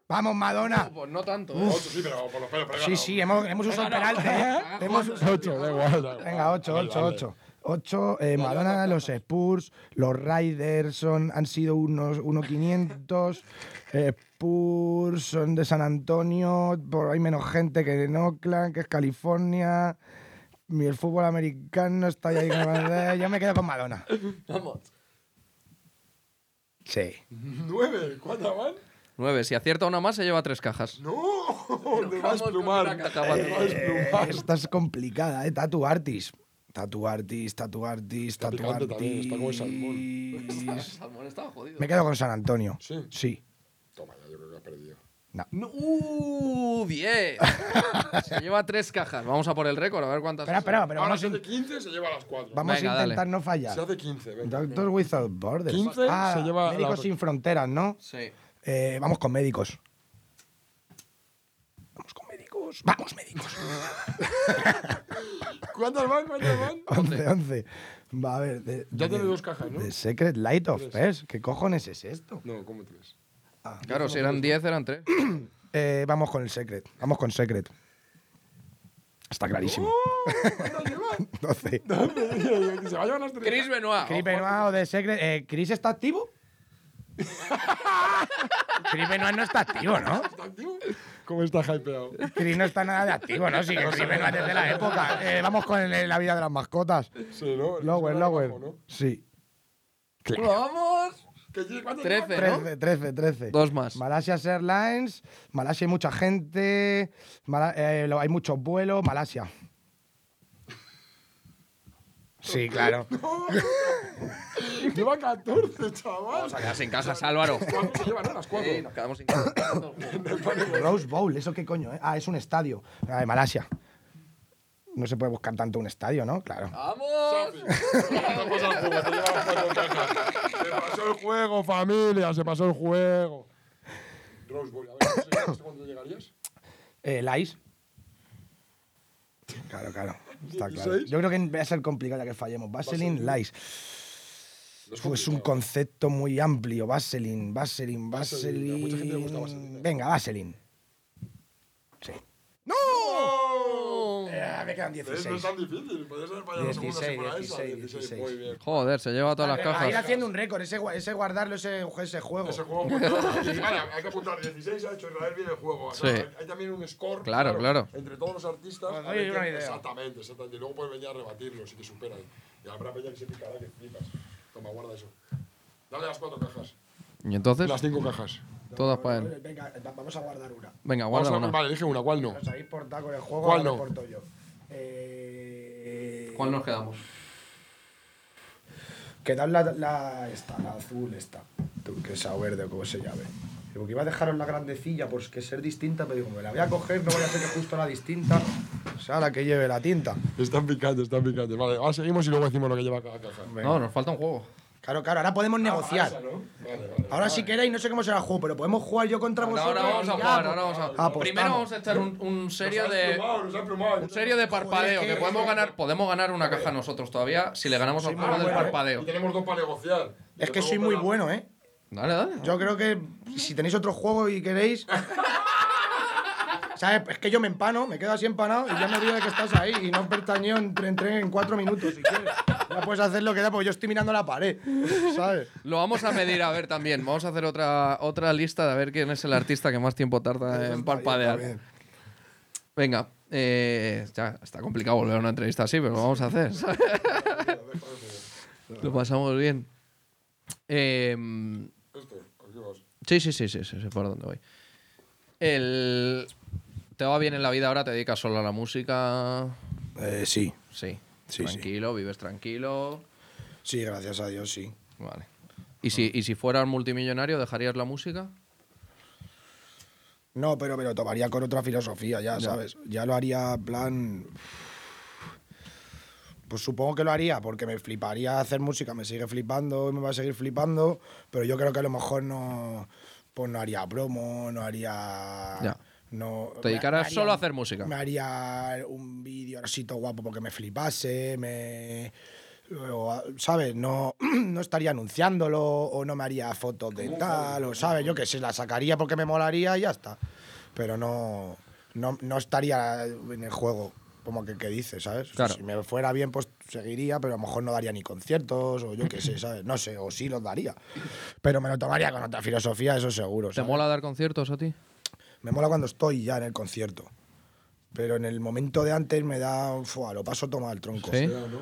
[SPEAKER 4] Vamos, Madonna.
[SPEAKER 3] Pues no tanto. ¿eh?
[SPEAKER 2] Ocho, sí, pero por los pelos. pero
[SPEAKER 6] Sí,
[SPEAKER 2] venga,
[SPEAKER 6] sí, hemos, hemos usado el peralte, ¿eh? Hemos-
[SPEAKER 2] Ocho, da igual. da igual.
[SPEAKER 4] Venga, 8,
[SPEAKER 2] Dale,
[SPEAKER 4] 8,
[SPEAKER 2] dale.
[SPEAKER 4] 8. 8, eh, Madonna, los Spurs, los Riders son, han sido unos 1.500. eh, Spurs son de San Antonio, por hay menos gente que en Oakland, que es California. Y el fútbol americano está ahí. ahí. Yo me quedo con Madonna.
[SPEAKER 3] Vamos.
[SPEAKER 4] Sí.
[SPEAKER 2] Nueve, ¿cuántas van?
[SPEAKER 3] Nueve. Si acierta una más, se lleva tres cajas.
[SPEAKER 2] No, te
[SPEAKER 3] vamos
[SPEAKER 2] vas a
[SPEAKER 3] con una
[SPEAKER 2] plumar. Te
[SPEAKER 3] caja,
[SPEAKER 2] vas
[SPEAKER 3] vale.
[SPEAKER 2] a plumar.
[SPEAKER 4] Esta es complicada, ¿eh? Tatu Artis. Tatu Artis, Tatu Artis, Tatu
[SPEAKER 2] picante también,
[SPEAKER 4] Artis.
[SPEAKER 2] está como el salmón.
[SPEAKER 3] El salmón estaba jodido.
[SPEAKER 4] Me quedo con San Antonio.
[SPEAKER 2] Sí.
[SPEAKER 4] Sí.
[SPEAKER 2] Toma, ya, yo creo que has perdido.
[SPEAKER 3] No, ¡Uh! ¡Diez! se lleva tres cajas. Vamos a por el récord, a ver cuántas.
[SPEAKER 4] Espera, espera, pero
[SPEAKER 2] Ahora
[SPEAKER 4] vamos,
[SPEAKER 2] si
[SPEAKER 4] a
[SPEAKER 2] hace
[SPEAKER 4] in-
[SPEAKER 2] 15 se lleva a las 4.
[SPEAKER 4] vamos
[SPEAKER 3] Venga,
[SPEAKER 4] a
[SPEAKER 3] dale.
[SPEAKER 4] intentar no fallar.
[SPEAKER 2] Se hace 15, venga.
[SPEAKER 4] Doctor Without Borders.
[SPEAKER 2] 15
[SPEAKER 4] ah,
[SPEAKER 2] se lleva
[SPEAKER 4] Médicos
[SPEAKER 2] la-
[SPEAKER 4] sin fronteras, ¿no?
[SPEAKER 3] Sí.
[SPEAKER 4] Eh, vamos con médicos. Vamos con médicos. Vamos, médicos.
[SPEAKER 2] ¿Cuántas van? ¿Cuántas van?
[SPEAKER 4] 11, 11. Va a ver. De,
[SPEAKER 2] Ya
[SPEAKER 4] de-
[SPEAKER 2] tiene dos cajas, ¿no?
[SPEAKER 4] de Secret Light of Pers. ¿Qué cojones es esto?
[SPEAKER 2] No, como tres.
[SPEAKER 3] Claro, si eran diez, eran tres.
[SPEAKER 4] Eh, vamos con el Secret. Vamos con Secret. Está clarísimo.
[SPEAKER 2] ¡Oh!
[SPEAKER 4] 12.
[SPEAKER 2] se va a llevar las tres.
[SPEAKER 3] Chris Benoit.
[SPEAKER 6] Chris
[SPEAKER 3] ojo.
[SPEAKER 6] Benoit o de Secret. eh, ¿Chris está activo? Chris Benoit no está activo, ¿no?
[SPEAKER 2] ¿Está activo? ¿Cómo está hypeado?
[SPEAKER 6] Chris no está nada de activo, ¿no? Sí, que Chris Benoit desde la época.
[SPEAKER 4] Eh, vamos con el- la vida de las mascotas.
[SPEAKER 2] Sí, ¿no?
[SPEAKER 4] Lower,
[SPEAKER 2] Se va
[SPEAKER 4] lower.
[SPEAKER 2] abajo, ¿no?
[SPEAKER 4] Sí.
[SPEAKER 3] ¡Vamos!
[SPEAKER 2] Que llegue- ¿cuántas
[SPEAKER 3] Trece.
[SPEAKER 2] llevan?
[SPEAKER 3] ¿no?
[SPEAKER 4] 13, 13, 13.
[SPEAKER 3] Dos más.
[SPEAKER 4] Malasia Airlines, Malasia hay mucha gente, Mala- eh, lo- hay muchos vuelos, Malasia.
[SPEAKER 6] Sí, claro.
[SPEAKER 2] Lleva 14, chaval.
[SPEAKER 3] Vamos a quedar sin cajas, Álvaro.
[SPEAKER 2] ¿Cuántas se llevan? ¿no? Las cuatro.
[SPEAKER 3] Sí, nos quedamos sin cajas.
[SPEAKER 4] Rose Bowl, ¿eso qué coño? eh? Ah, es un estadio. Ah, de Malasia. No se puede buscar tanto un estadio, ¿no? Claro.
[SPEAKER 3] ¡Vamos!
[SPEAKER 2] Vamos al juego, te llevan cuatro cajas. Se pasó el juego, familia, se pasó el juego. Rose Bowl, a ver, ¿hasta cuándo llegarías?
[SPEAKER 4] Eh, ¿Lais? Claro, claro. Está claro.
[SPEAKER 2] 16.
[SPEAKER 4] Yo creo que va a ser complicada que fallemos. Vaseline, Lais. Pues es un concepto muy amplio. Vaseline, Vaseline,
[SPEAKER 2] Vaseline,
[SPEAKER 4] Vaseline.
[SPEAKER 2] a mucha gente le gusta Vaseline. ¿eh?
[SPEAKER 4] Venga, Vaseline. Sí.
[SPEAKER 2] ¡No!
[SPEAKER 4] Ah, me quedan
[SPEAKER 2] No es
[SPEAKER 4] 16.
[SPEAKER 2] tan difícil, podrías haber fallado la segunda
[SPEAKER 4] 16,
[SPEAKER 2] si fuera esa.
[SPEAKER 4] 16,
[SPEAKER 2] 16, muy bien.
[SPEAKER 3] Joder, se lleva todas las
[SPEAKER 4] Va a ir
[SPEAKER 3] cajas.
[SPEAKER 4] haciendo un récord, ese, gua- ese guardarlo, ese, ese juego.
[SPEAKER 2] Ese juego, pues, vale, hay que apuntar 16 ha hecho Israel bien el juego. o sea,
[SPEAKER 3] Sí.
[SPEAKER 2] Hay también un score
[SPEAKER 3] Claro, claro.
[SPEAKER 2] entre todos los artistas.
[SPEAKER 6] Os
[SPEAKER 2] a ver
[SPEAKER 6] doy una
[SPEAKER 2] quién-
[SPEAKER 6] idea.
[SPEAKER 2] Exactamente, exactamente. Y luego puedes venir a rebatirlo si te superan. Y habrá peña que se picará que flipas. Toma, guarda eso. Dale las cuatro cajas.
[SPEAKER 3] Y entonces,
[SPEAKER 2] cinco cajas.
[SPEAKER 3] todas para él.
[SPEAKER 4] Venga, va- vamos a guardar una.
[SPEAKER 3] Venga, guarda una.
[SPEAKER 2] Vale, dije una, ¿cuál no?
[SPEAKER 4] Os habéis portado con el juego,
[SPEAKER 2] ¿Cuál
[SPEAKER 4] ahora
[SPEAKER 2] no?
[SPEAKER 4] porto yo. Eh,
[SPEAKER 3] ¿Cuál nos quedamos?
[SPEAKER 4] que dan la, la, esta, la azul esta, turquesa o verde o como se llame. Digo, que iba a dejaros la grandecilla por que ser distinta, pero digo, me la voy a coger, no voy a ser que justo la distinta sea la que lleve la tinta.
[SPEAKER 2] Están picantes, están picantes. Vale, ahora seguimos y luego decimos lo que lleva cada caja.
[SPEAKER 4] Venga.
[SPEAKER 3] No, nos falta un juego.
[SPEAKER 4] Claro, claro, ahora podemos negociar.
[SPEAKER 2] Esa, ¿no? Vale, vale.
[SPEAKER 4] Ahora sí queréis, no sé cómo será el juego, pero podemos jugar yo contra
[SPEAKER 3] Ahora,
[SPEAKER 4] vosotros.
[SPEAKER 3] vamos a
[SPEAKER 4] y ya,
[SPEAKER 3] jugar,
[SPEAKER 4] pues,
[SPEAKER 3] ahora vamos a
[SPEAKER 4] apostamos.
[SPEAKER 3] Primero vamos a echar un, un serio
[SPEAKER 2] Nos has
[SPEAKER 3] de.
[SPEAKER 2] plumado, nos has plumado.
[SPEAKER 3] Un serio de parpadeo,
[SPEAKER 4] Joder,
[SPEAKER 3] que
[SPEAKER 4] que-
[SPEAKER 3] podemos ganar, podemos ganar una caja nosotros todavía si le ganamos al
[SPEAKER 4] muy
[SPEAKER 3] juego del
[SPEAKER 4] bueno, eh.
[SPEAKER 3] parpadeo.
[SPEAKER 2] Y tenemos dos para negociar.
[SPEAKER 4] Es que soy muy bueno, ¿eh?
[SPEAKER 3] Dale, dale.
[SPEAKER 4] Yo creo que si tenéis otro juego y queréis. ¿Sabes? Es que yo me empano, me quedo así empanado y ya me olvido de que estás ahí y no pertañeo entre, entre en cuatro minutos si quieres. Ya puedes hacer lo que da, porque yo estoy mirando la pared, ¿sabes?
[SPEAKER 3] Lo vamos a medir a ver también. Vamos a hacer otra, otra lista de a ver quién es el artista que más tiempo tarda en parpadear. Venga, eh, ya está complicado volver a una entrevista así, pero lo vamos a hacer. ¿sabes? lo pasamos bien. Em,
[SPEAKER 2] Este, aquí vas.
[SPEAKER 3] sí, sí, sí, sí, sí, sé por dónde voy. El... ¿Te va bien en la vida ahora? ¿Te dedicas solo a la música?
[SPEAKER 4] Eh, sí,
[SPEAKER 3] Sí.
[SPEAKER 4] Sí, sí.
[SPEAKER 3] tranquilo, vives tranquilo.
[SPEAKER 4] sí, gracias a Dios, sí.
[SPEAKER 3] Vale. ¿Y si, ¿Y si fueras multimillonario, dejarías la música?
[SPEAKER 4] No, pero me lo tomaría con otra filosofía, ya, ¿sabes? Ya lo haría en plan. Pues supongo que lo haría, porque me fliparía hacer música, me sigue flipando, me va a seguir flipando, pero yo creo que a lo mejor no. Pues no haría promo, no haría.
[SPEAKER 3] Ya.
[SPEAKER 4] No,
[SPEAKER 3] Te
[SPEAKER 4] me-
[SPEAKER 3] dedicarás
[SPEAKER 4] me haría
[SPEAKER 3] solo a
[SPEAKER 4] un-
[SPEAKER 3] hacer música.
[SPEAKER 4] Me haría un vídeo así todo guapo porque me flipase, me. o, ¿Sabes? No, no estaría anunciándolo o no me haría fotos de tal, o ¿sabes? Yo que sé, la sacaría porque me molaría y ya está. Pero no, no, no estaría en el juego como que, que dice, ¿sabes? O sea,
[SPEAKER 3] Claro.
[SPEAKER 4] Si me fuera bien, pues seguiría, pero a lo mejor no daría ni conciertos o yo qué sé, ¿sabes? No sé, o sí los daría. Pero me lo tomaría con otra filosofía, eso seguro.
[SPEAKER 3] ¿Te
[SPEAKER 4] ¿sabes?
[SPEAKER 3] mola dar conciertos a ti?
[SPEAKER 4] Me mola cuando estoy ya en el concierto. Pero en el momento de antes me da. Fua, lo paso todo mal, tronco.
[SPEAKER 3] Sí.
[SPEAKER 2] Ya, ¿no?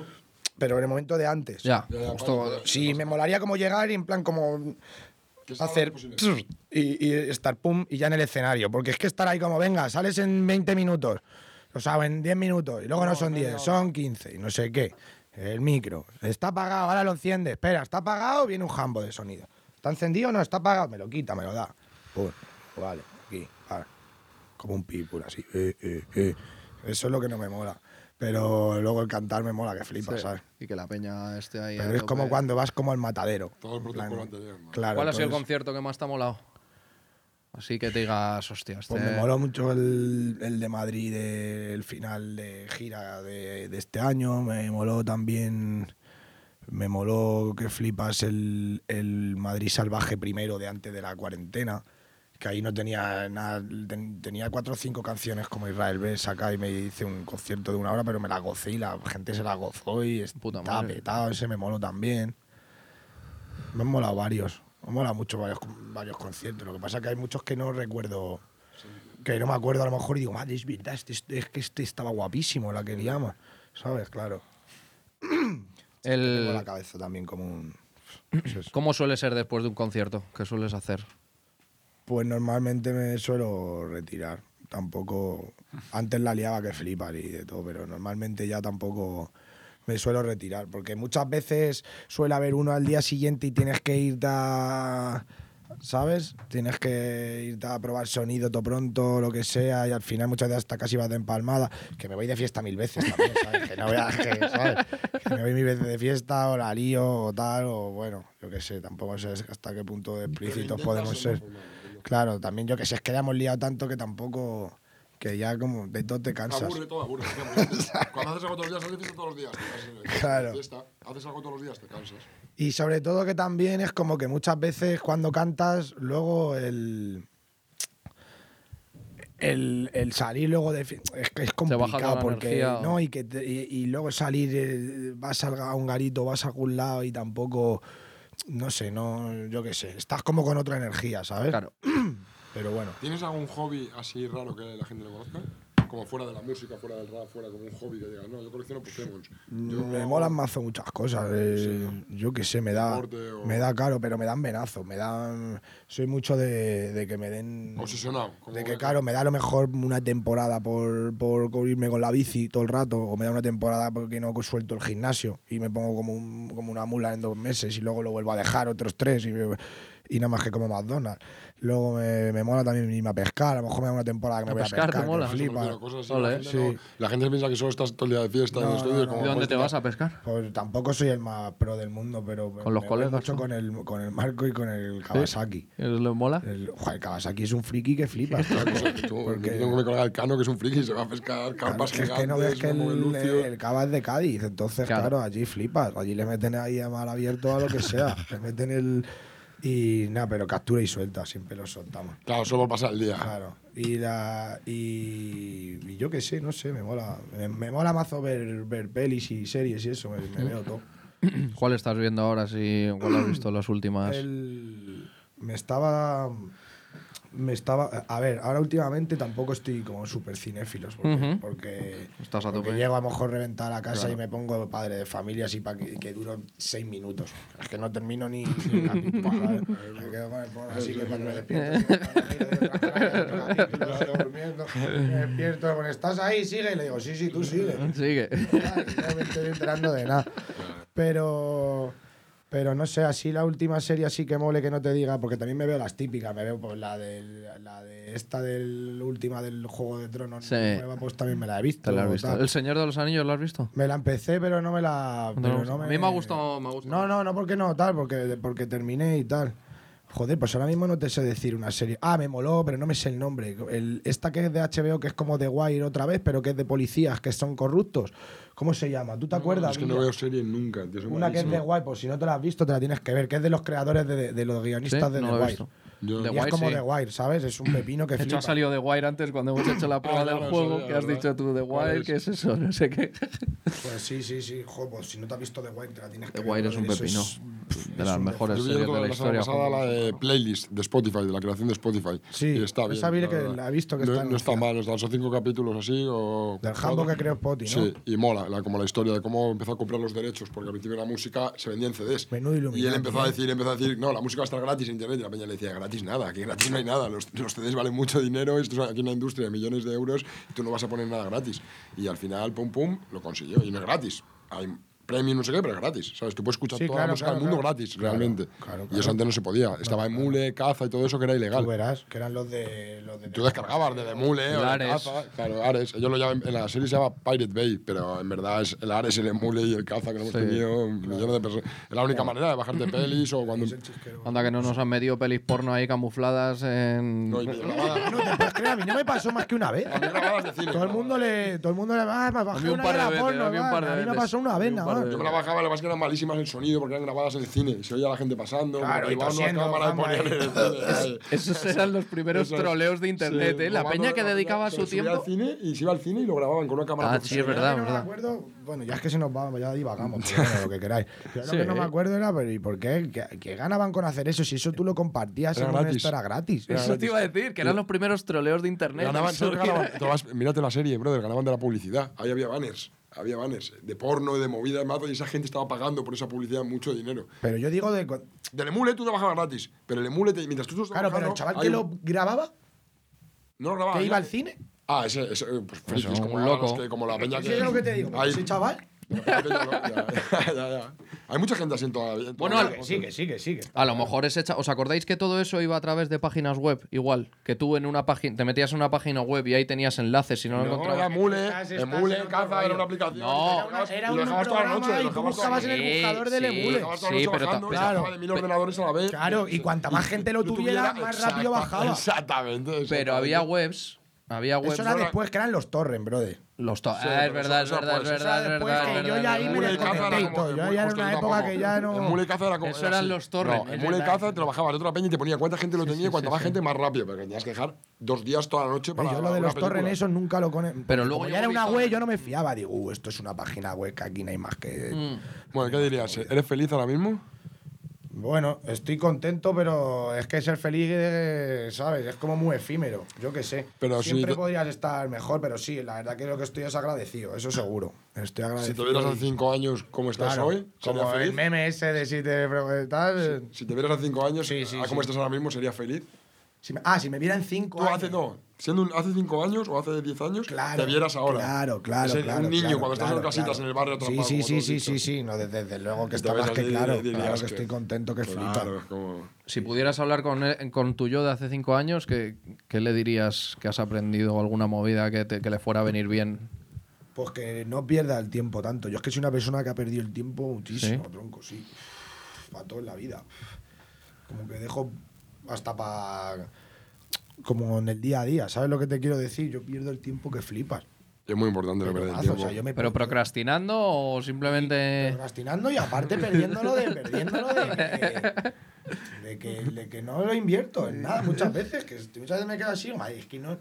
[SPEAKER 4] Pero en el momento de antes.
[SPEAKER 3] Ya,
[SPEAKER 2] Ya, ya,
[SPEAKER 3] justo.
[SPEAKER 2] vale.
[SPEAKER 4] Sí, me molaría como llegar y en plan como
[SPEAKER 2] Que sea
[SPEAKER 4] hacer
[SPEAKER 2] posible.
[SPEAKER 4] y, y estar pum y ya en el escenario. Porque es que estar ahí como, venga, sales en 20 minutos. O sea, en 10 minutos. Y luego no, son 10, son 15 y no sé qué. El micro. Está apagado, ahora lo enciende. Espera, está apagado, viene un jambo de sonido. ¿Está encendido? No, está apagado. Me lo quita, me lo da. Pum. Vale, aquí. ahora. Como un pipul así. Eh, eh, eh. Eso es lo que no me mola. Pero luego el cantar me mola, que flipa,
[SPEAKER 3] Sí.
[SPEAKER 4] ¿sabes?
[SPEAKER 3] Y que la peña esté ahí. eh, a
[SPEAKER 4] Pero es
[SPEAKER 3] tope.
[SPEAKER 4] como cuando vas como al matadero.
[SPEAKER 2] Todo el
[SPEAKER 4] En
[SPEAKER 2] protocolo anterior, ¿no?
[SPEAKER 4] Claro.
[SPEAKER 3] ¿Cuál ha sido el
[SPEAKER 4] entonces,
[SPEAKER 3] concierto que más te ha molado? Así que te digas, hostia, este...
[SPEAKER 4] Pues me moló mucho el, el de Madrid, eh, el final de gira de, de este año. Me moló también. Me moló que flipas el, el Madrid salvaje primero de antes de la cuarentena. Que ahí no tenía nada. ten- tenía cuatro o cinco canciones como Israel B. Saca y me hice un concierto de una hora, pero me la gocé y la gente se la gozó y
[SPEAKER 3] Puta
[SPEAKER 4] estaba
[SPEAKER 3] madre.
[SPEAKER 4] petado. Ese me moló también. Me han molado varios. Me han molado mucho varios, varios conciertos. Lo que pasa es que hay muchos que no recuerdo. Que no me acuerdo a lo mejor y digo, madre, es verdad, este- este- es que este estaba guapísimo, la que liamos. ¿Sabes? Claro. Tengo
[SPEAKER 3] el...
[SPEAKER 4] la cabeza también como un.
[SPEAKER 3] ¿Cómo suele ser después de un concierto? ¿Qué sueles hacer?
[SPEAKER 4] Pues normalmente me suelo retirar. Tampoco. Antes la liaba que flipas y de todo, pero normalmente ya tampoco me suelo retirar. Porque muchas veces suele haber uno al día siguiente y tienes que irte a. ¿Sabes? Tienes que irte a probar sonido todo pronto, lo que sea, y al final muchas veces hasta casi vas de empalmada. Que me voy de fiesta mil veces también, ¿sabes? Que no veas que, ¿sabes? Que me voy mil veces de fiesta, o la lío, o tal, o bueno, yo qué sé, tampoco sé hasta qué punto de explícitos podemos ser. Claro, también yo que sé, es que la hemos liado tanto que tampoco. que ya como de todo te cansas.
[SPEAKER 2] Aburre todo, aburre. tío. Cuando haces algo todos los días, haces fiesta todos los días. te cansas.
[SPEAKER 4] Claro.
[SPEAKER 2] Fiesta, Haces algo todos los días, te cansas.
[SPEAKER 4] Y sobre todo que también es como que muchas veces cuando cantas, luego el. El, el salir luego de. fi- Es que es
[SPEAKER 3] baja toda
[SPEAKER 4] complicado
[SPEAKER 3] la
[SPEAKER 4] porque.
[SPEAKER 3] energía o-
[SPEAKER 4] No, y, que te- y, y luego salir, eh, vas a un garito, vas a algún lado y tampoco. No sé, no. Yo qué sé. Estás como con otra energía, ¿sabes?
[SPEAKER 3] Claro.
[SPEAKER 4] Pero bueno.
[SPEAKER 2] ¿Tienes algún hobby así raro que la gente no conozca? como fuera de la música, fuera del rap, fuera como un hobby que digas, no, yo colecciono Pokémon.
[SPEAKER 4] me molan mazo muchas cosas. eh, Yo qué sé, me da,
[SPEAKER 2] Deporte o-
[SPEAKER 4] me da caro, pero me dan venazos. Me dan, soy mucho de, de que me den.
[SPEAKER 2] Obsesionado. como
[SPEAKER 4] De que,
[SPEAKER 2] que-
[SPEAKER 4] claro, me da a lo mejor una temporada por, por cubrirme con la bici todo el rato, o me da una temporada porque no suelto el gimnasio y me pongo como, un- como una mula en dos meses y luego lo vuelvo a dejar otros tres y, y nada más que como McDonald's. Luego me, me mola también irme a pescar, a lo mejor me da una temporada que me
[SPEAKER 3] A
[SPEAKER 4] voy
[SPEAKER 3] pescar,
[SPEAKER 4] a
[SPEAKER 3] ¿te
[SPEAKER 4] pescar. que
[SPEAKER 3] mola?
[SPEAKER 4] me
[SPEAKER 2] Eso me
[SPEAKER 4] flipa.
[SPEAKER 2] refiero a cosas así,
[SPEAKER 3] Ole.
[SPEAKER 2] la, gente no-
[SPEAKER 4] Sí.
[SPEAKER 2] la gente piensa que solo estás todo el día de fiesta en
[SPEAKER 4] No,
[SPEAKER 2] el estudio. y
[SPEAKER 4] no,
[SPEAKER 2] como,
[SPEAKER 4] no.
[SPEAKER 3] ¿De dónde te
[SPEAKER 2] pues,
[SPEAKER 3] vas a pescar?
[SPEAKER 4] Pues tampoco soy el más pro del mundo, pero
[SPEAKER 3] Con los
[SPEAKER 4] me voy
[SPEAKER 3] colegas,
[SPEAKER 4] mucho
[SPEAKER 3] ¿no?
[SPEAKER 4] con el, con el Marco y con el Kawasaki.
[SPEAKER 3] ¿Eso ¿Le mola?
[SPEAKER 4] El, joder, el Kawasaki es un friki que flipa.
[SPEAKER 2] Tú, tengo que me colgar el cano, que es un friki, se va a pescar carpas
[SPEAKER 4] Claro, es
[SPEAKER 2] gigantes,
[SPEAKER 4] que no ves que
[SPEAKER 2] me mueve
[SPEAKER 4] el,
[SPEAKER 2] lucio.
[SPEAKER 4] el Cava es de Cádiz, entonces,
[SPEAKER 3] Claro.
[SPEAKER 4] claro. allí flipas. Allí le meten ahí a mal abierto a lo que sea. le meten el. Y nada, pero captura y suelta, siempre lo soltamos.
[SPEAKER 2] Claro, solo pasa el día.
[SPEAKER 4] Claro. Y la. Y, y yo qué sé, no sé, me mola. Me, me mola mazo ver, ver pelis y series y eso, me, me veo todo.
[SPEAKER 3] ¿Cuál estás viendo ahora? Si, ¿Cuál has visto las últimas?
[SPEAKER 4] El- me estaba. Me estaba. A ver, ahora últimamente tampoco estoy como súper cinéfilos. Porque,
[SPEAKER 3] Ujú.
[SPEAKER 4] porque-
[SPEAKER 3] Estás a
[SPEAKER 4] porque
[SPEAKER 3] tope.
[SPEAKER 4] llego a lo mejor reventar a casa y me pongo padre de familia así para que, que duro seis minutos. Es que no termino ni. ni el capítulo, ¿sabes? me quedo con el porro así que cuando me despierto. digo, durmiendo, Me despierto. Bueno, estás ahí, sigue. Y le digo, sí, sí, tú sigue.
[SPEAKER 3] Sigue.
[SPEAKER 4] No me estoy enterando de nada. Pero. Pero no sé, así la última serie así que mole que no te diga, porque también me veo las típicas, me veo pues, la, del, la de esta del última del Juego de Tronos
[SPEAKER 3] Sí.
[SPEAKER 4] nueva, pues también me la he visto.
[SPEAKER 3] ¿Te la has visto?
[SPEAKER 4] tal.
[SPEAKER 3] ¿El Señor de los Anillos lo has visto?
[SPEAKER 4] Me la empecé, pero no me la...
[SPEAKER 3] No te
[SPEAKER 4] pero
[SPEAKER 3] la
[SPEAKER 4] no
[SPEAKER 3] gusta. A mí me ha gustado. Me ha
[SPEAKER 2] pues
[SPEAKER 3] gustado.
[SPEAKER 4] No, no, no porque no, tal, porque, porque terminé y tal. Joder, pues ahora mismo no te sé decir una serie. Ah, me moló, pero no me sé el nombre. El, esta que es de HBO, que es como The Wire otra vez, pero que es de policías, que son corruptos. ¿Cómo se llama? ¿Tú te acuerdas?
[SPEAKER 2] Es que no
[SPEAKER 4] Villa?
[SPEAKER 2] veo series nunca. tío, soy
[SPEAKER 4] Una que es de
[SPEAKER 2] malísimo.
[SPEAKER 4] Wire, pues si no te la has visto, te la tienes que ver, que es de los creadores de, de los
[SPEAKER 3] Sí,
[SPEAKER 4] guionistas de
[SPEAKER 3] no
[SPEAKER 4] The
[SPEAKER 3] lo he
[SPEAKER 4] Wire.
[SPEAKER 3] visto.
[SPEAKER 2] Yo-
[SPEAKER 3] The
[SPEAKER 4] Y
[SPEAKER 3] Wire,
[SPEAKER 4] es como
[SPEAKER 3] sí.
[SPEAKER 4] The Wire, ¿sabes? Es un pepino que
[SPEAKER 3] De hecho,
[SPEAKER 4] flipa.
[SPEAKER 3] ha salido The Wire antes cuando hemos hecho la prueba
[SPEAKER 2] Ah,
[SPEAKER 3] del
[SPEAKER 2] claro,
[SPEAKER 3] juego,
[SPEAKER 2] sí,
[SPEAKER 3] que has
[SPEAKER 2] ¿verdad?
[SPEAKER 3] dicho tú, The Wire,
[SPEAKER 2] Claro,
[SPEAKER 3] ¿qué es eso? No sé qué.
[SPEAKER 4] Pues sí, sí, sí. Jo, pues si no te has visto The Wire, te la tienes
[SPEAKER 3] The
[SPEAKER 4] que
[SPEAKER 3] Wire
[SPEAKER 4] ver.
[SPEAKER 3] es un
[SPEAKER 4] brother.
[SPEAKER 3] pepino.
[SPEAKER 4] Eso
[SPEAKER 3] De las mejores
[SPEAKER 2] Yo vi el
[SPEAKER 3] series
[SPEAKER 2] otro
[SPEAKER 3] de la
[SPEAKER 2] la semana
[SPEAKER 3] historia.
[SPEAKER 2] pasada la de playlist de Spotify, de la creación de Spotify.
[SPEAKER 4] Sí,
[SPEAKER 2] y está bien.
[SPEAKER 4] esa vi que
[SPEAKER 2] verdad.
[SPEAKER 4] la he visto que
[SPEAKER 2] no,
[SPEAKER 4] está
[SPEAKER 2] No está
[SPEAKER 4] anunciada.
[SPEAKER 2] mal, están, son cinco capítulos así. O
[SPEAKER 4] Del jambo que creó Spotty, ¿no?
[SPEAKER 2] Sí, y mola, la- como la historia de cómo empezó a comprar los derechos, porque al principio la música se vendía en CDs.
[SPEAKER 4] Menudo
[SPEAKER 2] y él
[SPEAKER 4] Illuminati,
[SPEAKER 2] empezó a
[SPEAKER 4] ¿eh?
[SPEAKER 2] decir, empezó a decir, no, la música va a estar gratis en internet. Y la peña le decía, gratis nada, que gratis no hay nada. Los, los CDs valen mucho dinero, esto es aquí en la industria, millones de euros, y tú no vas a poner nada gratis. Y al final, pum, pum, lo consiguió. Y no es gratis. Hay premium, no sé qué, pero es gratis. ¿Sabes? Tú puedes escuchar
[SPEAKER 4] Sí,
[SPEAKER 2] toda la
[SPEAKER 4] claro,
[SPEAKER 2] música del
[SPEAKER 4] claro,
[SPEAKER 2] mundo
[SPEAKER 4] claro.
[SPEAKER 2] gratis, realmente.
[SPEAKER 4] claro,
[SPEAKER 2] Y eso
[SPEAKER 4] claro.
[SPEAKER 2] antes no se podía. Estaba en Mule, Caza y todo eso que era ilegal.
[SPEAKER 4] Tú verás, que eran los de. Los de
[SPEAKER 2] Tú descargabas de Emule o
[SPEAKER 3] El
[SPEAKER 2] de
[SPEAKER 3] Ares.
[SPEAKER 2] Caza. Claro, Ares. Ellos lo llaman, en la serie se llama Pirate Bay, pero en verdad es el Ares, el Emule y el Caza que lo hemos
[SPEAKER 3] Sí.
[SPEAKER 2] tenido millones de personas. Es la única manera de bajarte pelis o cuando.
[SPEAKER 3] Anda que no nos han metido pelis porno ahí camufladas en.
[SPEAKER 2] No, y videograbadas.
[SPEAKER 4] No te puedes creer, a mí no me pasó más que una vez.
[SPEAKER 2] Videograbadas de cine.
[SPEAKER 4] Todo el mundo le. Todo el mundo le. Ah, me bajé
[SPEAKER 3] un
[SPEAKER 4] una
[SPEAKER 3] par
[SPEAKER 4] de
[SPEAKER 3] de
[SPEAKER 4] la
[SPEAKER 3] veces,
[SPEAKER 4] porno,
[SPEAKER 3] a mí un
[SPEAKER 4] va,
[SPEAKER 3] par de
[SPEAKER 4] a mí me
[SPEAKER 3] veces.
[SPEAKER 4] pasó
[SPEAKER 3] A
[SPEAKER 4] una
[SPEAKER 3] mí
[SPEAKER 4] vez,
[SPEAKER 3] un
[SPEAKER 4] nada
[SPEAKER 3] par de
[SPEAKER 4] más.
[SPEAKER 2] Yo me la bajaba, lo que pasa es que eran malísimas el sonido porque eran grabadas en el cine. Se oía a la gente pasando,
[SPEAKER 4] Claro, y
[SPEAKER 2] llevaban una
[SPEAKER 4] tosiendo,
[SPEAKER 2] cámara y
[SPEAKER 4] vamos ahí.
[SPEAKER 2] ponían en el cine.
[SPEAKER 3] Esos eran los primeros
[SPEAKER 2] Eso es.
[SPEAKER 3] troleos de internet,
[SPEAKER 2] Sí,
[SPEAKER 3] ¿eh? La
[SPEAKER 2] grabando-
[SPEAKER 3] peña que dedicaba
[SPEAKER 2] se
[SPEAKER 3] su
[SPEAKER 2] subía
[SPEAKER 3] tiempo.
[SPEAKER 2] Al cine y se iba al cine y lo grababan con una cámara.
[SPEAKER 3] Ah, sí, es
[SPEAKER 4] Yo no
[SPEAKER 2] profesional.
[SPEAKER 3] verdad,
[SPEAKER 4] me
[SPEAKER 3] verdad.
[SPEAKER 4] acuerdo, bueno, ya es que se nos va, ya divagamos, pero bueno, lo que queráis. Yo lo que no me acuerdo era, pero ¿y por qué? ¿Qué, qué ganaban con hacer eso? Si eso tú lo compartías,
[SPEAKER 2] Era
[SPEAKER 4] en un
[SPEAKER 2] gratis.
[SPEAKER 4] esto era gratis.
[SPEAKER 3] Eso te iba a decir, que eran los primeros troleos de internet.
[SPEAKER 2] Ganaban,
[SPEAKER 3] Eso
[SPEAKER 2] ¿sabes qué ganaban? Te vas- mírate la serie, brother, ganaban de la publicidad. Ahí había banners, había banners de porno, de movidas, mazo, y esa gente estaba pagando por esa publicidad mucho dinero.
[SPEAKER 4] Pero yo digo de. cu-
[SPEAKER 2] Del emule tú trabajabas gratis, pero el emule, te- mientras tú estás
[SPEAKER 4] Claro, pero el chaval que
[SPEAKER 2] hay
[SPEAKER 4] lo
[SPEAKER 2] un-
[SPEAKER 4] grababa,
[SPEAKER 2] no lo grababa,
[SPEAKER 4] que iba
[SPEAKER 2] ya.
[SPEAKER 4] al cine.
[SPEAKER 2] Ah, ese, ese eh, pues, frikis,
[SPEAKER 3] un
[SPEAKER 2] como
[SPEAKER 3] loco.
[SPEAKER 2] loco. como la peña
[SPEAKER 4] Eso
[SPEAKER 2] que...
[SPEAKER 4] es lo que te digo.
[SPEAKER 2] Hay,
[SPEAKER 4] Ese chaval.
[SPEAKER 2] Ya, ya, ya. Hay mucha gente así en toda la vida.
[SPEAKER 3] Bueno, al-
[SPEAKER 4] Sigue, sigue, sigue.
[SPEAKER 3] A lo mejor es hecha. ¿Os acordáis que todo eso iba a través de páginas web? Igual. Que tú en una página. Te metías en una página web y ahí tenías enlaces y no lo
[SPEAKER 2] No,
[SPEAKER 3] encontrabas.
[SPEAKER 2] era Mule,
[SPEAKER 4] Estás- estás en
[SPEAKER 2] Emule,
[SPEAKER 4] otro
[SPEAKER 2] Caza, era
[SPEAKER 4] rollo.
[SPEAKER 2] una aplicación. y
[SPEAKER 3] No.
[SPEAKER 2] lo dejabas-
[SPEAKER 4] Era
[SPEAKER 2] y
[SPEAKER 4] un
[SPEAKER 2] lo dejabas toda la
[SPEAKER 4] programa
[SPEAKER 2] noche,
[SPEAKER 4] y tú
[SPEAKER 2] lo dejabas toda la
[SPEAKER 4] buscabas en el
[SPEAKER 3] Sí,
[SPEAKER 4] buscador del
[SPEAKER 3] sí.
[SPEAKER 2] Y
[SPEAKER 4] emule.
[SPEAKER 2] dejabas toda la
[SPEAKER 3] Sí,
[SPEAKER 2] noche
[SPEAKER 3] pero ta-
[SPEAKER 2] bajando, y
[SPEAKER 3] claro.
[SPEAKER 2] bajaba de mil ordenadores a la vez.
[SPEAKER 4] Claro, y cuanta más gente lo tuviera, más
[SPEAKER 2] exacta-
[SPEAKER 4] rápido bajaba.
[SPEAKER 2] Exactamente, exactamente.
[SPEAKER 3] Pero había webs. Había webs.
[SPEAKER 4] Eso era después, que eran los torrent, brother. Pues
[SPEAKER 3] Los to-
[SPEAKER 2] Sí,
[SPEAKER 3] Ah, es
[SPEAKER 2] pero
[SPEAKER 3] verdad, es
[SPEAKER 2] eso- eso
[SPEAKER 3] verdad, es
[SPEAKER 2] puede ser.
[SPEAKER 3] verdad, es
[SPEAKER 4] Eso era después
[SPEAKER 3] verdad. es
[SPEAKER 4] que yo
[SPEAKER 3] verdad,
[SPEAKER 4] ya
[SPEAKER 3] es
[SPEAKER 4] ahí me
[SPEAKER 3] verdad,
[SPEAKER 2] Mule y
[SPEAKER 3] es verdad.
[SPEAKER 2] caza
[SPEAKER 4] desconecté.
[SPEAKER 2] era
[SPEAKER 4] Yo
[SPEAKER 2] como.
[SPEAKER 4] ya era una época que ya no-
[SPEAKER 2] En Mule y caza era como.
[SPEAKER 3] Eso
[SPEAKER 2] era
[SPEAKER 3] eran
[SPEAKER 2] así.
[SPEAKER 3] los torrent,
[SPEAKER 2] No,
[SPEAKER 3] es
[SPEAKER 2] en Mule y
[SPEAKER 3] verdad.
[SPEAKER 2] caza trabajabas de otra peña y te ponía cuánta gente lo tenía y cuánta más gente más rápido. Pero que tenías que dejar dos días toda la noche para.
[SPEAKER 4] Oye, yo lo de
[SPEAKER 2] una
[SPEAKER 4] los torrent
[SPEAKER 2] película.
[SPEAKER 4] esos nunca lo conecté.
[SPEAKER 3] Pero luego
[SPEAKER 4] Como
[SPEAKER 3] llegó
[SPEAKER 4] ya era una
[SPEAKER 3] Victoria.
[SPEAKER 4] web, yo no me fiaba. Digo, "Uh, esto es una página web que aquí no hay más que.
[SPEAKER 2] Bueno, ¿qué dirías? ¿Eres feliz ahora mismo?
[SPEAKER 4] Bueno, estoy contento, pero es que ser feliz, eh, ¿sabes? Es como muy efímero, yo qué sé.
[SPEAKER 2] Pero si
[SPEAKER 4] Siempre
[SPEAKER 2] te-
[SPEAKER 4] podrías estar mejor, pero sí, la verdad que lo que estoy es agradecido, eso seguro. Estoy
[SPEAKER 2] Si
[SPEAKER 4] agradecido.
[SPEAKER 2] te vieras
[SPEAKER 4] y-
[SPEAKER 2] hace cinco años como estás
[SPEAKER 4] claro,
[SPEAKER 2] hoy, sería
[SPEAKER 4] como el
[SPEAKER 2] feliz.
[SPEAKER 4] meme ese de si te pre- tal.
[SPEAKER 2] Si te vieras hace cinco años,
[SPEAKER 4] Sí, sí,
[SPEAKER 2] a como
[SPEAKER 4] sí.
[SPEAKER 2] estás ahora mismo, sería feliz.
[SPEAKER 4] si me- ah, si me vieran cinco
[SPEAKER 2] Tú
[SPEAKER 4] años.
[SPEAKER 2] hace, no, siendo un- hace cinco años o hace diez años,
[SPEAKER 4] Claro,
[SPEAKER 2] te vieras ahora.
[SPEAKER 4] Claro, claro.
[SPEAKER 2] Es el-
[SPEAKER 4] claro,
[SPEAKER 2] un niño
[SPEAKER 4] claro,
[SPEAKER 2] cuando estás en
[SPEAKER 4] claro,
[SPEAKER 2] casitas
[SPEAKER 4] claro.
[SPEAKER 2] en el barrio atrapado.
[SPEAKER 4] Sí, sí,
[SPEAKER 2] como tú
[SPEAKER 4] sí,
[SPEAKER 2] has
[SPEAKER 4] sí,
[SPEAKER 2] dicho.
[SPEAKER 4] sí, sí. No, desde, desde luego que
[SPEAKER 2] Te
[SPEAKER 4] está
[SPEAKER 2] ves
[SPEAKER 4] más que
[SPEAKER 2] así "Ah, y
[SPEAKER 4] claro.
[SPEAKER 2] dirías
[SPEAKER 4] Claro que
[SPEAKER 2] que-
[SPEAKER 4] estoy contento que flipa.
[SPEAKER 2] Claro, como-
[SPEAKER 3] Si pudieras hablar con, él- con tu yo de hace cinco años, ¿qué, qué le dirías que has aprendido o alguna movida que, te- que le fuera a venir bien?
[SPEAKER 4] Pues que no pierda el tiempo tanto. Yo es que soy una persona que ha perdido el tiempo muchísimo, tronco, sí. Para todo en la vida. Como que dejo hasta para. Como en el día a día, ¿sabes lo que te quiero decir? Yo pierdo el tiempo que flipas.
[SPEAKER 2] Es muy importante la
[SPEAKER 4] Pero,
[SPEAKER 2] verdad. el
[SPEAKER 4] mazo, o
[SPEAKER 2] tiempo.
[SPEAKER 4] sea, yo me
[SPEAKER 3] ¿Pero procrastinando o simplemente.?
[SPEAKER 4] procrastinando y aparte perdiéndolo de, perdiéndolo de, que, de, que, de que no lo invierto en nada muchas veces, que muchas veces me quedo así, "Ay, es que no...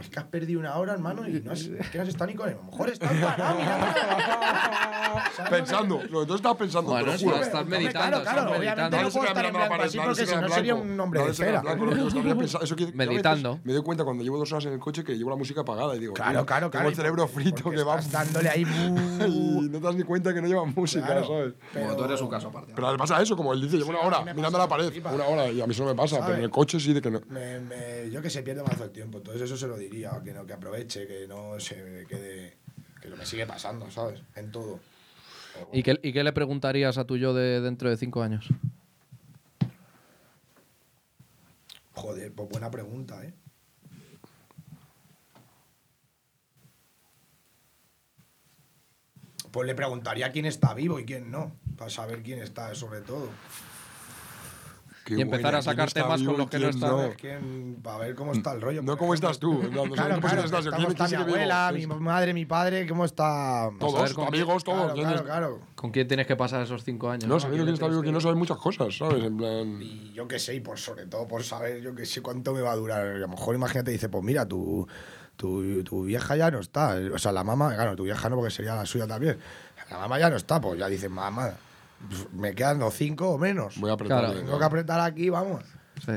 [SPEAKER 4] Es que has perdido una hora, hermano, y no has, es que no has estado ni con él. A lo mejor estás parado mirando la- ¿Sabes lo que-
[SPEAKER 2] Pensando, no, entonces estás pensando,
[SPEAKER 3] Bueno,
[SPEAKER 2] te lo
[SPEAKER 3] es
[SPEAKER 4] Sí,
[SPEAKER 2] juro.
[SPEAKER 3] una- estás
[SPEAKER 4] hombre,
[SPEAKER 3] meditando,
[SPEAKER 4] Claro, claro,
[SPEAKER 3] estás
[SPEAKER 4] obviamente
[SPEAKER 3] meditando.
[SPEAKER 4] no
[SPEAKER 2] Nadie se
[SPEAKER 4] puedo
[SPEAKER 2] queda
[SPEAKER 4] estar en
[SPEAKER 2] mirando a
[SPEAKER 4] blanco así
[SPEAKER 2] pared, nadie
[SPEAKER 4] porque
[SPEAKER 2] se
[SPEAKER 4] si
[SPEAKER 2] queda
[SPEAKER 4] no
[SPEAKER 2] en
[SPEAKER 4] sería
[SPEAKER 2] blanco.
[SPEAKER 4] un hombre de
[SPEAKER 2] Nadie se queda en
[SPEAKER 4] cera.
[SPEAKER 2] blanco, no, yo estaría pensando- eso que- que a veces
[SPEAKER 3] Meditando.
[SPEAKER 2] Me doy cuenta cuando llevo dos horas en el coche que llevo la música apagada y digo,
[SPEAKER 4] Claro,
[SPEAKER 2] "Tío,
[SPEAKER 4] claro, claro.
[SPEAKER 2] Tengo el cerebro frito
[SPEAKER 4] Porque
[SPEAKER 2] que va.
[SPEAKER 4] estás dándole ahí... uh,
[SPEAKER 2] y no te das ni cuenta que no lleva música,
[SPEAKER 4] Claro.
[SPEAKER 2] ¿sabes?
[SPEAKER 3] Bueno, tú eres un caso aparte.
[SPEAKER 2] Pero le pasa eso, como él dice, llevo una
[SPEAKER 4] a mí
[SPEAKER 2] hora
[SPEAKER 4] me
[SPEAKER 2] mirando
[SPEAKER 4] pasa,
[SPEAKER 2] a la pared,
[SPEAKER 4] flipa.
[SPEAKER 2] una hora, y a mí eso no me pasa,
[SPEAKER 4] ¿Sabes?
[SPEAKER 2] pero en el coche sí de que no.
[SPEAKER 4] Me- me- yo que se pierde más el tiempo, entonces eso se lo diría, que no que aproveche, que no se quede, que lo que sigue pasando, ¿sabes? En todo. Pero bueno,
[SPEAKER 3] ¿Y qué, y qué le preguntarías a tu yo de dentro de cinco años?
[SPEAKER 4] Joder, pues buena pregunta, ¿eh? Pues le preguntaría quién está vivo y quién no, para saber quién está sobre todo.
[SPEAKER 2] Qué
[SPEAKER 3] Y empezar
[SPEAKER 2] buena,
[SPEAKER 3] a sacar
[SPEAKER 2] ¿quién está
[SPEAKER 3] temas
[SPEAKER 2] vivo y
[SPEAKER 3] con los que
[SPEAKER 2] quién
[SPEAKER 3] no está?
[SPEAKER 4] Saber quién- para ver cómo está el rollo.
[SPEAKER 2] Mm, No
[SPEAKER 4] por
[SPEAKER 2] cómo
[SPEAKER 4] ejemplo.
[SPEAKER 2] estás tú. en plan, no sé
[SPEAKER 4] Claro,
[SPEAKER 2] cómo
[SPEAKER 4] claro,
[SPEAKER 2] estás,
[SPEAKER 4] cómo
[SPEAKER 2] ¿quién
[SPEAKER 4] está mi
[SPEAKER 2] sigue vivo?
[SPEAKER 4] abuela,
[SPEAKER 2] Sí,
[SPEAKER 4] mi madre, mi padre, cómo está...
[SPEAKER 2] Todos,
[SPEAKER 3] saber cómo-
[SPEAKER 2] amigos, todos.
[SPEAKER 4] Claro,
[SPEAKER 2] ¿quién es?
[SPEAKER 4] claro, claro.
[SPEAKER 3] ¿Con quién tienes que pasar esos cinco años?
[SPEAKER 2] No, sabiendo quién está vivo y quién no, sabes muchas cosas, ¿sabes? En plan.
[SPEAKER 4] Y yo qué sé, y por sobre todo por saber, yo qué sé cuánto me va a durar. A lo mejor imagínate, dice, pues mira, tu, tu, tu vieja ya no está. O sea, la mamá, claro, tu vieja no, porque sería la suya también. La mamá ya no está, pues ya dice, mamá, pues, me quedan los cinco o menos.
[SPEAKER 2] Voy a apretar.
[SPEAKER 3] Claro.
[SPEAKER 4] Tengo que apretar aquí, vamos.
[SPEAKER 3] Sí.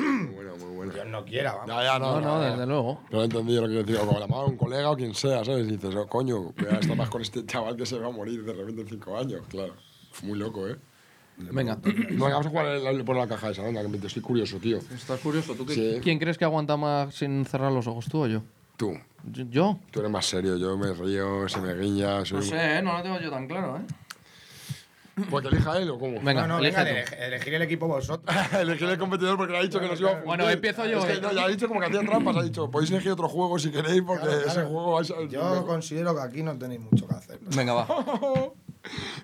[SPEAKER 2] Muy bueno, muy bueno.
[SPEAKER 4] Dios no quiera, vamos.
[SPEAKER 2] Mm. Ya, ya, no.
[SPEAKER 3] No, no, desde luego.
[SPEAKER 2] No he entendido lo que decía, o como la madre, un colega o quien sea, ¿sabes? Y dices, oh, coño, voy a estar más con este chaval que se va a morir de repente en cinco años, claro. Muy loco, ¿eh?
[SPEAKER 3] Venga.
[SPEAKER 2] No, vamos a jugar el- por la caja esa, venga, que me estoy curioso, tío.
[SPEAKER 3] ¿Estás curioso? ¿Tú
[SPEAKER 2] qué- Sí.
[SPEAKER 3] ¿Quién crees que aguanta más sin cerrar los ojos, tú o yo?
[SPEAKER 2] Tú,
[SPEAKER 3] ¿Yo- ¿Yo?
[SPEAKER 2] tú eres más serio, yo me río, se me guiña, soy...
[SPEAKER 3] no lo tengo yo tan claro, ¿eh?
[SPEAKER 2] Porque ¿Pues elija él o cómo.
[SPEAKER 3] Venga,
[SPEAKER 4] no, no,
[SPEAKER 3] elige
[SPEAKER 4] venga,
[SPEAKER 3] tú.
[SPEAKER 4] elege- elegir el equipo vosotros.
[SPEAKER 2] Elegir el competidor porque le ha dicho que nos iba a fundir.
[SPEAKER 3] Bueno, empiezo yo,
[SPEAKER 2] Es que
[SPEAKER 3] eh.
[SPEAKER 2] no, ya ha dicho como que hacían trampas, ha dicho, podéis elegir otro juego si queréis porque
[SPEAKER 4] Claro,
[SPEAKER 2] ese
[SPEAKER 4] claro.
[SPEAKER 2] juego vais a...
[SPEAKER 4] Yo considero que aquí no tenéis mucho que hacer.
[SPEAKER 3] Venga, va.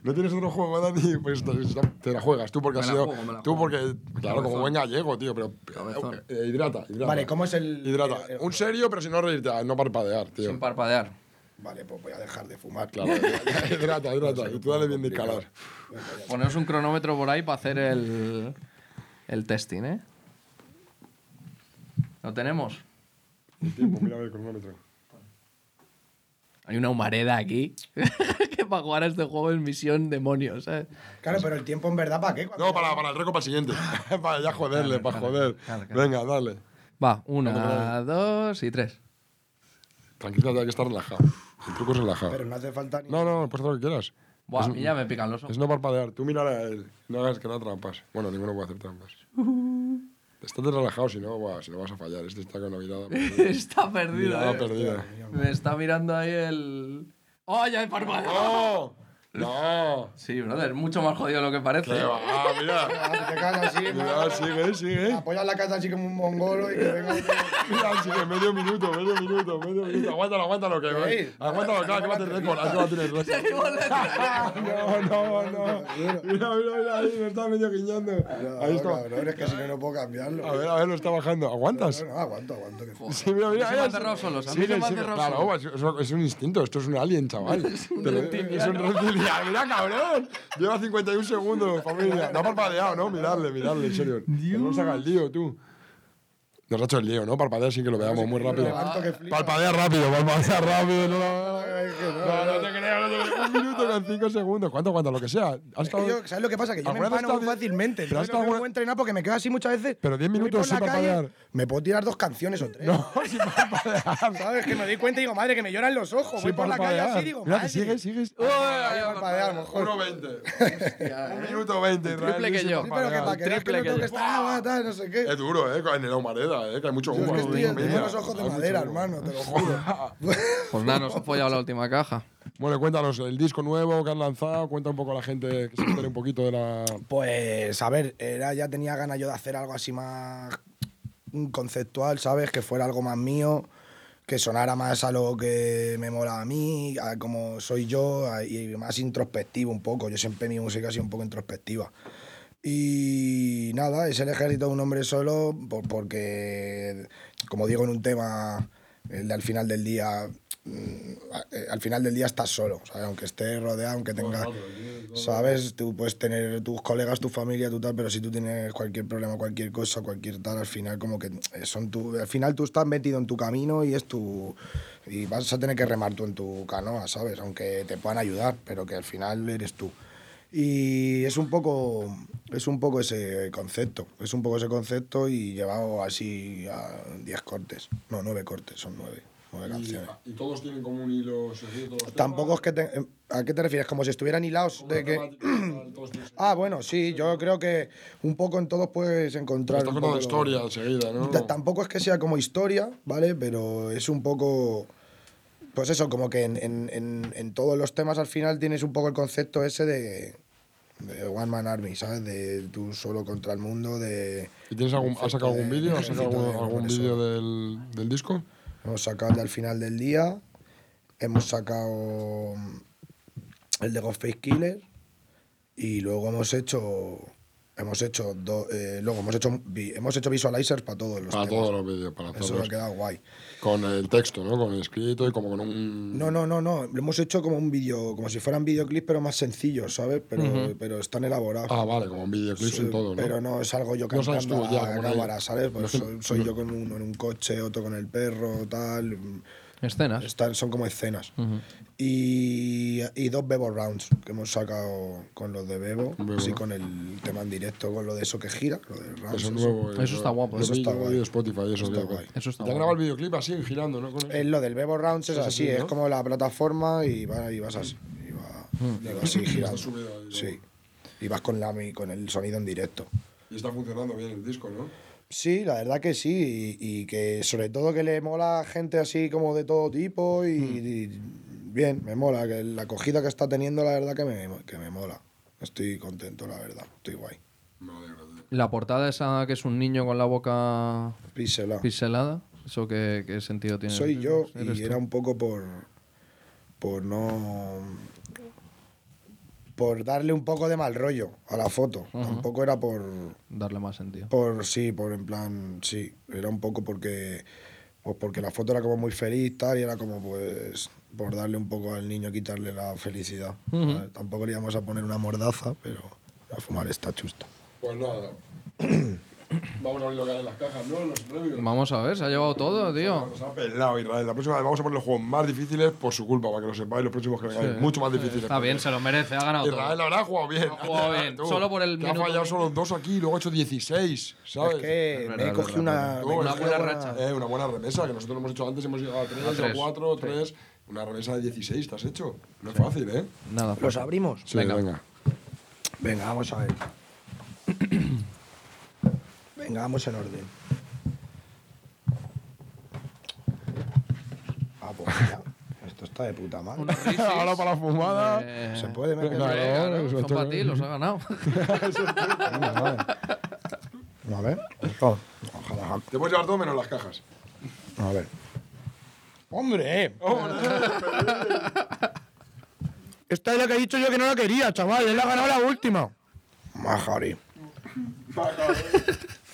[SPEAKER 2] No tienes otro juego, Dani, pues te, te la juegas tú porque
[SPEAKER 7] Me
[SPEAKER 2] has
[SPEAKER 7] la
[SPEAKER 2] sido.
[SPEAKER 7] juego, me la
[SPEAKER 2] tú
[SPEAKER 7] juego.
[SPEAKER 2] porque, claro, como
[SPEAKER 7] Cabezón.
[SPEAKER 2] buen gallego, tío, pero.
[SPEAKER 7] Cabezón.
[SPEAKER 2] eh, hidrata, hidrata.
[SPEAKER 4] Vale, ¿cómo Eh, es el...?
[SPEAKER 2] Hidrata.
[SPEAKER 4] el- el-
[SPEAKER 2] Un serio, pero si no reírte, no parpadear, tío.
[SPEAKER 3] Sin parpadear.
[SPEAKER 4] Vale, pues voy a dejar de fumar.
[SPEAKER 2] Claro, hidrata, hidrata. Y tú dale bien de calar.
[SPEAKER 3] Poneros un cronómetro por ahí para hacer el, el testing, ¿eh? ¿Lo tenemos?
[SPEAKER 2] El tiempo, mira el cronómetro.
[SPEAKER 3] Hay una humareda aquí que para jugar a este juego es misión demonio, ¿sabes?
[SPEAKER 4] Claro, pero el tiempo en verdad, ¿para qué? Cuando-
[SPEAKER 2] No, para, para el récord para el siguiente. para ya joderle, para joder. Venga, dale.
[SPEAKER 3] Va, una, dos y tres.
[SPEAKER 2] Tranquila, hay que estar relajado. El truco es relajado.
[SPEAKER 4] Pero no hace falta ni...
[SPEAKER 2] No, no, pues lo que quieras.
[SPEAKER 3] Buah, a mí ya me pican los ojos.
[SPEAKER 2] Es no parpadear. Tú mirar a él. No hagas que no trampas. Bueno, ninguno puede hacer trampas. Uh-huh. Estate relajado, si no, buah, si no vas a fallar. Este está con la mirada.
[SPEAKER 3] Está perdido,
[SPEAKER 2] mirada
[SPEAKER 3] ¿eh?
[SPEAKER 2] perdida.
[SPEAKER 3] Me está mirando ahí el... ¡Oh, ya he
[SPEAKER 2] ¡No!
[SPEAKER 3] parpadeado!
[SPEAKER 2] ¡No!
[SPEAKER 3] Sí, brother, es mucho más jodido de lo que parece.
[SPEAKER 2] ¡Qué va! ¡Mira!
[SPEAKER 4] Ah, que te caes así,
[SPEAKER 2] Mira, sigue, sigue.
[SPEAKER 4] Apoyas la casa así como un mongolo y que venga.
[SPEAKER 2] Mira, sigue. Medio minuto, medio minuto, medio minuto. Aguántalo, aguántalo, que
[SPEAKER 4] Ey,
[SPEAKER 2] Aguántalo, que va a tener récord. Aquí va a tener récord.
[SPEAKER 3] Seguimos la-
[SPEAKER 2] No, no, no. Mira, mira, mira, ahí me está medio guiñando. Ahí está.
[SPEAKER 4] Cabrón, es que si no, no puedo cambiarlo.
[SPEAKER 2] A ver, a ver, lo está bajando. ¿Aguantas?
[SPEAKER 4] No, no, aguanto, aguanto. que-
[SPEAKER 2] Sí, mira, mira,
[SPEAKER 3] A mí se
[SPEAKER 2] mira,
[SPEAKER 3] me han cerrado
[SPEAKER 2] sí.
[SPEAKER 3] solos, a mí
[SPEAKER 2] Sigue,
[SPEAKER 3] se me han
[SPEAKER 2] sigue.
[SPEAKER 3] cerrado
[SPEAKER 2] Claro, guau, es- es- es un instinto, esto es un alien, chaval. Te lo- Es un reptiliano. Mira, cabrón. Lleva 51 segundos, familia. No ha parpadeado, ¿no? Miradle, miradle, en serio. No nos hagas lío, tú. Nos ha hecho el lío, ¿no? Parpadear sin que lo veamos muy rápido.
[SPEAKER 4] levanto que flipas.
[SPEAKER 2] Parpadea rápido, parpadea rápido. No, no, no te creo, no te creo. Un minuto con cinco segundos. ¿Cuánto, cuánto? Lo que sea. ¿Has
[SPEAKER 4] Que
[SPEAKER 2] estado-
[SPEAKER 4] yo- ¿Sabes lo que pasa? Que yo me
[SPEAKER 2] ¿Alguna vez
[SPEAKER 4] empano
[SPEAKER 2] has
[SPEAKER 4] muy
[SPEAKER 2] estado-
[SPEAKER 4] fácilmente.
[SPEAKER 2] pero
[SPEAKER 4] Yo
[SPEAKER 2] has
[SPEAKER 4] no
[SPEAKER 2] estado
[SPEAKER 4] me
[SPEAKER 2] alguna-
[SPEAKER 4] puedo entrenar porque me quedo así muchas veces.
[SPEAKER 2] Pero diez
[SPEAKER 4] Voy
[SPEAKER 2] minutos
[SPEAKER 4] por la
[SPEAKER 2] sin
[SPEAKER 4] calle,
[SPEAKER 2] parpadear.
[SPEAKER 4] Me puedo tirar dos canciones o tres.
[SPEAKER 2] No, sin parpadear.
[SPEAKER 4] ¿Sabes? Que me doy cuenta y digo, madre, que me lloran los ojos. Voy
[SPEAKER 2] Sin
[SPEAKER 4] por la calle
[SPEAKER 2] parpadear.
[SPEAKER 4] así y digo,
[SPEAKER 2] Mira,
[SPEAKER 4] madre. Oh,
[SPEAKER 2] que sigues, sigues.
[SPEAKER 4] voy a parpadear, a lo mejor.
[SPEAKER 2] 1.20.
[SPEAKER 4] eh.
[SPEAKER 2] Un minuto 20.
[SPEAKER 3] Triple
[SPEAKER 2] Israel,
[SPEAKER 3] que
[SPEAKER 2] sin
[SPEAKER 3] yo.
[SPEAKER 4] Sí, pero que para que veas que
[SPEAKER 3] Triple
[SPEAKER 4] no
[SPEAKER 3] que
[SPEAKER 4] tengo que
[SPEAKER 3] yo.
[SPEAKER 4] estar ah, tal, no sé qué.
[SPEAKER 2] Es duro, ¿eh? En el Aumareda, ¿eh? Que hay mucho
[SPEAKER 4] Yo es
[SPEAKER 2] humo.
[SPEAKER 4] que estoy
[SPEAKER 2] Hay mucho
[SPEAKER 4] tengo los ojos de
[SPEAKER 2] humo.
[SPEAKER 4] madera, hermano, te lo juro.
[SPEAKER 3] Pues nada, nos ha follado la última caja.
[SPEAKER 2] Bueno, cuéntanos, el disco nuevo que han lanzado, cuenta un poco a la gente que se entere un poquito de la...
[SPEAKER 4] Pues, a ver, era, ya tenía ganas yo de hacer algo así más conceptual, ¿sabes? Que fuera algo más mío, que sonara más a lo que me mola a mí, a como soy yo, a- y más introspectivo un poco. Yo siempre mi música ha sido un poco introspectiva. Y nada, es el ejército de un hombre solo, por- porque, como digo en un tema, el de al final del día, mm, a- eh, al final del día estás solo, ¿sabes? aunque estés rodeado, aunque tengas, ¿sabes? Tú puedes tener tus colegas, tu familia, tu tal, pero si tú tienes cualquier problema, cualquier cosa, cualquier tal, al final como que eh, son tu, al final tú estás metido en tu camino y es tu, y vas a tener que remar tú en tu canoa, ¿sabes? Aunque te puedan ayudar, pero que al final eres tú. Y es un poco es un poco ese concepto, es un poco ese concepto y llevado así a 10 cortes, no, 9 cortes, son 9, 9 canciones.
[SPEAKER 2] Y, todos tienen como un hilo seguido.
[SPEAKER 4] Tampoco es que te- eh, ¿A qué te refieres? Como si estuvieran hilados de que... Ah, bueno, sí, yo creo que un poco en todos puedes encontrar...
[SPEAKER 2] Estás
[SPEAKER 4] un poco-
[SPEAKER 2] contando historia enseguida, ¿no?
[SPEAKER 4] T- Tampoco es que sea como historia, ¿vale? Pero es un poco. Pues eso, como que en, en- en- en todos los temas al final tienes un poco el concepto ese de. de One Man Army, ¿sabes? De tú solo contra el mundo, de.
[SPEAKER 2] ¿Y tienes algún, has sacado algún vídeo? ¿Has sacado
[SPEAKER 4] Ejército de
[SPEAKER 2] algún, algún
[SPEAKER 4] hombres
[SPEAKER 2] vídeo del, del disco?
[SPEAKER 4] Hemos sacado el de al final del día. Hemos sacado mm, el de Ghostface Killer. Y luego hemos hecho. Hemos hecho do- eh, luego hemos hecho vi- hemos hecho visualizers para todos los
[SPEAKER 2] Para
[SPEAKER 4] temas.
[SPEAKER 2] todos los vídeos, para
[SPEAKER 4] Eso
[SPEAKER 2] todos.
[SPEAKER 4] ha quedado guay.
[SPEAKER 2] Con el texto, ¿no? Con el escrito y como con un...
[SPEAKER 4] No, no, no, no. Lo hemos hecho como un vídeo, como si fueran videoclips, pero más sencillos, ¿sabes? Pero, pero están elaborados.
[SPEAKER 2] Ah, vale, como un videoclip
[SPEAKER 4] Sí,
[SPEAKER 2] sin todo, ¿no?
[SPEAKER 4] Pero no es algo yo
[SPEAKER 2] No sabes
[SPEAKER 4] cantando
[SPEAKER 2] tú ya,
[SPEAKER 4] a
[SPEAKER 2] como
[SPEAKER 4] cámara,
[SPEAKER 2] nadie.
[SPEAKER 4] ¿sabes? Pues
[SPEAKER 2] No sé,
[SPEAKER 4] soy, soy yo con uno en un coche, otro con el perro, tal.
[SPEAKER 3] Escenas.
[SPEAKER 4] Están, son como escenas. y, y dos Bebo Rounds que hemos sacado con los de Bebo,
[SPEAKER 2] Bebo.
[SPEAKER 4] sí, con el tema en directo, con lo de eso que gira, lo de Rounds.
[SPEAKER 2] Eso
[SPEAKER 4] Ah, eso.
[SPEAKER 2] es nuevo.
[SPEAKER 3] Eso está guapo, eh.
[SPEAKER 2] Lo
[SPEAKER 4] eso
[SPEAKER 2] vi
[SPEAKER 4] está
[SPEAKER 2] yo
[SPEAKER 4] guay.
[SPEAKER 2] vi de Spotify, eso. creo que-
[SPEAKER 4] guay.
[SPEAKER 3] Eso
[SPEAKER 2] Te
[SPEAKER 3] está
[SPEAKER 2] han
[SPEAKER 3] guay.
[SPEAKER 2] grabado el videoclip así, girando, ¿no? Con-
[SPEAKER 4] Es lo del Bebo Rounds es
[SPEAKER 2] ¿eh? Eso
[SPEAKER 4] así,
[SPEAKER 2] sí,
[SPEAKER 4] es
[SPEAKER 2] ¿no?
[SPEAKER 4] como la plataforma y, va- y vas así. Y va, y va así girando.
[SPEAKER 2] subido ahí, ¿no?
[SPEAKER 4] sí. Y vas con, la, mi- con el sonido en directo.
[SPEAKER 2] Y está funcionando bien el disco, ¿no?
[SPEAKER 4] Sí, la verdad que sí. Y, y que sobre todo que le mola a gente así como de todo tipo. Y,
[SPEAKER 3] Hmm.
[SPEAKER 4] y bien, me mola. Que la acogida que está teniendo, la verdad que me, que me mola. Estoy contento, la verdad. Estoy guay.
[SPEAKER 2] Me alegro, tío.
[SPEAKER 3] La portada esa que es un niño con la boca
[SPEAKER 4] Písela.
[SPEAKER 3] piselada, ¿eso qué, qué sentido tiene?
[SPEAKER 4] Soy yo
[SPEAKER 3] Eres
[SPEAKER 4] y
[SPEAKER 3] tú.
[SPEAKER 4] era un poco por por no por darle un poco de mal rollo a la foto. Tampoco era por
[SPEAKER 3] Darle más sentido.
[SPEAKER 4] por sí, por en plan, sí, era un poco porque pues porque la foto era como muy feliz tal y era como pues por darle un poco al niño quitarle la felicidad. ¿sabes? Tampoco le íbamos a poner una mordaza, pero a fumar está chusta.
[SPEAKER 2] Pues nada. Vamos a ver lo que hay en las cajas, ¿no? Los premios.
[SPEAKER 3] Vamos a ver, se ha llevado todo, tío.
[SPEAKER 2] Nos ha pelado Israel. La próxima vez vamos a poner los juegos más difíciles por su culpa, para que lo sepáis. Los próximos que vengáis, mucho más difíciles.
[SPEAKER 3] Está bien, se lo merece, ha ganado todo.
[SPEAKER 2] Israel la habrá jugado bien.
[SPEAKER 3] Ha jugado bien.
[SPEAKER 2] Tú,
[SPEAKER 3] Solo por el
[SPEAKER 2] que
[SPEAKER 3] minuto
[SPEAKER 2] Ha fallado
[SPEAKER 3] uno.
[SPEAKER 2] solo dos aquí y luego ha hecho 16, ¿sabes?
[SPEAKER 4] Es que
[SPEAKER 3] verdad,
[SPEAKER 4] me
[SPEAKER 3] es
[SPEAKER 4] cogí
[SPEAKER 3] verdad,
[SPEAKER 4] una,
[SPEAKER 2] Tú,
[SPEAKER 4] me
[SPEAKER 2] una
[SPEAKER 4] cogí
[SPEAKER 2] buena
[SPEAKER 4] una-
[SPEAKER 2] racha. Eh, una buena remesa, que nosotros lo hemos hecho antes, hemos llegado a 3,
[SPEAKER 3] A tres,
[SPEAKER 2] a 4,
[SPEAKER 3] sí.
[SPEAKER 2] 3. Una remesa de 16 te has hecho. No es fácil, ¿eh?
[SPEAKER 3] Nada. pues,
[SPEAKER 4] ¿Los abrimos?
[SPEAKER 2] Sí,
[SPEAKER 3] Venga.
[SPEAKER 4] Venga, vamos a ver. Venga, vamos en orden. Ah, pues mira, esto está de puta madre.
[SPEAKER 2] Ahora para la
[SPEAKER 4] Pues,
[SPEAKER 2] fumada.
[SPEAKER 3] Eh,
[SPEAKER 4] Se puede meter.
[SPEAKER 2] Venga,
[SPEAKER 4] Venga,
[SPEAKER 3] eh, claro,
[SPEAKER 2] eso
[SPEAKER 3] son
[SPEAKER 2] está
[SPEAKER 3] para ti,
[SPEAKER 2] bien.
[SPEAKER 3] los ha ganado.
[SPEAKER 4] vale. A ver. esto, Oh, Ojalá.
[SPEAKER 2] Te puedes llevar todo menos las cajas.
[SPEAKER 4] A ver. ¡Hombre!
[SPEAKER 6] Esta es la que he dicho yo que no la quería, chaval. Él la ha ganado la última.
[SPEAKER 4] Majari.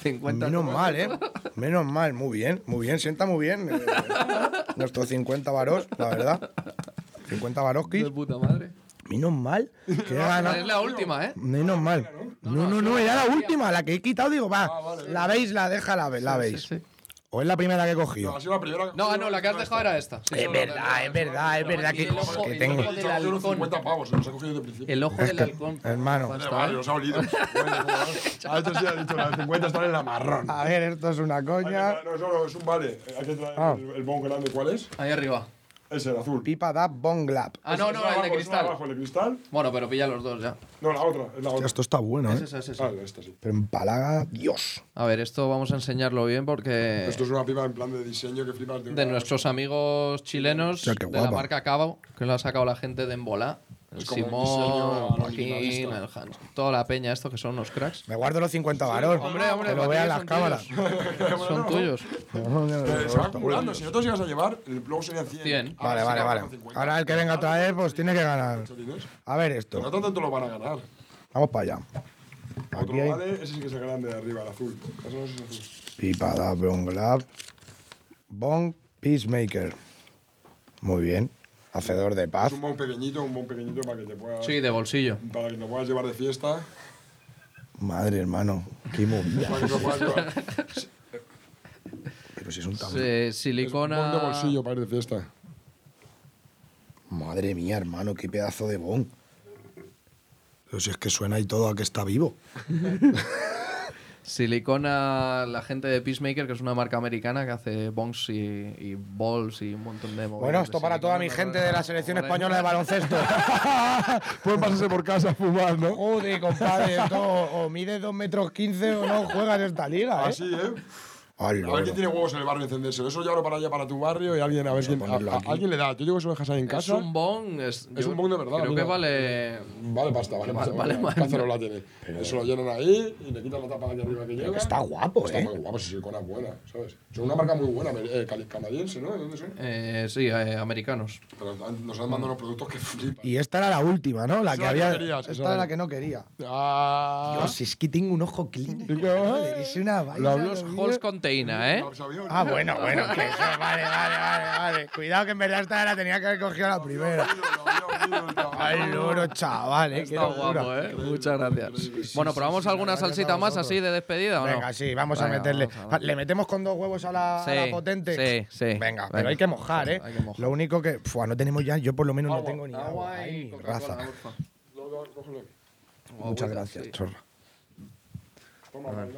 [SPEAKER 3] 50.
[SPEAKER 4] Menos mal, ¿eh? Menos mal. Muy bien, muy bien. Sienta muy bien. eh, Nuestros 50 varos, la verdad. 50 varoskis.
[SPEAKER 3] De puta madre.
[SPEAKER 4] Menos mal que he ganado.
[SPEAKER 3] Es la última, ¿eh?
[SPEAKER 4] Menos
[SPEAKER 3] Ah,
[SPEAKER 4] mal. No, no, no, era la última, la que he quitado, digo, va, la veis, la deja, la, ve- la veis.
[SPEAKER 3] sí.
[SPEAKER 4] ¿O es la primera que he
[SPEAKER 2] No,
[SPEAKER 4] cogido?
[SPEAKER 2] ha sido la primera.
[SPEAKER 3] No, ah, no, la que has dejado era esta. Sí,
[SPEAKER 4] Es
[SPEAKER 3] sí.
[SPEAKER 4] verdad, es verdad, es verdad
[SPEAKER 3] Y
[SPEAKER 4] que,
[SPEAKER 3] el ojo-
[SPEAKER 4] que
[SPEAKER 3] el
[SPEAKER 4] tengo.
[SPEAKER 3] ojo del
[SPEAKER 2] Son unos
[SPEAKER 3] halcón.
[SPEAKER 2] 50 pavos, los he cogido desde el principio.
[SPEAKER 3] El ojo del halcón. ¿eh?
[SPEAKER 4] hermano.
[SPEAKER 2] Vale, vale, los ha olido. Bueno, como- A esto sí ha dicho, las 50 están en la marrón.
[SPEAKER 8] A ver, esto es una
[SPEAKER 4] Ah,
[SPEAKER 2] Hay que
[SPEAKER 8] coña.
[SPEAKER 2] traer- No, eso no, es un vale. Hay que traer
[SPEAKER 8] Ah.
[SPEAKER 2] el, el bon grande, ¿cuál es?
[SPEAKER 3] Ahí arriba.
[SPEAKER 2] Ese, el azul.
[SPEAKER 8] Pipa da bonglap.
[SPEAKER 3] Ah, no,
[SPEAKER 2] Es- es
[SPEAKER 3] no,
[SPEAKER 2] la
[SPEAKER 3] el de
[SPEAKER 2] abajo, es la
[SPEAKER 3] cristal.
[SPEAKER 2] abajo, el de cristal.
[SPEAKER 3] Bueno, pero pilla los dos ya.
[SPEAKER 4] ¿Eh?
[SPEAKER 2] No, la otra, es la otra.
[SPEAKER 4] este
[SPEAKER 8] Esto está bueno,
[SPEAKER 3] Es
[SPEAKER 8] ¿eh?
[SPEAKER 3] esa, es esa.
[SPEAKER 2] Ah, esta sí.
[SPEAKER 8] Pero empalaga, Dios.
[SPEAKER 3] A ver, esto vamos a enseñarlo bien porque
[SPEAKER 4] Pues
[SPEAKER 2] Esto es una pipa en plan de diseño que flipas de,
[SPEAKER 3] de nuestros amigos chilenos
[SPEAKER 8] Hostia, qué
[SPEAKER 3] de la
[SPEAKER 8] guapa.
[SPEAKER 3] marca Cabo, que lo ha sacado la gente de Embolá. El
[SPEAKER 2] Es como un
[SPEAKER 3] Simón,
[SPEAKER 2] diseño
[SPEAKER 3] el Joaquín,
[SPEAKER 2] originalista.
[SPEAKER 3] el Hans, toda la peña, esto que son unos cracks.
[SPEAKER 4] Me guardo los 50 varón.
[SPEAKER 3] Hombre, hombre,
[SPEAKER 4] que lo
[SPEAKER 3] para
[SPEAKER 4] vean
[SPEAKER 3] ti
[SPEAKER 4] las
[SPEAKER 3] son
[SPEAKER 4] cámaras.
[SPEAKER 3] tuyos. Son tuyos.
[SPEAKER 2] Eh, se va acumulando. Si no te los llegas a llevar, el blog serían 100.
[SPEAKER 3] Cien.
[SPEAKER 2] Ahora
[SPEAKER 4] Vale,
[SPEAKER 2] sí
[SPEAKER 4] vale,
[SPEAKER 2] que
[SPEAKER 4] vale.
[SPEAKER 2] bajan 50.
[SPEAKER 4] Ahora el que venga a traer, pues tiene que ganar.
[SPEAKER 2] Cholines.
[SPEAKER 4] A ver
[SPEAKER 2] Pero
[SPEAKER 4] esto.
[SPEAKER 2] no tanto lo van a ganar.
[SPEAKER 8] Vamos para allá.
[SPEAKER 2] Otro
[SPEAKER 8] hay-
[SPEAKER 2] vale, ese sí que es el grande de arriba, el azul. Eso no es el azul.
[SPEAKER 8] Pipa da bonglap. Bong Peacemaker. Muy bien. Hacedor de
[SPEAKER 2] Es
[SPEAKER 8] paz.
[SPEAKER 2] un bon pequeñito, un bon pequeñito para que te puedas,
[SPEAKER 3] Sí, de bolsillo.
[SPEAKER 2] para que te puedas llevar de fiesta.
[SPEAKER 8] Madre, hermano. Qué movida.
[SPEAKER 2] Para que te lo puedas llevar. Es
[SPEAKER 8] Pero si es un tambor.
[SPEAKER 3] Eh,
[SPEAKER 2] un bon de
[SPEAKER 3] silicona.
[SPEAKER 2] bolsillo para ir de fiesta.
[SPEAKER 8] Madre mía, hermano. Qué pedazo de bong. Pero si es que suena y todo a que está vivo.
[SPEAKER 3] Silicona, la gente de Peacemaker, que es una marca americana que hace bongs y, y balls y un montón de movidas
[SPEAKER 4] Bueno,
[SPEAKER 3] de
[SPEAKER 4] esto para
[SPEAKER 3] silicona.
[SPEAKER 4] toda mi gente de la selección
[SPEAKER 3] Ahora-
[SPEAKER 4] española de baloncesto.
[SPEAKER 2] Pueden pasarse por casa a fumar, ¿no?
[SPEAKER 4] Joder, compadre, esto o o mides 2 metros 15 o no juegas esta liga, ¿eh?
[SPEAKER 2] Así, ¿eh?
[SPEAKER 8] Ay,
[SPEAKER 2] A ver quién tiene huevos en el barrio encenderse. Eso llévalo para allá, para tu barrio y alguien, a ver quién. a- a- alguien le da. Yo digo que se lo dejas ahí en
[SPEAKER 3] Es
[SPEAKER 2] casa.
[SPEAKER 3] un bong. Es, yo
[SPEAKER 2] un bong de verdad,
[SPEAKER 3] Creo
[SPEAKER 2] mira.
[SPEAKER 3] que vale.
[SPEAKER 2] Vale pasta, vale pasta.
[SPEAKER 3] Vale,
[SPEAKER 2] Vale,
[SPEAKER 3] vale.
[SPEAKER 2] la tiene. Eso lo llenan ahí y le quitan la tapa de arriba que lleva. Pues
[SPEAKER 8] Está guapo,
[SPEAKER 2] Está
[SPEAKER 8] ¿eh?
[SPEAKER 2] muy guapo, sí, sí, cona buena, ¿sabes? Son una marca muy buena, eh, cali- canadiense, ¿no? ¿De dónde son?
[SPEAKER 3] eh, sí, eh, americanos.
[SPEAKER 2] Pero han- nos han mandado unos productos que flipan.
[SPEAKER 4] Y esta era la última, ¿no? La
[SPEAKER 2] Esa
[SPEAKER 4] que
[SPEAKER 2] es la que
[SPEAKER 4] había.
[SPEAKER 2] querías, esa
[SPEAKER 4] esta era
[SPEAKER 2] es.
[SPEAKER 4] la que no quería.
[SPEAKER 2] ¡Ah!
[SPEAKER 4] Dios, es que tengo un ojo clínico.
[SPEAKER 2] ¿Qué?
[SPEAKER 4] Es una vaina.
[SPEAKER 3] Los halls con teína, ¿eh?
[SPEAKER 2] Los aviones.
[SPEAKER 4] Ah, bueno, bueno. que eso- vale, vale, vale, vale. Cuidado que en verdad esta la tenía que haber cogido la primera. Ay, loro, chaval, eh. Qué
[SPEAKER 3] Está
[SPEAKER 4] locura.
[SPEAKER 3] guapo, ¿eh? Muchas gracias. Bueno, probamos alguna salsita más así de despedida, ¿o no?
[SPEAKER 4] Venga, sí, vamos a
[SPEAKER 3] Venga,
[SPEAKER 4] meterle.
[SPEAKER 3] vamos a ver.
[SPEAKER 4] ¿Le metemos con dos huevos a la, a la
[SPEAKER 3] Sí,
[SPEAKER 4] potente?
[SPEAKER 3] sí, sí.
[SPEAKER 4] Venga,
[SPEAKER 3] Venga.
[SPEAKER 4] pero hay que mojar, ¿eh?
[SPEAKER 3] Hay que mojar.
[SPEAKER 4] Lo único que. Fua, no tenemos ya, yo por lo menos no
[SPEAKER 2] Agua,
[SPEAKER 4] tengo ni agua. Ay, raza.
[SPEAKER 8] Muchas gracias, chorra.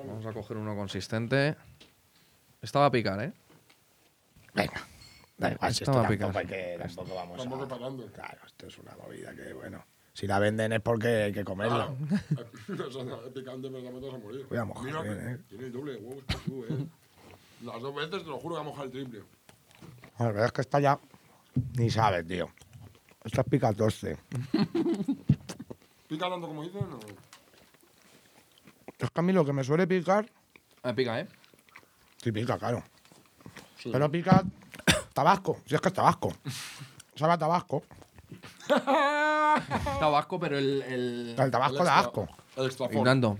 [SPEAKER 3] Vamos a coger uno consistente. Estaba a picar, ¿eh?
[SPEAKER 4] Venga. Da igual, si esto
[SPEAKER 3] Estaba picado.
[SPEAKER 4] tampoco, hay que, tampoco vamos
[SPEAKER 2] Tampoco
[SPEAKER 4] a.
[SPEAKER 2] pagando.
[SPEAKER 4] Claro, esto es una movida que, bueno. Si la venden es porque hay que comerla.
[SPEAKER 2] O sea, picante, pero tampoco te vas a morir.
[SPEAKER 4] Voy a mojar
[SPEAKER 2] Mira,
[SPEAKER 4] bien, ¿eh?
[SPEAKER 2] Tiene el doble de huevos que tú, ¿eh? Las dos veces te lo juro que va a mojar el triple.
[SPEAKER 4] La verdad es que esta ya. Ni sabes, tío. Esta es pica 12.
[SPEAKER 2] ¿Pica tanto como dices? No.
[SPEAKER 4] Es que a mí lo que me suele picar.
[SPEAKER 3] Ah, pica, ¿eh?
[SPEAKER 4] Sí, pica, claro. Pero pica tabasco. Si es que es tabasco. Sabe a tabasco.
[SPEAKER 3] Tabasco, pero el. el...
[SPEAKER 4] El tabasco da asco.
[SPEAKER 2] El extrafón.
[SPEAKER 3] Ignando.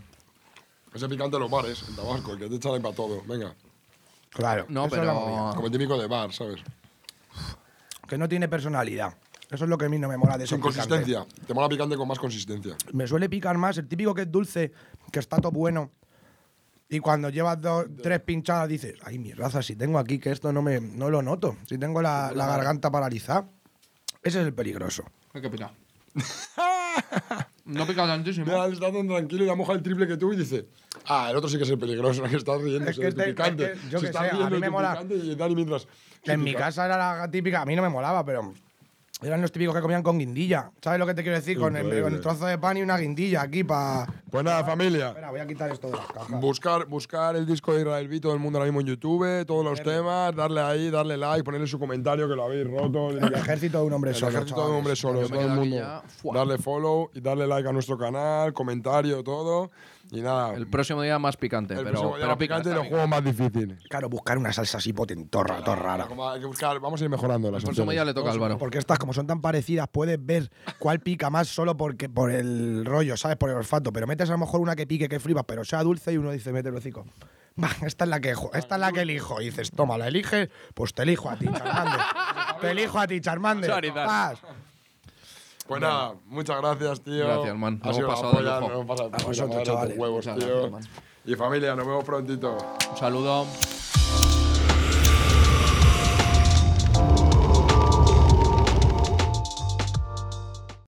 [SPEAKER 2] Ese picante de los bares, el tabasco, el que te echan ahí para todo. Venga,
[SPEAKER 4] Claro.
[SPEAKER 3] No,
[SPEAKER 4] eso es la movida.
[SPEAKER 3] pero.
[SPEAKER 2] como el típico de bar, ¿sabes?
[SPEAKER 4] Que no tiene personalidad. Eso es lo que a mí no me mola de esos
[SPEAKER 2] Sin
[SPEAKER 4] picantes.
[SPEAKER 2] consistencia. Te mola picante con más consistencia.
[SPEAKER 4] Me suele picar más el típico que es dulce, que está todo bueno. Y cuando llevas dos, tres pinchadas dices, ay, mi raza, si tengo aquí que esto no me no lo noto. Si tengo la, la garganta paralizada. Ese es el peligroso.
[SPEAKER 3] Hay que picar. No pica tantísimo.
[SPEAKER 2] Mira, él está tan tranquilo y la moja el triple que tú y dice, ah, el otro sí que es el peligroso, que está riendo,
[SPEAKER 4] Es que
[SPEAKER 2] es
[SPEAKER 4] este-
[SPEAKER 2] picante.
[SPEAKER 4] es que yo
[SPEAKER 2] Se
[SPEAKER 4] que
[SPEAKER 2] está
[SPEAKER 4] sé, a
[SPEAKER 2] riendo
[SPEAKER 4] mí
[SPEAKER 2] de
[SPEAKER 4] me
[SPEAKER 2] tu
[SPEAKER 4] mola.
[SPEAKER 2] picante y Dani mientras...
[SPEAKER 4] Que en mi casa era la típica, a mí no me molaba, pero eran los típicos que comían con guindilla. ¿Sabes lo que te quiero decir? Con el, con el trozo de pan y una guindilla aquí para.
[SPEAKER 2] Pues nada, familia.
[SPEAKER 4] Espera, voy a quitar esto de las cajas.
[SPEAKER 2] Buscar, buscar el disco de Israel V, todo el mundo ahora mismo en YouTube, todos los temas, darle ahí, darle like, ponerle su comentario que lo habéis roto.
[SPEAKER 4] El ejército de un hombre
[SPEAKER 2] El
[SPEAKER 4] solo.
[SPEAKER 2] ejército de
[SPEAKER 4] chavales.
[SPEAKER 2] un hombre solo,
[SPEAKER 3] Yo me
[SPEAKER 2] todo el
[SPEAKER 3] quedo aquí
[SPEAKER 2] mundo.
[SPEAKER 3] ya, fuá.
[SPEAKER 2] Darle follow y darle like a nuestro canal, comentario, todo. Y nada,
[SPEAKER 3] El próximo día más picante,
[SPEAKER 2] el
[SPEAKER 3] pero,
[SPEAKER 2] próximo día
[SPEAKER 3] pero
[SPEAKER 2] más
[SPEAKER 3] pica.
[SPEAKER 2] picante y
[SPEAKER 3] está
[SPEAKER 2] los
[SPEAKER 3] pica.
[SPEAKER 2] juegos más difíciles.
[SPEAKER 4] Claro, buscar una salsa así potentorra, todo rara.
[SPEAKER 2] Como hay que buscar, vamos a ir mejorando las
[SPEAKER 3] El próximo día
[SPEAKER 2] opciones.
[SPEAKER 3] le toca a Álvaro.
[SPEAKER 4] Porque estas, como son tan parecidas, puedes ver cuál pica más solo porque por el rollo, ¿sabes? Por el olfato. Pero metes a lo mejor una que pique, que flipas, pero sea dulce y uno dice, mete el hocico. Va, esta es la que jo- esta es la que elijo. Y dices, toma, la eliges, pues te elijo a ti, Charmander. te elijo a ti, Charmander.
[SPEAKER 3] Charizard.
[SPEAKER 4] Paz.
[SPEAKER 2] Pues nada, muchas gracias, tío.
[SPEAKER 3] Gracias, man.
[SPEAKER 2] Ha
[SPEAKER 3] Hemos
[SPEAKER 2] sido la
[SPEAKER 3] pasado de
[SPEAKER 2] polla,
[SPEAKER 3] lujo.
[SPEAKER 2] nos hemos pasado de
[SPEAKER 4] vosotros,
[SPEAKER 2] puta madre,
[SPEAKER 4] chavales.
[SPEAKER 2] tus huevos,
[SPEAKER 3] Muchas
[SPEAKER 2] tío.
[SPEAKER 3] gracias, man.
[SPEAKER 2] Y familia, nos vemos prontito.
[SPEAKER 3] Un saludo.